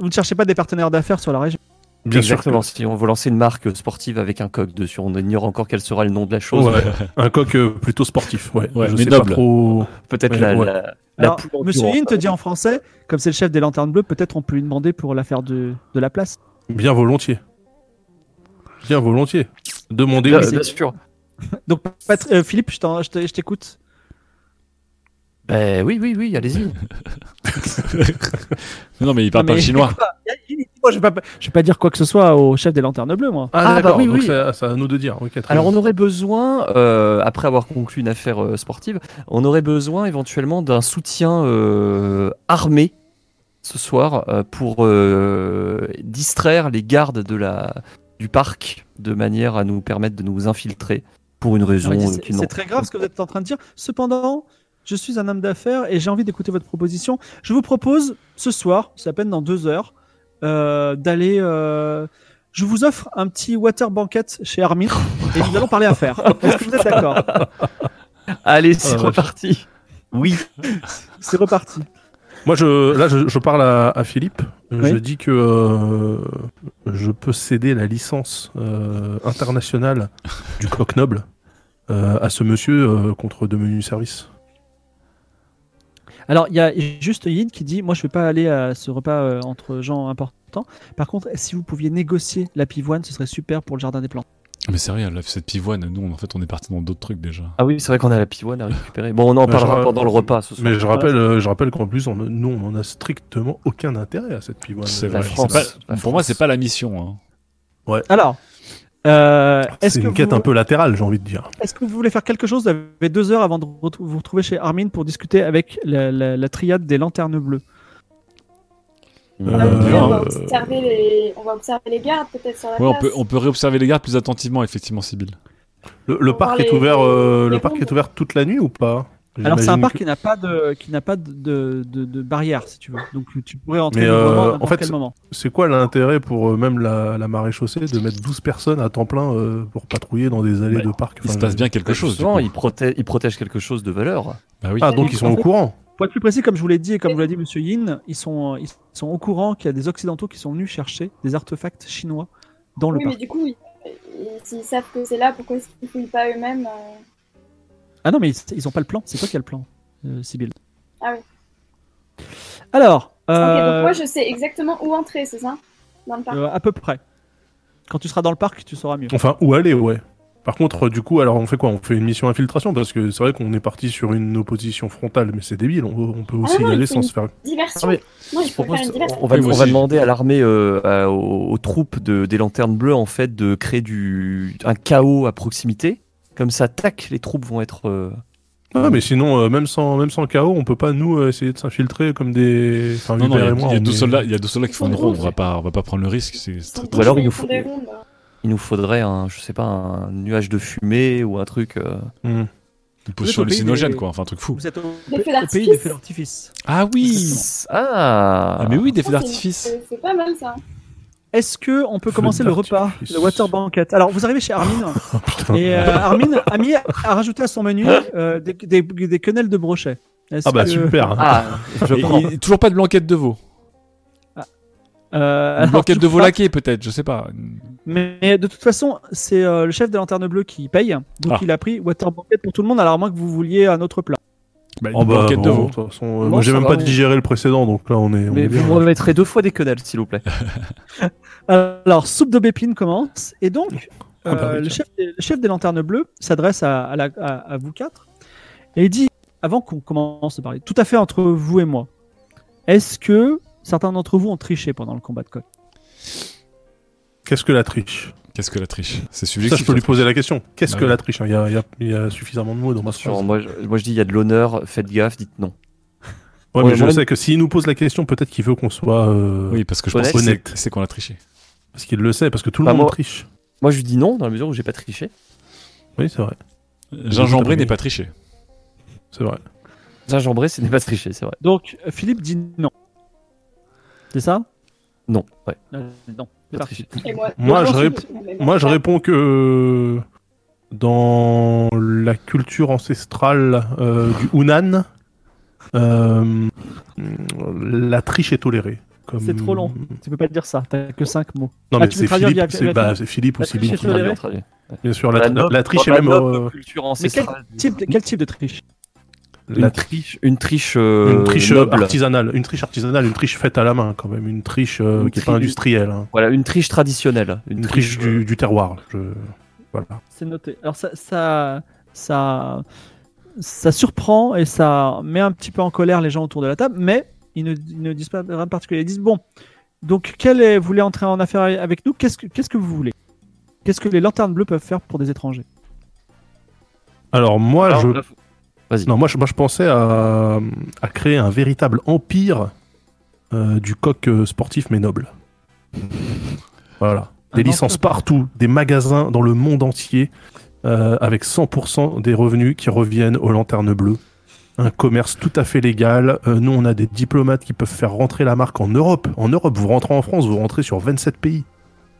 Vous ne cherchez pas des partenaires d'affaires sur la région.
Bien sûr que-
Exactement, si on veut lancer une marque sportive avec un coq dessus, on ignore encore quel sera le nom de la chose.
Ouais, un coq euh, plutôt sportif, ouais.
Ouais,
je
mais
sais
noble.
pas trop.
Peut-être
Ouais,
la,
ouais.
la, la
Alors,
poule en
Monsieur
durant.
Yin te dit en français, comme c'est le chef des lanternes bleues, peut-être on peut lui demander pour l'affaire de, de la place.
Bien volontiers. Bien volontiers. Demandez.
Bien, bien sûr.
Donc, Pat- euh, Philippe, je t'en- je t'ai- je t'écoute.
Ben oui, oui, oui, allez-y.
Non mais il parle
Non, mais-
pas chinois.
Moi, je vais pas, je vais pas dire quoi que ce soit au chef des lanternes bleues, moi.
Ah,
Ah,
d'accord,
bah oui,
donc
oui.
ça- ça à nous de dire. Ok, très
Alors
bien.
on aurait besoin, euh, après avoir conclu une affaire euh, sportive, on aurait besoin éventuellement d'un soutien euh, armé ce soir euh, pour euh, distraire les gardes de la, du parc de manière à nous permettre de nous infiltrer pour une raison
Alors, il dit,
euh,
Ah c'est-
qui n'en-
C'est très grave ce que vous êtes en train de dire. Cependant, je suis un homme d'affaires et j'ai envie d'écouter votre proposition. Je vous propose ce soir, c'est à peine dans deux heures, euh, d'aller. euh, je vous offre un petit water banquet chez Armin et nous allons parler affaires. Est-ce que vous êtes d'accord
Allez, c'est
Ah, vache.
reparti. Oui.
C'est reparti.
Moi, je, là, je, je parle à, à Philippe. Je
Oui.
dis que euh, je peux céder la licence euh, internationale du coq noble euh, à ce monsieur euh, contre de menus services.
Alors, il y a juste Yin qui dit Moi, je ne vais pas aller à ce repas euh, entre gens importants. Par contre, si vous pouviez négocier la pivoine, ce serait super pour le jardin des plantes.
Mais sérieux, là, cette pivoine, nous on- en fait on est parti dans d'autres trucs déjà.
Ah oui, c'est vrai qu'on a la pivoine à récupérer. Bon, on en
Bah,
parlera
je-
pendant le repas ce soir.
Mais je rappelle, euh, je rappelle qu'en plus, on, nous, on n'en a strictement aucun intérêt à cette pivoine. Euh,
C'est
la
vrai.
France,
C'est pas-
la
pour moi,
France.
c'est pas la mission. hein.
Alors, Euh, est-ce
C'est
que,
une quête
vous-
un peu latérale, j'ai envie de dire.
est-ce que vous voulez faire quelque chose Vous avez deux heures avant de re- vous retrouver chez Armin pour discuter avec la, la- la triade des lanternes bleues.
Ah, mais
Euh,
déjà, on, va
euh,
observer les... on va observer les gardes peut-être sur la
Ouais, on
place.
peut, on peut réobserver les gardes plus attentivement, effectivement, Sybille.
Le, le
On
parc
va
est
les-
ouvert, euh,
les
le parc
rendre.
est ouvert toute la nuit ou pas
Alors c'est un
J'imagine
parc
que-
qui n'a pas de qui n'a pas de, de, de- de barrière si tu veux. Donc tu pourrais entrer
Mais, euh,
librement à
en
n'importe
fait,
quel
c'est-
moment.
C'est quoi l'intérêt pour euh, même la, la marée chaussée de mettre 12 personnes à temps plein euh, pour patrouiller dans des allées
Bah,
de parc
Il
Enfin,
se passe
je-
bien quelque
Bah,
chose. du
Justement,
coup.
ils, proté- ils protègent quelque chose de valeur.
Bah oui.
Ah, donc ils sont au courant.
Pour être plus précis, comme je vous l'ai dit et comme vous l'a dit Monsieur Yin, ils sont euh, ils sont au courant qu'il y a des occidentaux qui sont venus chercher des artefacts chinois dans le
Oui, mais
parc.
du coup, ils- ils- s'ils savent que c'est là, pourquoi est-ce qu'ils ne fouillent pas eux-mêmes euh,
Ah non mais ils, ils ont pas le plan. C'est toi qui as le plan, euh, Sybille.
Ah oui.
Alors
Ok, donc
euh,
moi je sais exactement où entrer, c'est ça Dans le parc.
euh, à peu près. Quand tu seras dans le parc, tu sauras mieux.
Enfin, où aller, ouais. Par contre, euh, du coup, alors on fait quoi On fait une mission infiltration parce que c'est vrai qu'on est parti sur une opposition frontale, mais c'est débile. On, on peut
Ah
aussi
non,
y
il
aller
faut
sans
une-
se faire.
Diversion.
Ah, mais
Non, il
Je
faut faire
propose-
une diversion.
on va,
Oui, moi
on va
aussi.
demander à l'armée, euh, à- aux, aux troupes de, des lanternes bleues, en fait, de créer du, un chaos à proximité. Comme ça, tac, les troupes vont être. euh,
Ah, mais sinon, euh, même sans même sans chaos, on peut pas nous euh, essayer de s'infiltrer comme des. Enfin,
Non, non,
Hubert
il y a-
et moi,
il y a
on
deux
est-
soldats, il y a deux soldats qui
Ils
font une
sont
ronde. On
rouges.
va pas, on va pas prendre le risque. C'est c'est
Ils sont
très,
tous
Ou alors,
là,
il nous
font
faut-
des rondes.
Il nous faudrait un, je sais pas, un nuage de fumée ou un truc. euh,
Hmm.
une
Vous êtes
potion
au pays
hallucinogène,
des-
quoi. Enfin, un truc fou.
Vous êtes au, au
Des feux
pays des
d'artifice.
feux d'artifice.
Ah oui.
Exactement.
Ah,
Ah, mais oui, des feux
Ça, c'est-
d'artifice.
c'est- C'est pas mal ça.
Est-ce que on peut
Feu
commencer le repas,
d'artifice.
le water banquet Alors, vous arrivez chez Armin
Putain.
et euh, Armin a mis a rajouté à son menu euh, des, des, des quenelles de brochet. Est-ce
Ah bah
que-
super.
Ah, je
Et-
prends.
et toujours pas de blanquette de veau.
Ah,
Euh,
Une
alors,
blanquette de
toujours
veau
pas,
laquée, peut-être. Je sais pas.
Mais mais de toute façon, c'est euh, le chef des lanternes bleues qui paye, donc
Ah.
il a pris water banquet pour tout le monde, alors à moins que vous vouliez un autre plat.
Bah, une
Oh, bah,
blanquette de
bon,
veau.
de toute façon, euh,
Non,
moi j'ai
ça
même
va,
pas
on-
digéré le précédent, donc là on est. on
Mais
est bien.
vous me remettrez deux fois des quenelles, s'il vous plaît.
Alors, soupe d'aubépine commence, et donc
Ah bah
euh,
oui,
le,
tiens.
chef des, le chef des lanternes bleues s'adresse à, à la- à- à vous quatre et il dit, avant qu'on commence à parler, tout à fait entre vous et moi, est-ce que certains d'entre vous ont triché pendant le combat de coq
Qu'est-ce que la triche
Qu'est-ce que la triche C'est
Ça, je
subjectif.
peux lui
ça.
poser la question. Qu'est-ce
Bah
que
oui.
la triche hein Il y, a- il y a- il y a suffisamment de mots dans ma
Attention,
phrase.
moi, je, moi je dis, il y a de l'honneur, faites gaffe, dites non.
Ouais,
Ouais,
mais je
moi-
sais que s'il nous pose la question, peut-être qu'il veut qu'on soit. euh,
Oui, parce que je pense que
Honnête.
c'est- c'est qu'on a triché.
Parce qu'il le sait, parce que tout le
Bah,
monde
moi-
triche.
Moi je lui dis non, dans la mesure où j'ai pas triché.
Oui, c'est vrai.
Gingembré
t'as
n'est
pris.
pas triché.
C'est vrai.
Gingembré, ce n'est pas tricher, c'est vrai.
Donc, Philippe dit non. C'est ça
Non, ouais,
Non. non.
pas tricher.
Et moi,
Moi, je
suis-
rép-
mais bon,
Moi, je
ça-
réponds que dans la culture ancestrale euh, du Hunan, euh, la triche est tolérée. Comme-
C'est trop long. Tu peux pas dire ça, t'as que 5 mots. Ah,
Non, mais
tu veux
c'est
traduire
Philippe,
via-
c'est
via-
bah, c'est Philippe ou
La
Sylvie.
triche est tolérée.
Bien sûr, la,
noble-
la triche est
dans la
même.
noble
euh,
culture
Mais quel
ancestrale.
type, quel type de triche
la
une triche, une triche, euh,
une triche
noble.
artisanale, une triche artisanale, une triche faite à la main quand même, une triche euh,
Une
qui n'est
triche-
pas industrielle, hein.
Voilà, une triche traditionnelle.
une, triche, du, du terroir. je- Voilà.
C'est noté. Alors, ça, ça, ça, ça surprend et ça met un petit peu en colère les gens autour de la table, mais ils ne, ils ne disent pas rien de particulier. Ils disent Bon, donc, quel est, vous voulez entrer en affaire avec nous Qu'est-ce que Qu'est-ce que vous voulez Qu'est-ce que les lanternes bleues peuvent faire pour des étrangers
Alors moi,
Alors,
je
là, faut- Vas-y.
non, moi, je, moi, je pensais à, à créer un véritable empire euh, du coq euh, sportif mais noble. Voilà. Des
Un
licences
empire.
partout, des magasins dans le monde entier, euh, avec 100% des revenus qui reviennent aux lanternes bleues. Un commerce tout à fait légal. Euh, nous, on a des diplomates qui peuvent faire rentrer la marque en Europe. En Europe, vous rentrez en France, vous rentrez sur 27 pays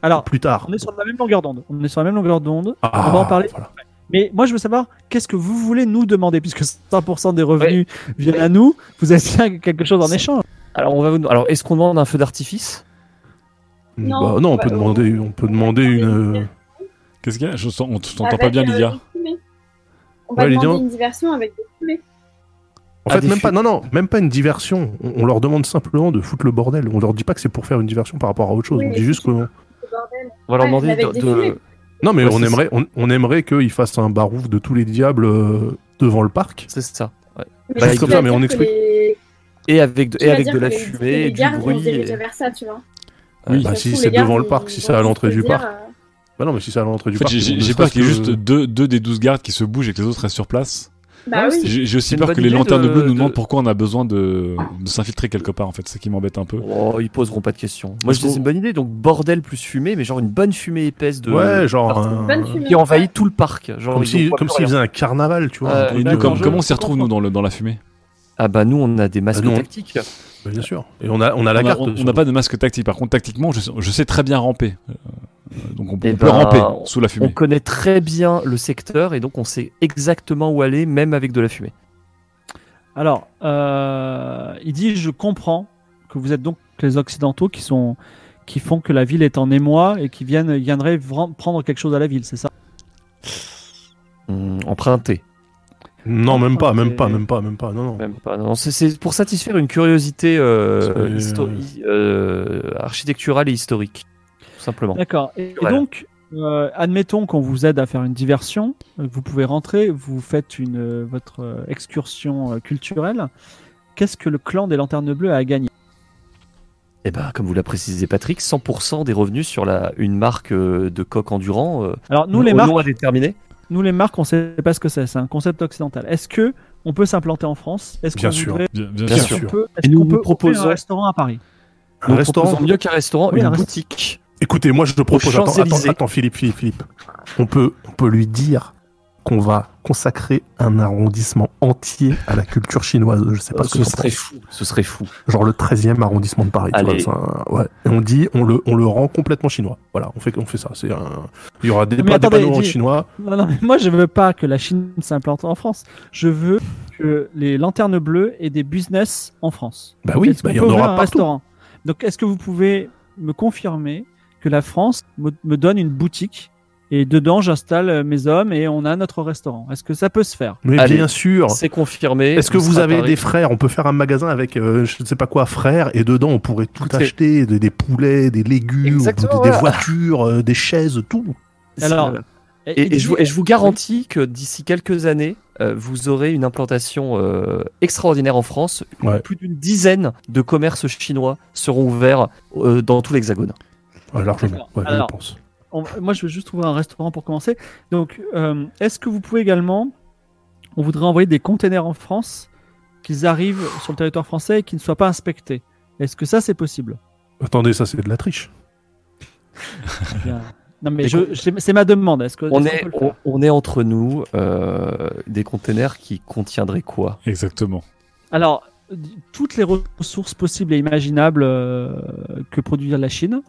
Alors,
plus tard.
on est sur la même longueur d'onde. On est sur la même longueur d'onde.
Ah,
on va en parler.
voilà.
Mais moi, je veux savoir, qu'est-ce que vous voulez nous demander Puisque 100% des revenus viennent à nous, vous avez bien quelque chose en
C'est-
échange.
Alors, on va vous... Alors, est-ce qu'on demande un feu d'artifice
Bah,
Non,
Non, on
bah,
peut
on-
demander, on peut demander une.
Qu'est-ce qu'il y a Je sens- On t'entend pas
avec,
bien,
euh,
Lydia.
des fumées. On va
Ouais, Lydia,
demander
on-
une diversion avec des fumées.
En
Ah,
fait,
des
même
fu-
pas, non, non, même pas une diversion. On, on leur demande simplement de foutre le bordel. On leur dit pas que c'est pour faire une diversion par rapport à autre chose.
Oui,
on
mais
dit juste que.
Ce bordel.
On va leur
Ouais,
demander
avec
de- Bah,
des
de-
fumées.
Non, mais
Ouais,
on,
c'est
aimerait, on, on aimerait qu'ils fassent un barouf de tous les diables euh, devant le parc.
C'est ça. ouais.
Mais
Bah,
tu
juste comme
vas
ça, mais
dire
on
que
explique.
les-
Et avec de,
tu
et
vas
avec
dire
de la
que les- que
fumée,
les
du
gardes vont se
bruit.
diriger
et-
vers ça, tu vois.
Oui.
Bah,
Ça se
si
trouve,
c'est
les gardes,
devant le
ils
parc, si
vont
c'est à
juste
l'entrée
se
du
dire,
parc.
euh,
Bah non, mais si c'est à l'entrée du
En fait,
parc.
j'ai-
ils vont
j'ai
ne
j'ai peur
serait-ce
qu'il y ait
que-
juste deux, deux des 12 gardes qui se bougent et que les autres restent sur place.
Bah
Ah
Ouais,
oui.
J'ai j'ai aussi
c'est une
peur
bonne
que les
idée
lanternes
de-
bleues nous
de-
demandent pourquoi on a besoin de, de s'infiltrer quelque part, en fait. C'est ça qui m'embête un peu.
Oh, ils poseront pas de questions. Moi, je dis
Parce
c'est une bonne idée, donc bordel plus fumée, mais genre une bonne fumée épaisse de.
Ouais, genre.
partout.
un-
Bonne fumée.
Qui envahit tout le parc. Genre,
Comme
ils ont
si-
pas
comme
peur,
s'ils
rien.
faisaient un carnaval, tu vois.
Euh,
Ah, un truc
Et
bah,
de-
nous, comme-
je-
comment on
je
s'y retrouve, nous,
comprends.
dans, le, dans la fumée
Ah bah nous, on a des masques
nous, on-
tactiques.
Bah, Bien sûr. Et on a, on a la
On a-
carte.
on- On
surtout.
n'a pas de masque tactique. Par contre, tactiquement, je sais, je sais très bien ramper. Euh, donc, on, on
Eh
peut
ben,
ramper
on-
sous la
On
fumée.
connaît très bien le secteur et donc on sait exactement où aller, même avec de la fumée.
Alors, euh, il dit Je comprends que vous êtes donc les Occidentaux qui, sont, qui font que la ville est en émoi et qui viennent, viendraient vra- prendre quelque chose à la ville, c'est ça
Hum, emprunter.
Non, même pas, même pas,
Et-
même pas, même pas. Non, non.
Même pas. Non, c'est- c'est pour satisfaire une curiosité euh,
C'est-
histori- euh, architecturale et historique, tout simplement.
D'accord. Et, et
Voilà.
donc, euh, admettons qu'on vous aide à faire une diversion, euh, vous pouvez rentrer, vous faites une, euh, votre euh, excursion euh, culturelle. Qu'est-ce que le clan des Lanternes Bleues a à gagner
Eh ben, comme vous l'a précisé Patrick, 100% des revenus sur la, une marque euh, de coq endurant. euh,
Alors, nous,
au
les, marques,
nom à déterminer.
nous, les marques, on sait pas ce que c'est, c'est un concept occidental. Est-ce que on peut s'implanter en France Est-ce
Bien
qu'on
sûr.
voudrait-
Bien, bien sûr.
Bien
est-ce qu'on
sûr.
peut,
Et
est-ce
nous
qu'on
vous
peut proposer un
proposons-
restaurant à Paris
Un
Nous
restaurant.
proposons mieux qu'un restaurant,
Oui,
une
un restaurant.
boutique.
Écoutez, moi je te propose. Attends, attends,
Champs-Élysées.
attends, Philippe, Philippe, Philippe. On peut, on peut lui dire qu'on va consacrer un arrondissement entier à la culture chinoise. Je sais pas ce que
Euh, ce
t'en
serait
penses.
fou. Ce serait fou.
Genre le 13e arrondissement de Paris. tu
Allez.
vois, c'est un- ouais. Et on dit, on le, on le rend complètement chinois. Voilà, on fait, on fait ça. C'est un... Il y aura des,
Mais
pa- des
attendez,
panneaux en
dis-
chinois.
Non, non, mais moi je veux pas que la Chine s'implante en France. Je veux que les lanternes bleues aient des business en France.
Bah oui,
Est-ce
bah,
qu'on
il y
peut
en
ouvrir
aura
un
partout.
restaurant Donc est-ce que vous pouvez me confirmer que la France me, me donne une boutique et dedans j'installe euh, mes hommes et on a notre restaurant Est-ce que ça peut se faire
Mais
Allez.
bien sûr.
C'est confirmé.
Est-ce que
On
vous
sera
avez
pareil.
des frères On peut faire un magasin avec euh, je ne sais pas quoi frères et dedans on pourrait tout
Écoutez.
acheter des, des poulets, des légumes, des,
Exactement,
des
voilà.
voitures, euh, des chaises, tout.
Alors,
Et, et
il
je, vous-
dit-
et je vous garantis que d'ici quelques années, euh, vous aurez une implantation euh, extraordinaire en France.
Ouais.
Plus d'une dizaine de commerces chinois seront ouverts euh, dans tout l'Hexagone.
Ouais, largement.
D'accord.
Ouais,
Alors,
je pense.
On- moi, je veux juste trouver un restaurant pour commencer. Donc, euh, est-ce que vous pouvez également, on voudrait envoyer des containers en France, qu'ils arrivent sur le territoire français et qu'ils ne soient pas inspectés Est-ce que ça, c'est possible
Attendez, ça c'est de la triche.
Bien. Non, mais
Des
je- c'est c'est ma demande. Est-ce que
On
est-ce qu'on
est,
peut le
on,
faire
on est entre nous euh, des containers qui contiendraient quoi
Exactement.
Alors, d- toutes les ressources possibles et imaginables euh, que produit la Chine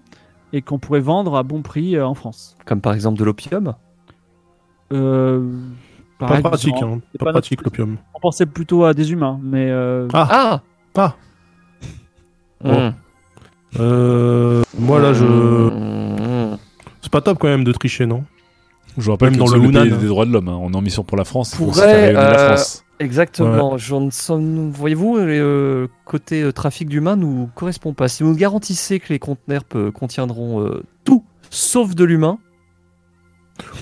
et qu'on pourrait vendre à bon prix euh, en France.
Comme par exemple de l'opium
Euh, par
Pas
exemple,
pratique, hein.
c'est
pas,
pas
pratique
notre-
l'opium.
hein.
On pensait plutôt à des humains, mais euh,
Ah
Ah.
Mmh.
Euh, moi là je,
Mmh.
c'est pas top quand même de tricher non
Je rappelle
Même
que
dans
dans
le
le pays
Hunan, hein.
des droits de l'homme, hein. on est en mission pour la France. il faut aussi
Pourrait,
faire rayonner la
euh,
France.
Exactement. J'en- son- Voyez-vous, le côté euh, trafic d'humains nous correspond pas. Si vous nous garantissez que les conteneurs pe- contiendront euh, tout sauf de l'humain,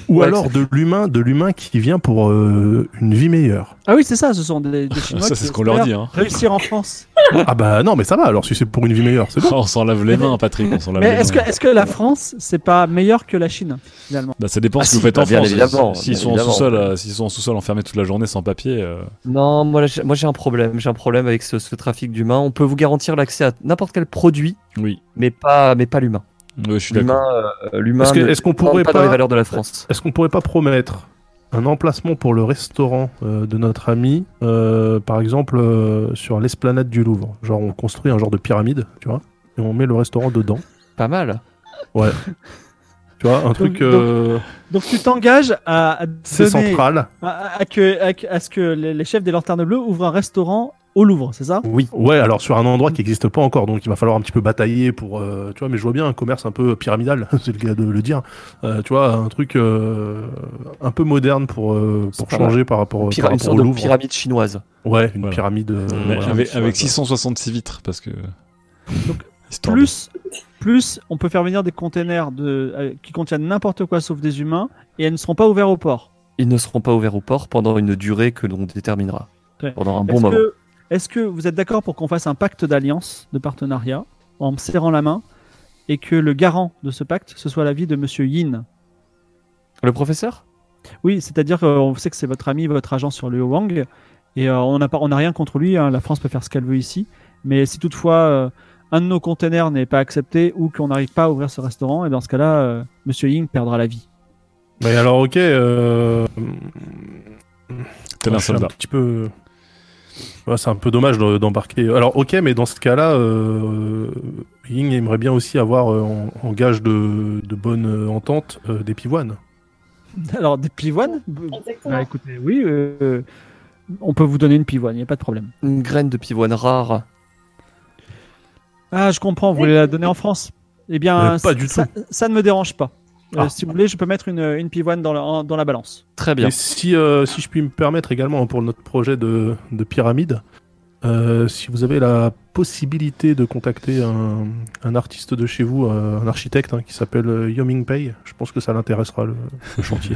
Ou
Ouais,
alors de l'humain, de l'humain qui vient pour euh, une vie meilleure.
ah oui, c'est ça. Ce sont des, des Chinois
Ça,
qui
c'est ce qu'on leur
espèrent
dit. Hein.
Réussir en France.
ah bah non mais ça va. Alors si c'est pour une vie meilleure, c'est bon.
on s'en lave les mains, Patrick. On s'en lave
Mais
les
est-ce que,
mains.
est que la France, c'est pas meilleur que la Chine, finalement
Bah, ça dépend
Ah
ce que vous
si,
faites
bah,
en
bien
France.
évidemment,
S'ils
bien
sont, en
évidemment.
sous-sol, euh, s'ils sont en sous-sol enfermés toute la journée sans papier, euh,
non, moi, là, j'ai- moi j'ai un problème. J'ai un problème avec ce, ce trafic d'humains. On peut vous garantir l'accès à n'importe quel produit,
oui,
mais pas, mais pas l'humain.
Ouais, je suis d'accord.
L'humain, euh, l'humain.
Est-ce que-
ne
est-ce qu'on
rentre
pourrait
dans les
pas-
valeurs de la France
Est-ce qu'on pourrait pas promettre un emplacement pour le restaurant euh, de notre ami, euh, par exemple euh, sur l'esplanade du Louvre Genre on construit un genre de pyramide, tu vois, et on met le restaurant dedans.
Pas mal.
Tu vois, un truc euh,
Donc tu t'engages à, à
c'est
donner-
central.
à, à que, à, que- à ce que les, les chefs des Lanternes Bleues ouvrent un restaurant au Louvre, c'est ça
Oui.
Ouais, alors sur un endroit qui n'existe pas encore, donc il va falloir un petit peu batailler pour, euh, tu vois. Mais je vois bien un commerce un peu pyramidal, c'est le cas de le dire. Euh, tu vois, un truc euh, un peu moderne pour, euh,
C'est
pour
pas
changer par rapport,
Pyra-
par
une
rapport
sorte
au
de
Louvre.
pyramide chinoise.
Ouais, une
Voilà.
pyramide. euh,
Mais
voilà,
avec,
tu vois,
avec
ça.
666 vitres, parce que. Histoire de-
plus, plus, on peut faire venir des containers de, euh, qui contiennent n'importe quoi sauf des humains, et elles ne seront pas ouvertes au port.
Ils ne seront pas ouverts au port pendant une durée que l'on déterminera.
Ouais.
Pendant un bon
Est-ce
moment.
que, est-ce que vous êtes d'accord pour qu'on fasse un pacte d'alliance, de partenariat, en me serrant la main, et que le garant de ce pacte, ce soit la vie de Monsieur Yin
Le professeur
Oui, c'est-à-dire qu'on sait que c'est votre ami, votre agent sur le Wang, et euh, on n'a pas- on n'a rien contre lui, hein, la France peut faire ce qu'elle veut ici, mais si toutefois euh, un de nos containers n'est pas accepté ou qu'on n'arrive pas à ouvrir ce restaurant, et dans ce cas-là, euh, Monsieur Ying perdra la vie.
Mais alors, ok. Euh...
Tel un
je suis
soldat.
petit peu. Ouais, c'est un peu dommage de- d'embarquer. Alors, ok, mais dans ce cas-là, euh, Ying aimerait bien aussi avoir euh, en, en gage de, de bonne euh, entente euh, des pivoines.
Alors, des pivoines Bah,
Exactement.
écoutez, oui, euh, on peut vous donner une pivoine, il n'y a pas de problème.
Une graine de pivoine rare.
Ah, je comprends, vous voulez la donner en France Eh bien,
Euh, pas du
ça, ça ne me dérange pas. Euh,
Ah.
si vous voulez, je peux mettre une, une pivoine dans la, en- dans la balance.
Très bien.
Et si, euh, si je puis me permettre également hein, pour notre projet de, de pyramide, euh, si vous avez la possibilité de contacter un, un artiste de chez vous, euh, un architecte hein, qui s'appelle euh, Yoming Pei, je pense que ça l'intéressera le, le chantier.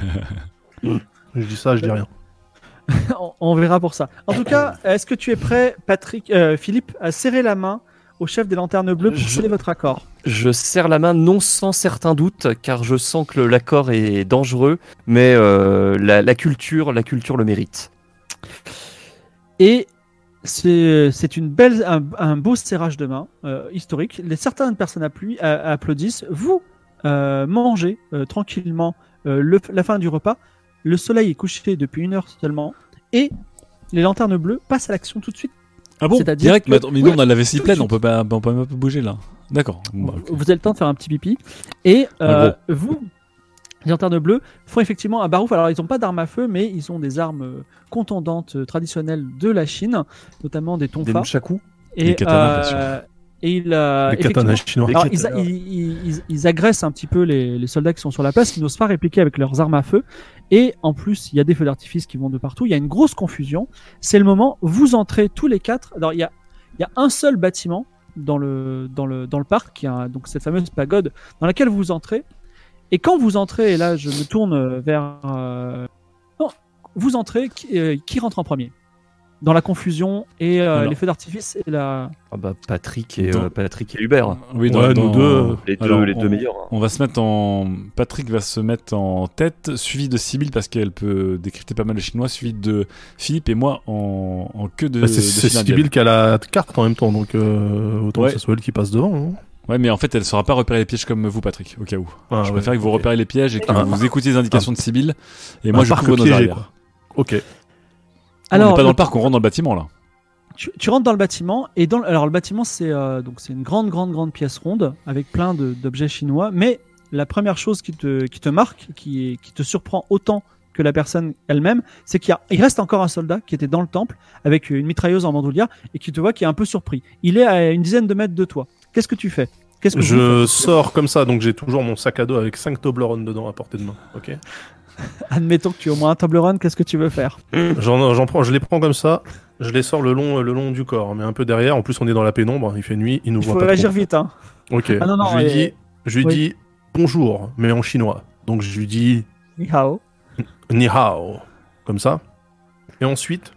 je dis ça, je dis rien.
on, on verra pour ça. En tout cas, est-ce que tu es prêt, Patrick, euh, Philippe, à serrer la main au chef des lanternes bleues pour
Je-
sceller votre accord
Je serre la main non sans certain doute, car je sens que le- l'accord est dangereux, mais euh, la, la culture, la culture le mérite.
Et c'est euh, c'est une belle, un, un beau serrage de main euh, historique. Les, certaines personnes applu- a- applaudissent. Vous euh, mangez euh, tranquillement euh, le- la fin du repas. Le soleil est couché depuis une heure seulement. Et les lanternes bleues passent à l'action tout de suite.
Ah bon
C'est-à-dire
Direct
que-
Mais, attends, mais nous,
Oui,
on a la vessie
tout de
pleine, on
suite.
peut pas, on peut même pas bouger là. D'accord. Bon, bah, ok.
Vous avez le temps de faire un petit pipi. Et euh,
En gros.
vous, les lanternes bleues, font effectivement un barouf. Alors, ils n'ont pas d'armes à feu, mais ils ont des armes euh, contendantes euh, traditionnelles de la Chine, notamment des
Des
tonfa.
nunchakus
Et,
Des katanas, bien
euh, et ils, euh,
Les
effectivement-
katanas chinois.
alors, ils, ils- ils- ils- ils agressent un petit peu les, les soldats qui sont sur la place, qui n'osent pas répliquer avec leurs armes à feu. Et en plus, il y a des feux d'artifice qui vont de partout. Il y a une grosse confusion. C'est le moment. Vous entrez tous les quatre. Alors, il y a, il y a un seul bâtiment dans le, dans le, dans le parc, qui a donc cette fameuse pagode dans laquelle vous entrez. Et quand vous entrez, et là, je me tourne vers. euh, Non, vous entrez. Qui, euh, qui rentre en premier Dans la confusion et euh,
Alors.
les feux d'artifice et la.
Ah bah Patrick et,
Dans-
euh, Patrick et Hubert.
Oui,
Ouais, nous deux, euh,
Les deux,
alors,
les deux
on-
meilleurs. hein.
On va se mettre en. Patrick va se mettre en tête, suivi de Sibyl parce qu'elle peut décrypter pas mal le chinois, suivi de Philippe et moi en, en queue de.
Bah, c'est
de
c'est
file
Sibyl
indienne.
qui a la carte en même temps, donc euh, autant
Ouais.
que ce soit elle qui passe devant. hein.
Ouais, mais en fait, elle saura pas repérer les pièges comme vous, Patrick, au cas où.
Ah,
je
ouais,
préfère que vous
ok.
repériez les pièges et que
Ah.
Un-
vous écoutiez les indications de Sibyl. Et moi,
Un
je
parc
couvre nos
piégé,
arrières.
quoi.
on
Ok.
n'est pas dans
le-
le parc, on rentre dans le bâtiment là.
tu, tu rentres dans le bâtiment et dans le- alors le bâtiment c'est euh, donc c'est une grande grande grande pièce ronde avec plein de- d'objets chinois mais la première chose qui te, qui te marque qui, est- qui te surprend autant que la personne elle-même c'est qu'il y a- il reste encore un soldat qui était dans le temple avec une mitrailleuse en bandoulière et qui te voit qui est un peu surpris il est à une dizaine de mètres de toi qu'est-ce que tu fais qu'est-ce que vous
Je sors comme ça, donc j'ai toujours mon sac à dos avec 5 Toblerones dedans à portée de main. Ok.
faites admettons que tu aies au moins un Toblerone qu'est-ce que tu veux faire
J'en j'en prends, je les prends comme ça, je les sors le long, euh, le long du corps, hein. mais un peu derrière. En plus, on est dans la pénombre, hein. il fait nuit, il nous
il
voit
faut
pas.
réagir
trop.
vite hein.
Ok.
Ah non, non,
je lui
et-
dis, je lui
oui.
dis bonjour, mais en chinois. Donc je lui dis
Ni hao.
ni hao, comme ça. Et ensuite,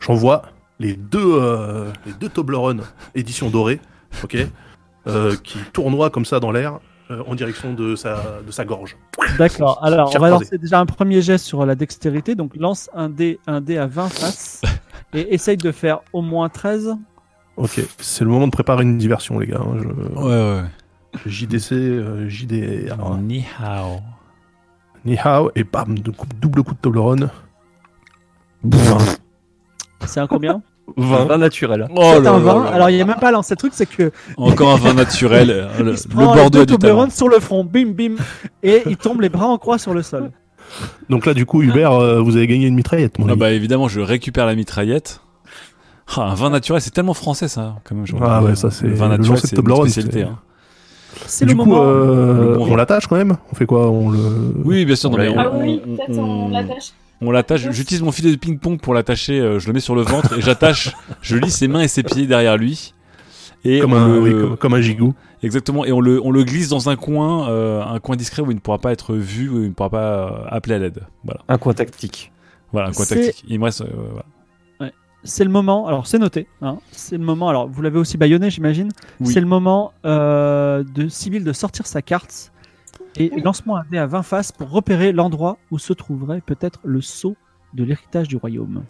j'envoie les deux, euh, les deux Toblerones édition dorée, ok, euh, qui tournoient comme ça dans l'air euh, en direction de sa, de sa gorge.
D'accord. Alors, on
Pierre
va
Croisé.
lancer déjà un premier geste sur la dextérité. Donc, lance un dé, un dé à 20 faces et essaye de faire au moins 13.
Ok, c'est le moment de préparer une diversion, les gars. hein, je-
ouais.
JDC, euh, JD.
Oh,
alors,
Ni hao.
Ni hao, et bam, de coup- double coup de Toblerone.
C'est un combien
Un vin naturel.
Oh
C'est un 20. Alors, il n'y a même pas lancé truc, c'est que
Encore un vin naturel. euh, Le,
il se
le
prend
Bordeaux
le
a du talent.
Toblerone sur le front, bim bim, et il tombe les bras en croix sur le sol.
Donc là, du coup, Hubert,
Ah.
euh, vous avez gagné une mitraillette, mon
Ah
ami.
bah évidemment, je récupère la mitraillette. Ah, un vin naturel, c'est tellement français ça, quand même. je
Ah
crois.
ouais, ça, c'est-
Le vin
le
naturel,
lancer de
c'est une
Toblerone,
spécialité.
c'est-
hein.
C'est
du
le
coup,
moment.
euh,
Le bon
on
vin.
l'attache quand même On fait quoi On le.
Oui, bien sûr.
On
non, mais on,
l'a-
Ah oui,
on-
peut-être
on-
on l'attache.
on l'attache. J'utilise mon filet de ping-pong pour l'attacher. euh, Je le mets sur le ventre et j'attache. je lis ses mains et ses pieds derrière lui. Et
Comme
on
un,
le-
oui, comme, comme un gigot.
Exactement, et on le, on le glisse dans un coin, euh, un coin discret où il ne pourra pas être vu, où il ne pourra pas euh, appeler à l'aide. Voilà,
Un coin tactique.
voilà un coin
C'est-
tactique. Il me reste. euh, voilà.
C'est le moment. Alors, c'est noté. hein. C'est le moment. Alors, vous l'avez aussi baïonné, j'imagine.
Oui.
C'est le moment euh, de Sibyl de sortir sa carte et lance-moi un dé à 20 faces pour repérer l'endroit où se trouverait peut-être le sceau de l'héritage du royaume.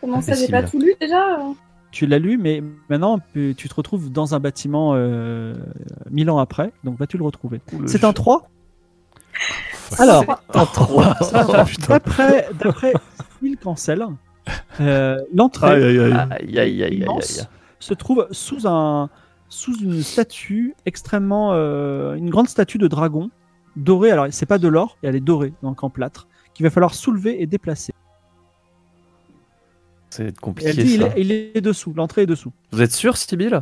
Comment ça, j'ai
Imbécile.
pas tout lu déjà euh
Tu l'as lu, mais maintenant tu tu te retrouves dans un bâtiment euh, mille ans après, donc vas-tu le retrouver
Euh,
C'est un 3 Alors,
un 3. Ah, putain.
d'après d'après Phil Cancel, euh, l'entrée
Aïe, aïe,
Ah.
aïe.
Aïe, aïe, aïe, aïe, aïe,
immense
aïe.
se trouve sous un sous une statue extrêmement euh, une grande statue de dragon dorée alors c'est pas de l'or elle est dorée donc en plâtre qu'il va falloir soulever et déplacer
Ça
Et
va être
elle
compliqué,
dit il
ça.
est, il est dessous l'entrée est dessous
Vous êtes sûr, Sibyl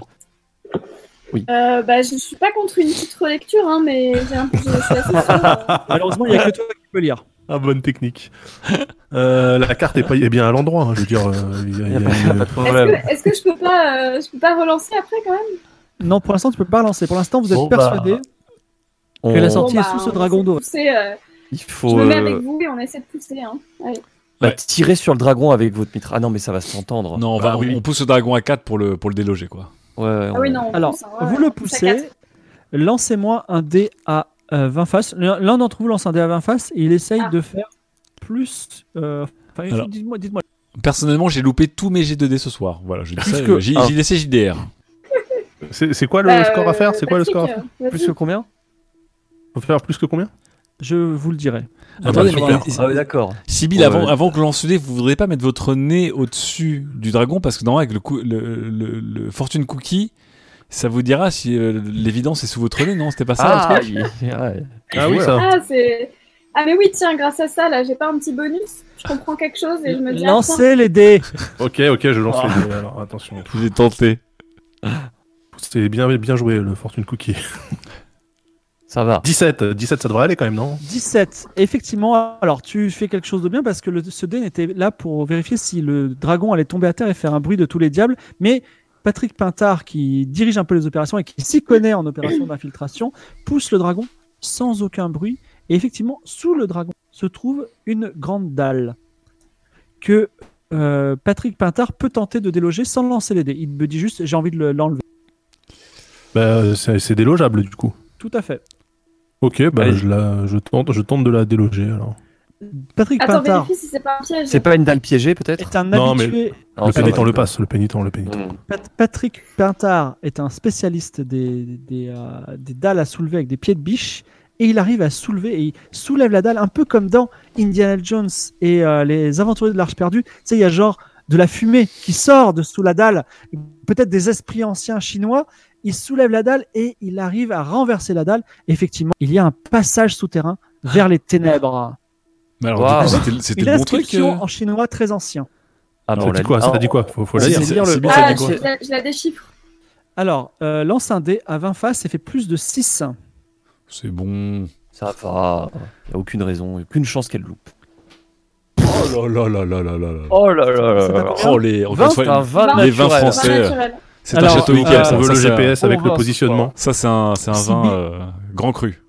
Euh, bah, je suis pas contre une petite relecture, hein, mais j'ai un peu. Je suis assez sûre, euh.
malheureusement il y a que toi qui peux lire
Ah, bonne technique. Euh, la carte est, pas, est bien à l'endroit, hein, je veux dire. euh, il y a- il y a- il y a-
Est-ce que, est-ce que je peux pas, euh, je peux pas relancer après quand même
non pour l'instant tu peux pas relancer pour l'instant vous êtes
Bon, bah,
persuadé que la
On-
sortie
Bon,
est
bah,
sous ce
on
dragon
essaie de
doré
pousser, euh,
Il
Je
faut
me mets
euh,
avec vous et on essaie de pousser. Hein. Allez.
bah,
Ouais.
tirer sur le dragon avec votre mitre. Ah non, mais ça va s'entendre.
Non, on,
Bah
va,
oui.
on pousse le dragon à 4 pour le, pour le déloger, quoi.
Ouais, ouais,
Ah
on-
oui, non. on
Alors,
pousse, hein, ouais,
vous
ouais,
le
on pousse à quatre.
poussez, lancez-moi un dé à euh, 20 faces. L'un l'un d'entre vous lance un dé à 20 faces et il essaye
Ah.
de faire plus. euh, enfin,
Alors.
dites-moi, dites-moi.
Personnellement, j'ai loupé tous mes G2D ce soir. Voilà, je dis ça.
Plus que
J'ai
un.
j'ai laissé JDR.
C'est c'est quoi le
Bah,
score à faire C'est quoi le
Patrick,
score à faire
euh,
Plus que combien
Faut faire plus que combien
Je vous le dirai.
Ah
Attendez,
bah,
mais-
super.
Ah oui, d'accord.
Sibyl,
Ouais.
avant, avant que l'on se lève, vous voudriez pas mettre votre nez au-dessus du dragon parce que normalement avec le, cou- le, le- le fortune cookie, ça vous dira si euh, l'évidence est sous votre nez. Non, c'était pas ça.
Ah, il- ouais.
Ah oui, ça.
Ah, c'est. Ah, mais oui, tiens, grâce à ça, là, j'ai pas un petit bonus. Je comprends quelque chose et je me dis. ah, tiens,
Lancez les dés.
Ok, ok, je lance les deux. Alors, attention.
J'ai tenté.
C'était bien, bien joué, le Fortune Cookie.
Ça va.
17, euh, 17, ça devrait aller quand même, non
17. Effectivement, alors tu fais quelque chose de bien parce que le- ce dé n'était là pour vérifier si le dragon allait tomber à terre et faire un bruit de tous les diables. Mais Patrick Pintard, qui dirige un peu les opérations et qui s'y connaît en opération d'infiltration, pousse le dragon sans aucun bruit. Et effectivement, sous le dragon se trouve une grande dalle que euh, Patrick Pintard peut tenter de déloger sans lancer les dés. Il me dit juste j'ai envie de le- l'enlever.
Bah, euh, c'est c'est délogeable du coup.
Tout à fait.
Ok, bah,
Allez.
je, la, je, tente, je tente de la déloger alors.
Patrick
Attends,
Pintard
vérifie si c'est pas un piège.
C'est pas une dalle piégée, peut-être
est un
Non, mais-
habitué
Non,
le
ça
pénitent
va.
le passe, le pénitent le pénitent.
Mm.
Pat- Patrick Pintard est un spécialiste des, des, euh, des dalles à soulever avec des pieds de biche. Et il arrive à soulever et il soulève la dalle un peu comme dans Indiana Jones et euh, les aventuriers de l'Arche perdue. Tu sais, il y a genre de la fumée qui sort de sous la dalle, peut-être des esprits anciens chinois. Il soulève la dalle et il arrive à renverser la dalle. Effectivement, il y a un passage souterrain vers les ténèbres.
Mais alors,
Waouh.
du coup, c'était- c'était
Une
le bon truc.
inscription
euh
en chinois très ancien.
Ah,
ça dit quoi Ça dit quoi Faut, faut la
C'est-
lire.
c'est-
lire le-
c'est bien, ça
Ah,
dit
je,
quoi
la, je la déchiffre.
Alors, euh, lance un dé à 20 faces et fait plus de 6.
C'est bon.
Ça va. Y a aucune raison, y a aucune chance qu'elle loupe.
Oh là là là là là là.
Oh là là
Ça t'a combien
Oh les, encore
20,
une
c'est un
fois,
20
les 20
naturel.
français. C'est-
Pas naturel.
c'est un
Alors,
château
euh,
nickel. ça,
on veut
ça,
le
ça-
GPS avec
on va
le positionnement.
Ça, c'est un, c'est un
Si
vin
bien-
euh, grand cru.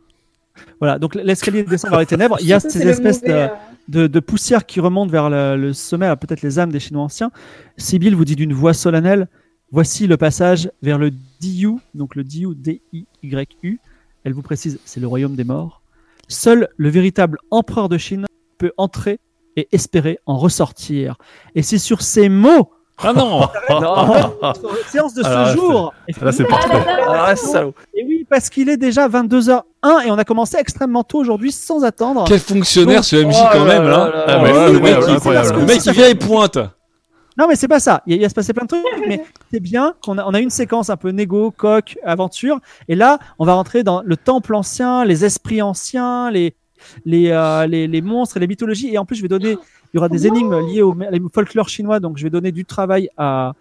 Voilà, donc l'escalier descend vers les ténèbres. Il y a
Ça,
ces
c'est le
espèces
mauvais,
de,
euh,
de, de poussière qui remontent vers le, le sommet, à peut-être les âmes des Chinois anciens. Sibyl vous dit d'une voix solennelle Voici le passage vers le Diyu, donc le Diyu, D-I-Y-U. Elle vous précise c'est le royaume des morts. Seul le véritable empereur de Chine peut entrer et espérer en ressortir. Et c'est sur ces mots
Ah non
notre séance de ce
Ah, là,
jour.
Là, c'est
Ah, là,
parfait.
là, là, là.
Ah, salaud.
Et oui, parce qu'il est déjà 22h01 et on a commencé extrêmement tôt aujourd'hui sans attendre.
Quel fonctionnaire ce MJ
Oh
quand
là
même
là
là.
là
Ah, mais
Oh,
c'est
le mec,
incroyable,
il-
incroyable.
Le mec il vient et pointe.
Non, mais c'est pas ça. Il y a- il va se passer plein de trucs, mais c'est bien qu'on a, on a une séquence un peu négo, coq, aventure. Et là, on va rentrer dans le temple ancien, les esprits anciens, les, les, euh, les, les monstres et les mythologies. Et en plus, je vais donner, il y aura des énigmes liées au mé- au folklore chinois. Donc, je vais donner du travail à,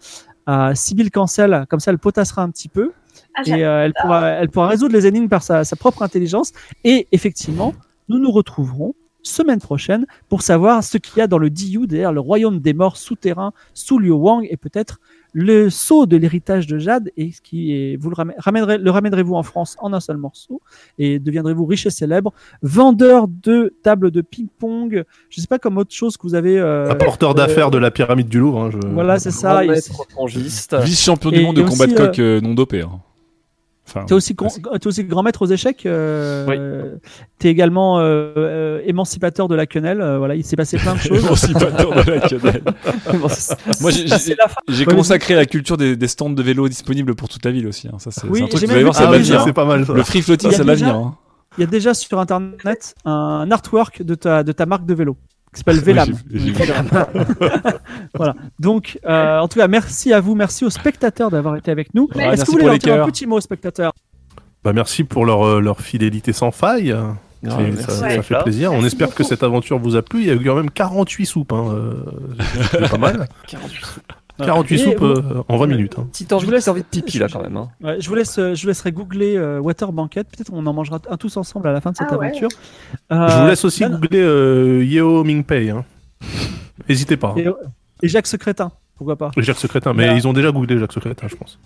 à Sybille Euh, Cancel. Comme ça, elle potassera un petit peu.
Ah, j'ai-
Et euh, elle, pourra, elle pourra résoudre les énigmes par sa, sa propre intelligence. Et effectivement, nous nous retrouverons semaine prochaine pour savoir ce qu'il y a dans le Diyu, derrière le royaume des morts souterrain sous Liu Wang et peut-être le sceau de l'héritage de Jade et ce qui est, vous le ramè- ramènerez, le ramènerez-vous en France en un seul morceau et deviendrez-vous riche et célèbre, vendeur de tables de ping-pong, je sais pas comme autre chose que vous avez. euh,
Un porteur d'affaires de la pyramide du Louvre. hein, je-
voilà, c'est
Ah, Grand
ça. et-
maître orangiste.
Vice-champion du
Et-
monde
et
de combat de
aussi,
coq euh, non dopé. hein. Enfin,
T'es aussi, grand-
vas-y.
t'es aussi grand maître aux échecs. euh, T'es également euh, euh, émancipateur de la quenelle. euh, voilà, il s'est passé plein de choses.
Émancipateur de la quenelle.
Bon, c'est-
Moi, j'ai- j'ai- j'ai
Ouais,
commencé à créer la culture des, des stands de vélo disponibles pour toute la ville aussi. hein. Ça, c'est
Ah Oui,
c'est un truc
j'ai
que vous allez
même
voir,
vu
c'est
ça,
l'avenir.
déjà.
hein.
Ah c'est pas mal. ça.
Le free floating,
Il y a
c'est l'avenir.
déjà-
hein.
Il y a déjà sur internet un artwork de ta, de ta marque de vélo qui s'appelle
Oui,
Vélam.
j'ai- j'ai vu.
Voilà. Donc, euh, en tout cas, merci à vous, merci aux spectateurs d'avoir été avec nous.
Ouais,
Est-ce
merci
que vous voulez
pour
leur
les
dire un
cœurs.
petit mot aux spectateurs
Bah, merci pour leur, euh, leur fidélité sans faille.
Ah,
C'est-
merci
ça,
d'être
ça
là.
fait plaisir. On
Merci
espère que
beaucoup.
cette aventure vous a plu. Il y a eu quand même 48 soupes. Hein. euh, c'est pas mal. 48
Et
soupes
vous-
euh, en 20 minutes. hein.
Petite envie,
Je vous laisse-
petite envie de pipi là quand même. hein.
Ouais, je, vous laisse, euh, je vous laisserai googler euh, Water Banquet. Peut-être on en mangera un tous ensemble à la fin de cette
Ah ouais.
aventure.
Je
Euh,
vous laisse aussi
Dan-
googler euh, Yeo Mingpei. hein. N'hésitez pas. hein.
et, et Jacques Secrétin, pourquoi pas
Et Jacques Secrétin. Mais
Voilà.
ils ont déjà googlé Jacques Secrétin, je pense.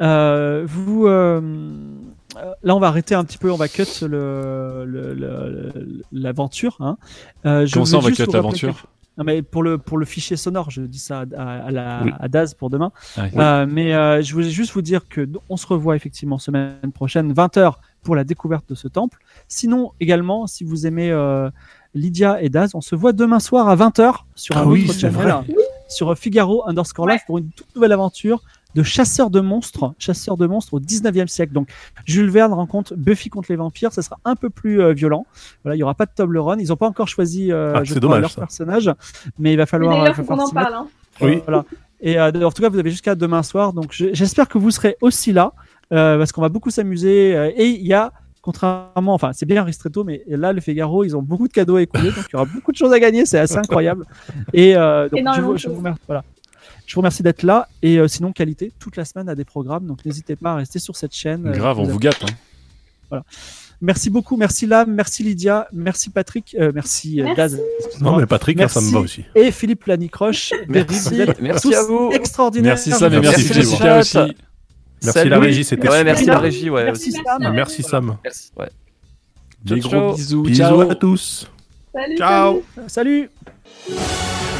Euh, vous, euh, euh, là, on va arrêter un petit peu, on va cut l'aventure. Le, le- le- l'aventure, hein. Euh, je
Comment
voulais
ça, on va
juste
cut
vous rappeler
l'aventure
quelque- Non, mais pour le, pour le fichier sonore, je dis ça à, à, à la,
Oui.
à Daz pour demain.
Ah oui.
Euh, mais euh, je voulais juste vous dire que on se revoit effectivement semaine prochaine, 20h, pour la découverte de ce temple. Sinon, également, si vous aimez euh, Lydia et Daz, on se voit demain soir à 20h sur
Ah
un
oui,
autre
c'est
channel,
vrai.
hein, sur Figaro underscore live pour une toute nouvelle aventure de chasseurs de monstres, chasseurs de monstres au 19e siècle. Donc, Jules Verne rencontre Buffy contre les vampires, ça sera un peu plus euh, violent. Voilà, il y aura pas de Toblerone, ils ont pas encore choisi euh,
Ah,
je
c'est
crois,
dommage,
leur
ça.
personnage, mais il va
Mais
falloir euh,
D'ailleurs,
va
faut qu'on
falloir
en
s'y mettre.
parle. hein.
Oui.
Voilà. Et euh, en tout cas, vous avez jusqu'à demain soir. Donc, je- j'espère que vous serez aussi là euh, parce qu'on va beaucoup s'amuser. euh, et il y a, contrairement, enfin, c'est bien Ristretto, mais là, le Figaro, ils ont beaucoup de cadeaux à écouler. donc, il y aura beaucoup de choses à gagner. C'est assez incroyable. Et euh, donc, je
Énormément
vous,
de
je vous
choses.
remercie. Voilà. Je vous remercie d'être là. Et euh, sinon, qualité, toute la semaine à des programmes. Donc, n'hésitez pas à rester sur cette chaîne. euh,
Grave, on
vous
vous gâte. hein.
Merci beaucoup. Merci Lam. Merci Lydia. Merci Patrick. euh, merci, euh,
Merci.
Daz.
Non, Ah, mais Patrick, là, ça me
Merci.
va aussi.
Et Philippe Lannicroche.
Merci, merci à vous.
Extraordinaire.
Merci Sam et
Merci
merci
beaucoup.
Jessica aussi.
Merci
Salut.
la régie, c'était
Ouais, merci la
super.
régie. Ouais,
Merci
aussi.
Sam.
Ah, Merci Sam.
Merci. ouais.
Des
Ciao.
gros bisous.
Bisous
Ciao.
à tous.
Salut,
Ciao.
salut.
Salut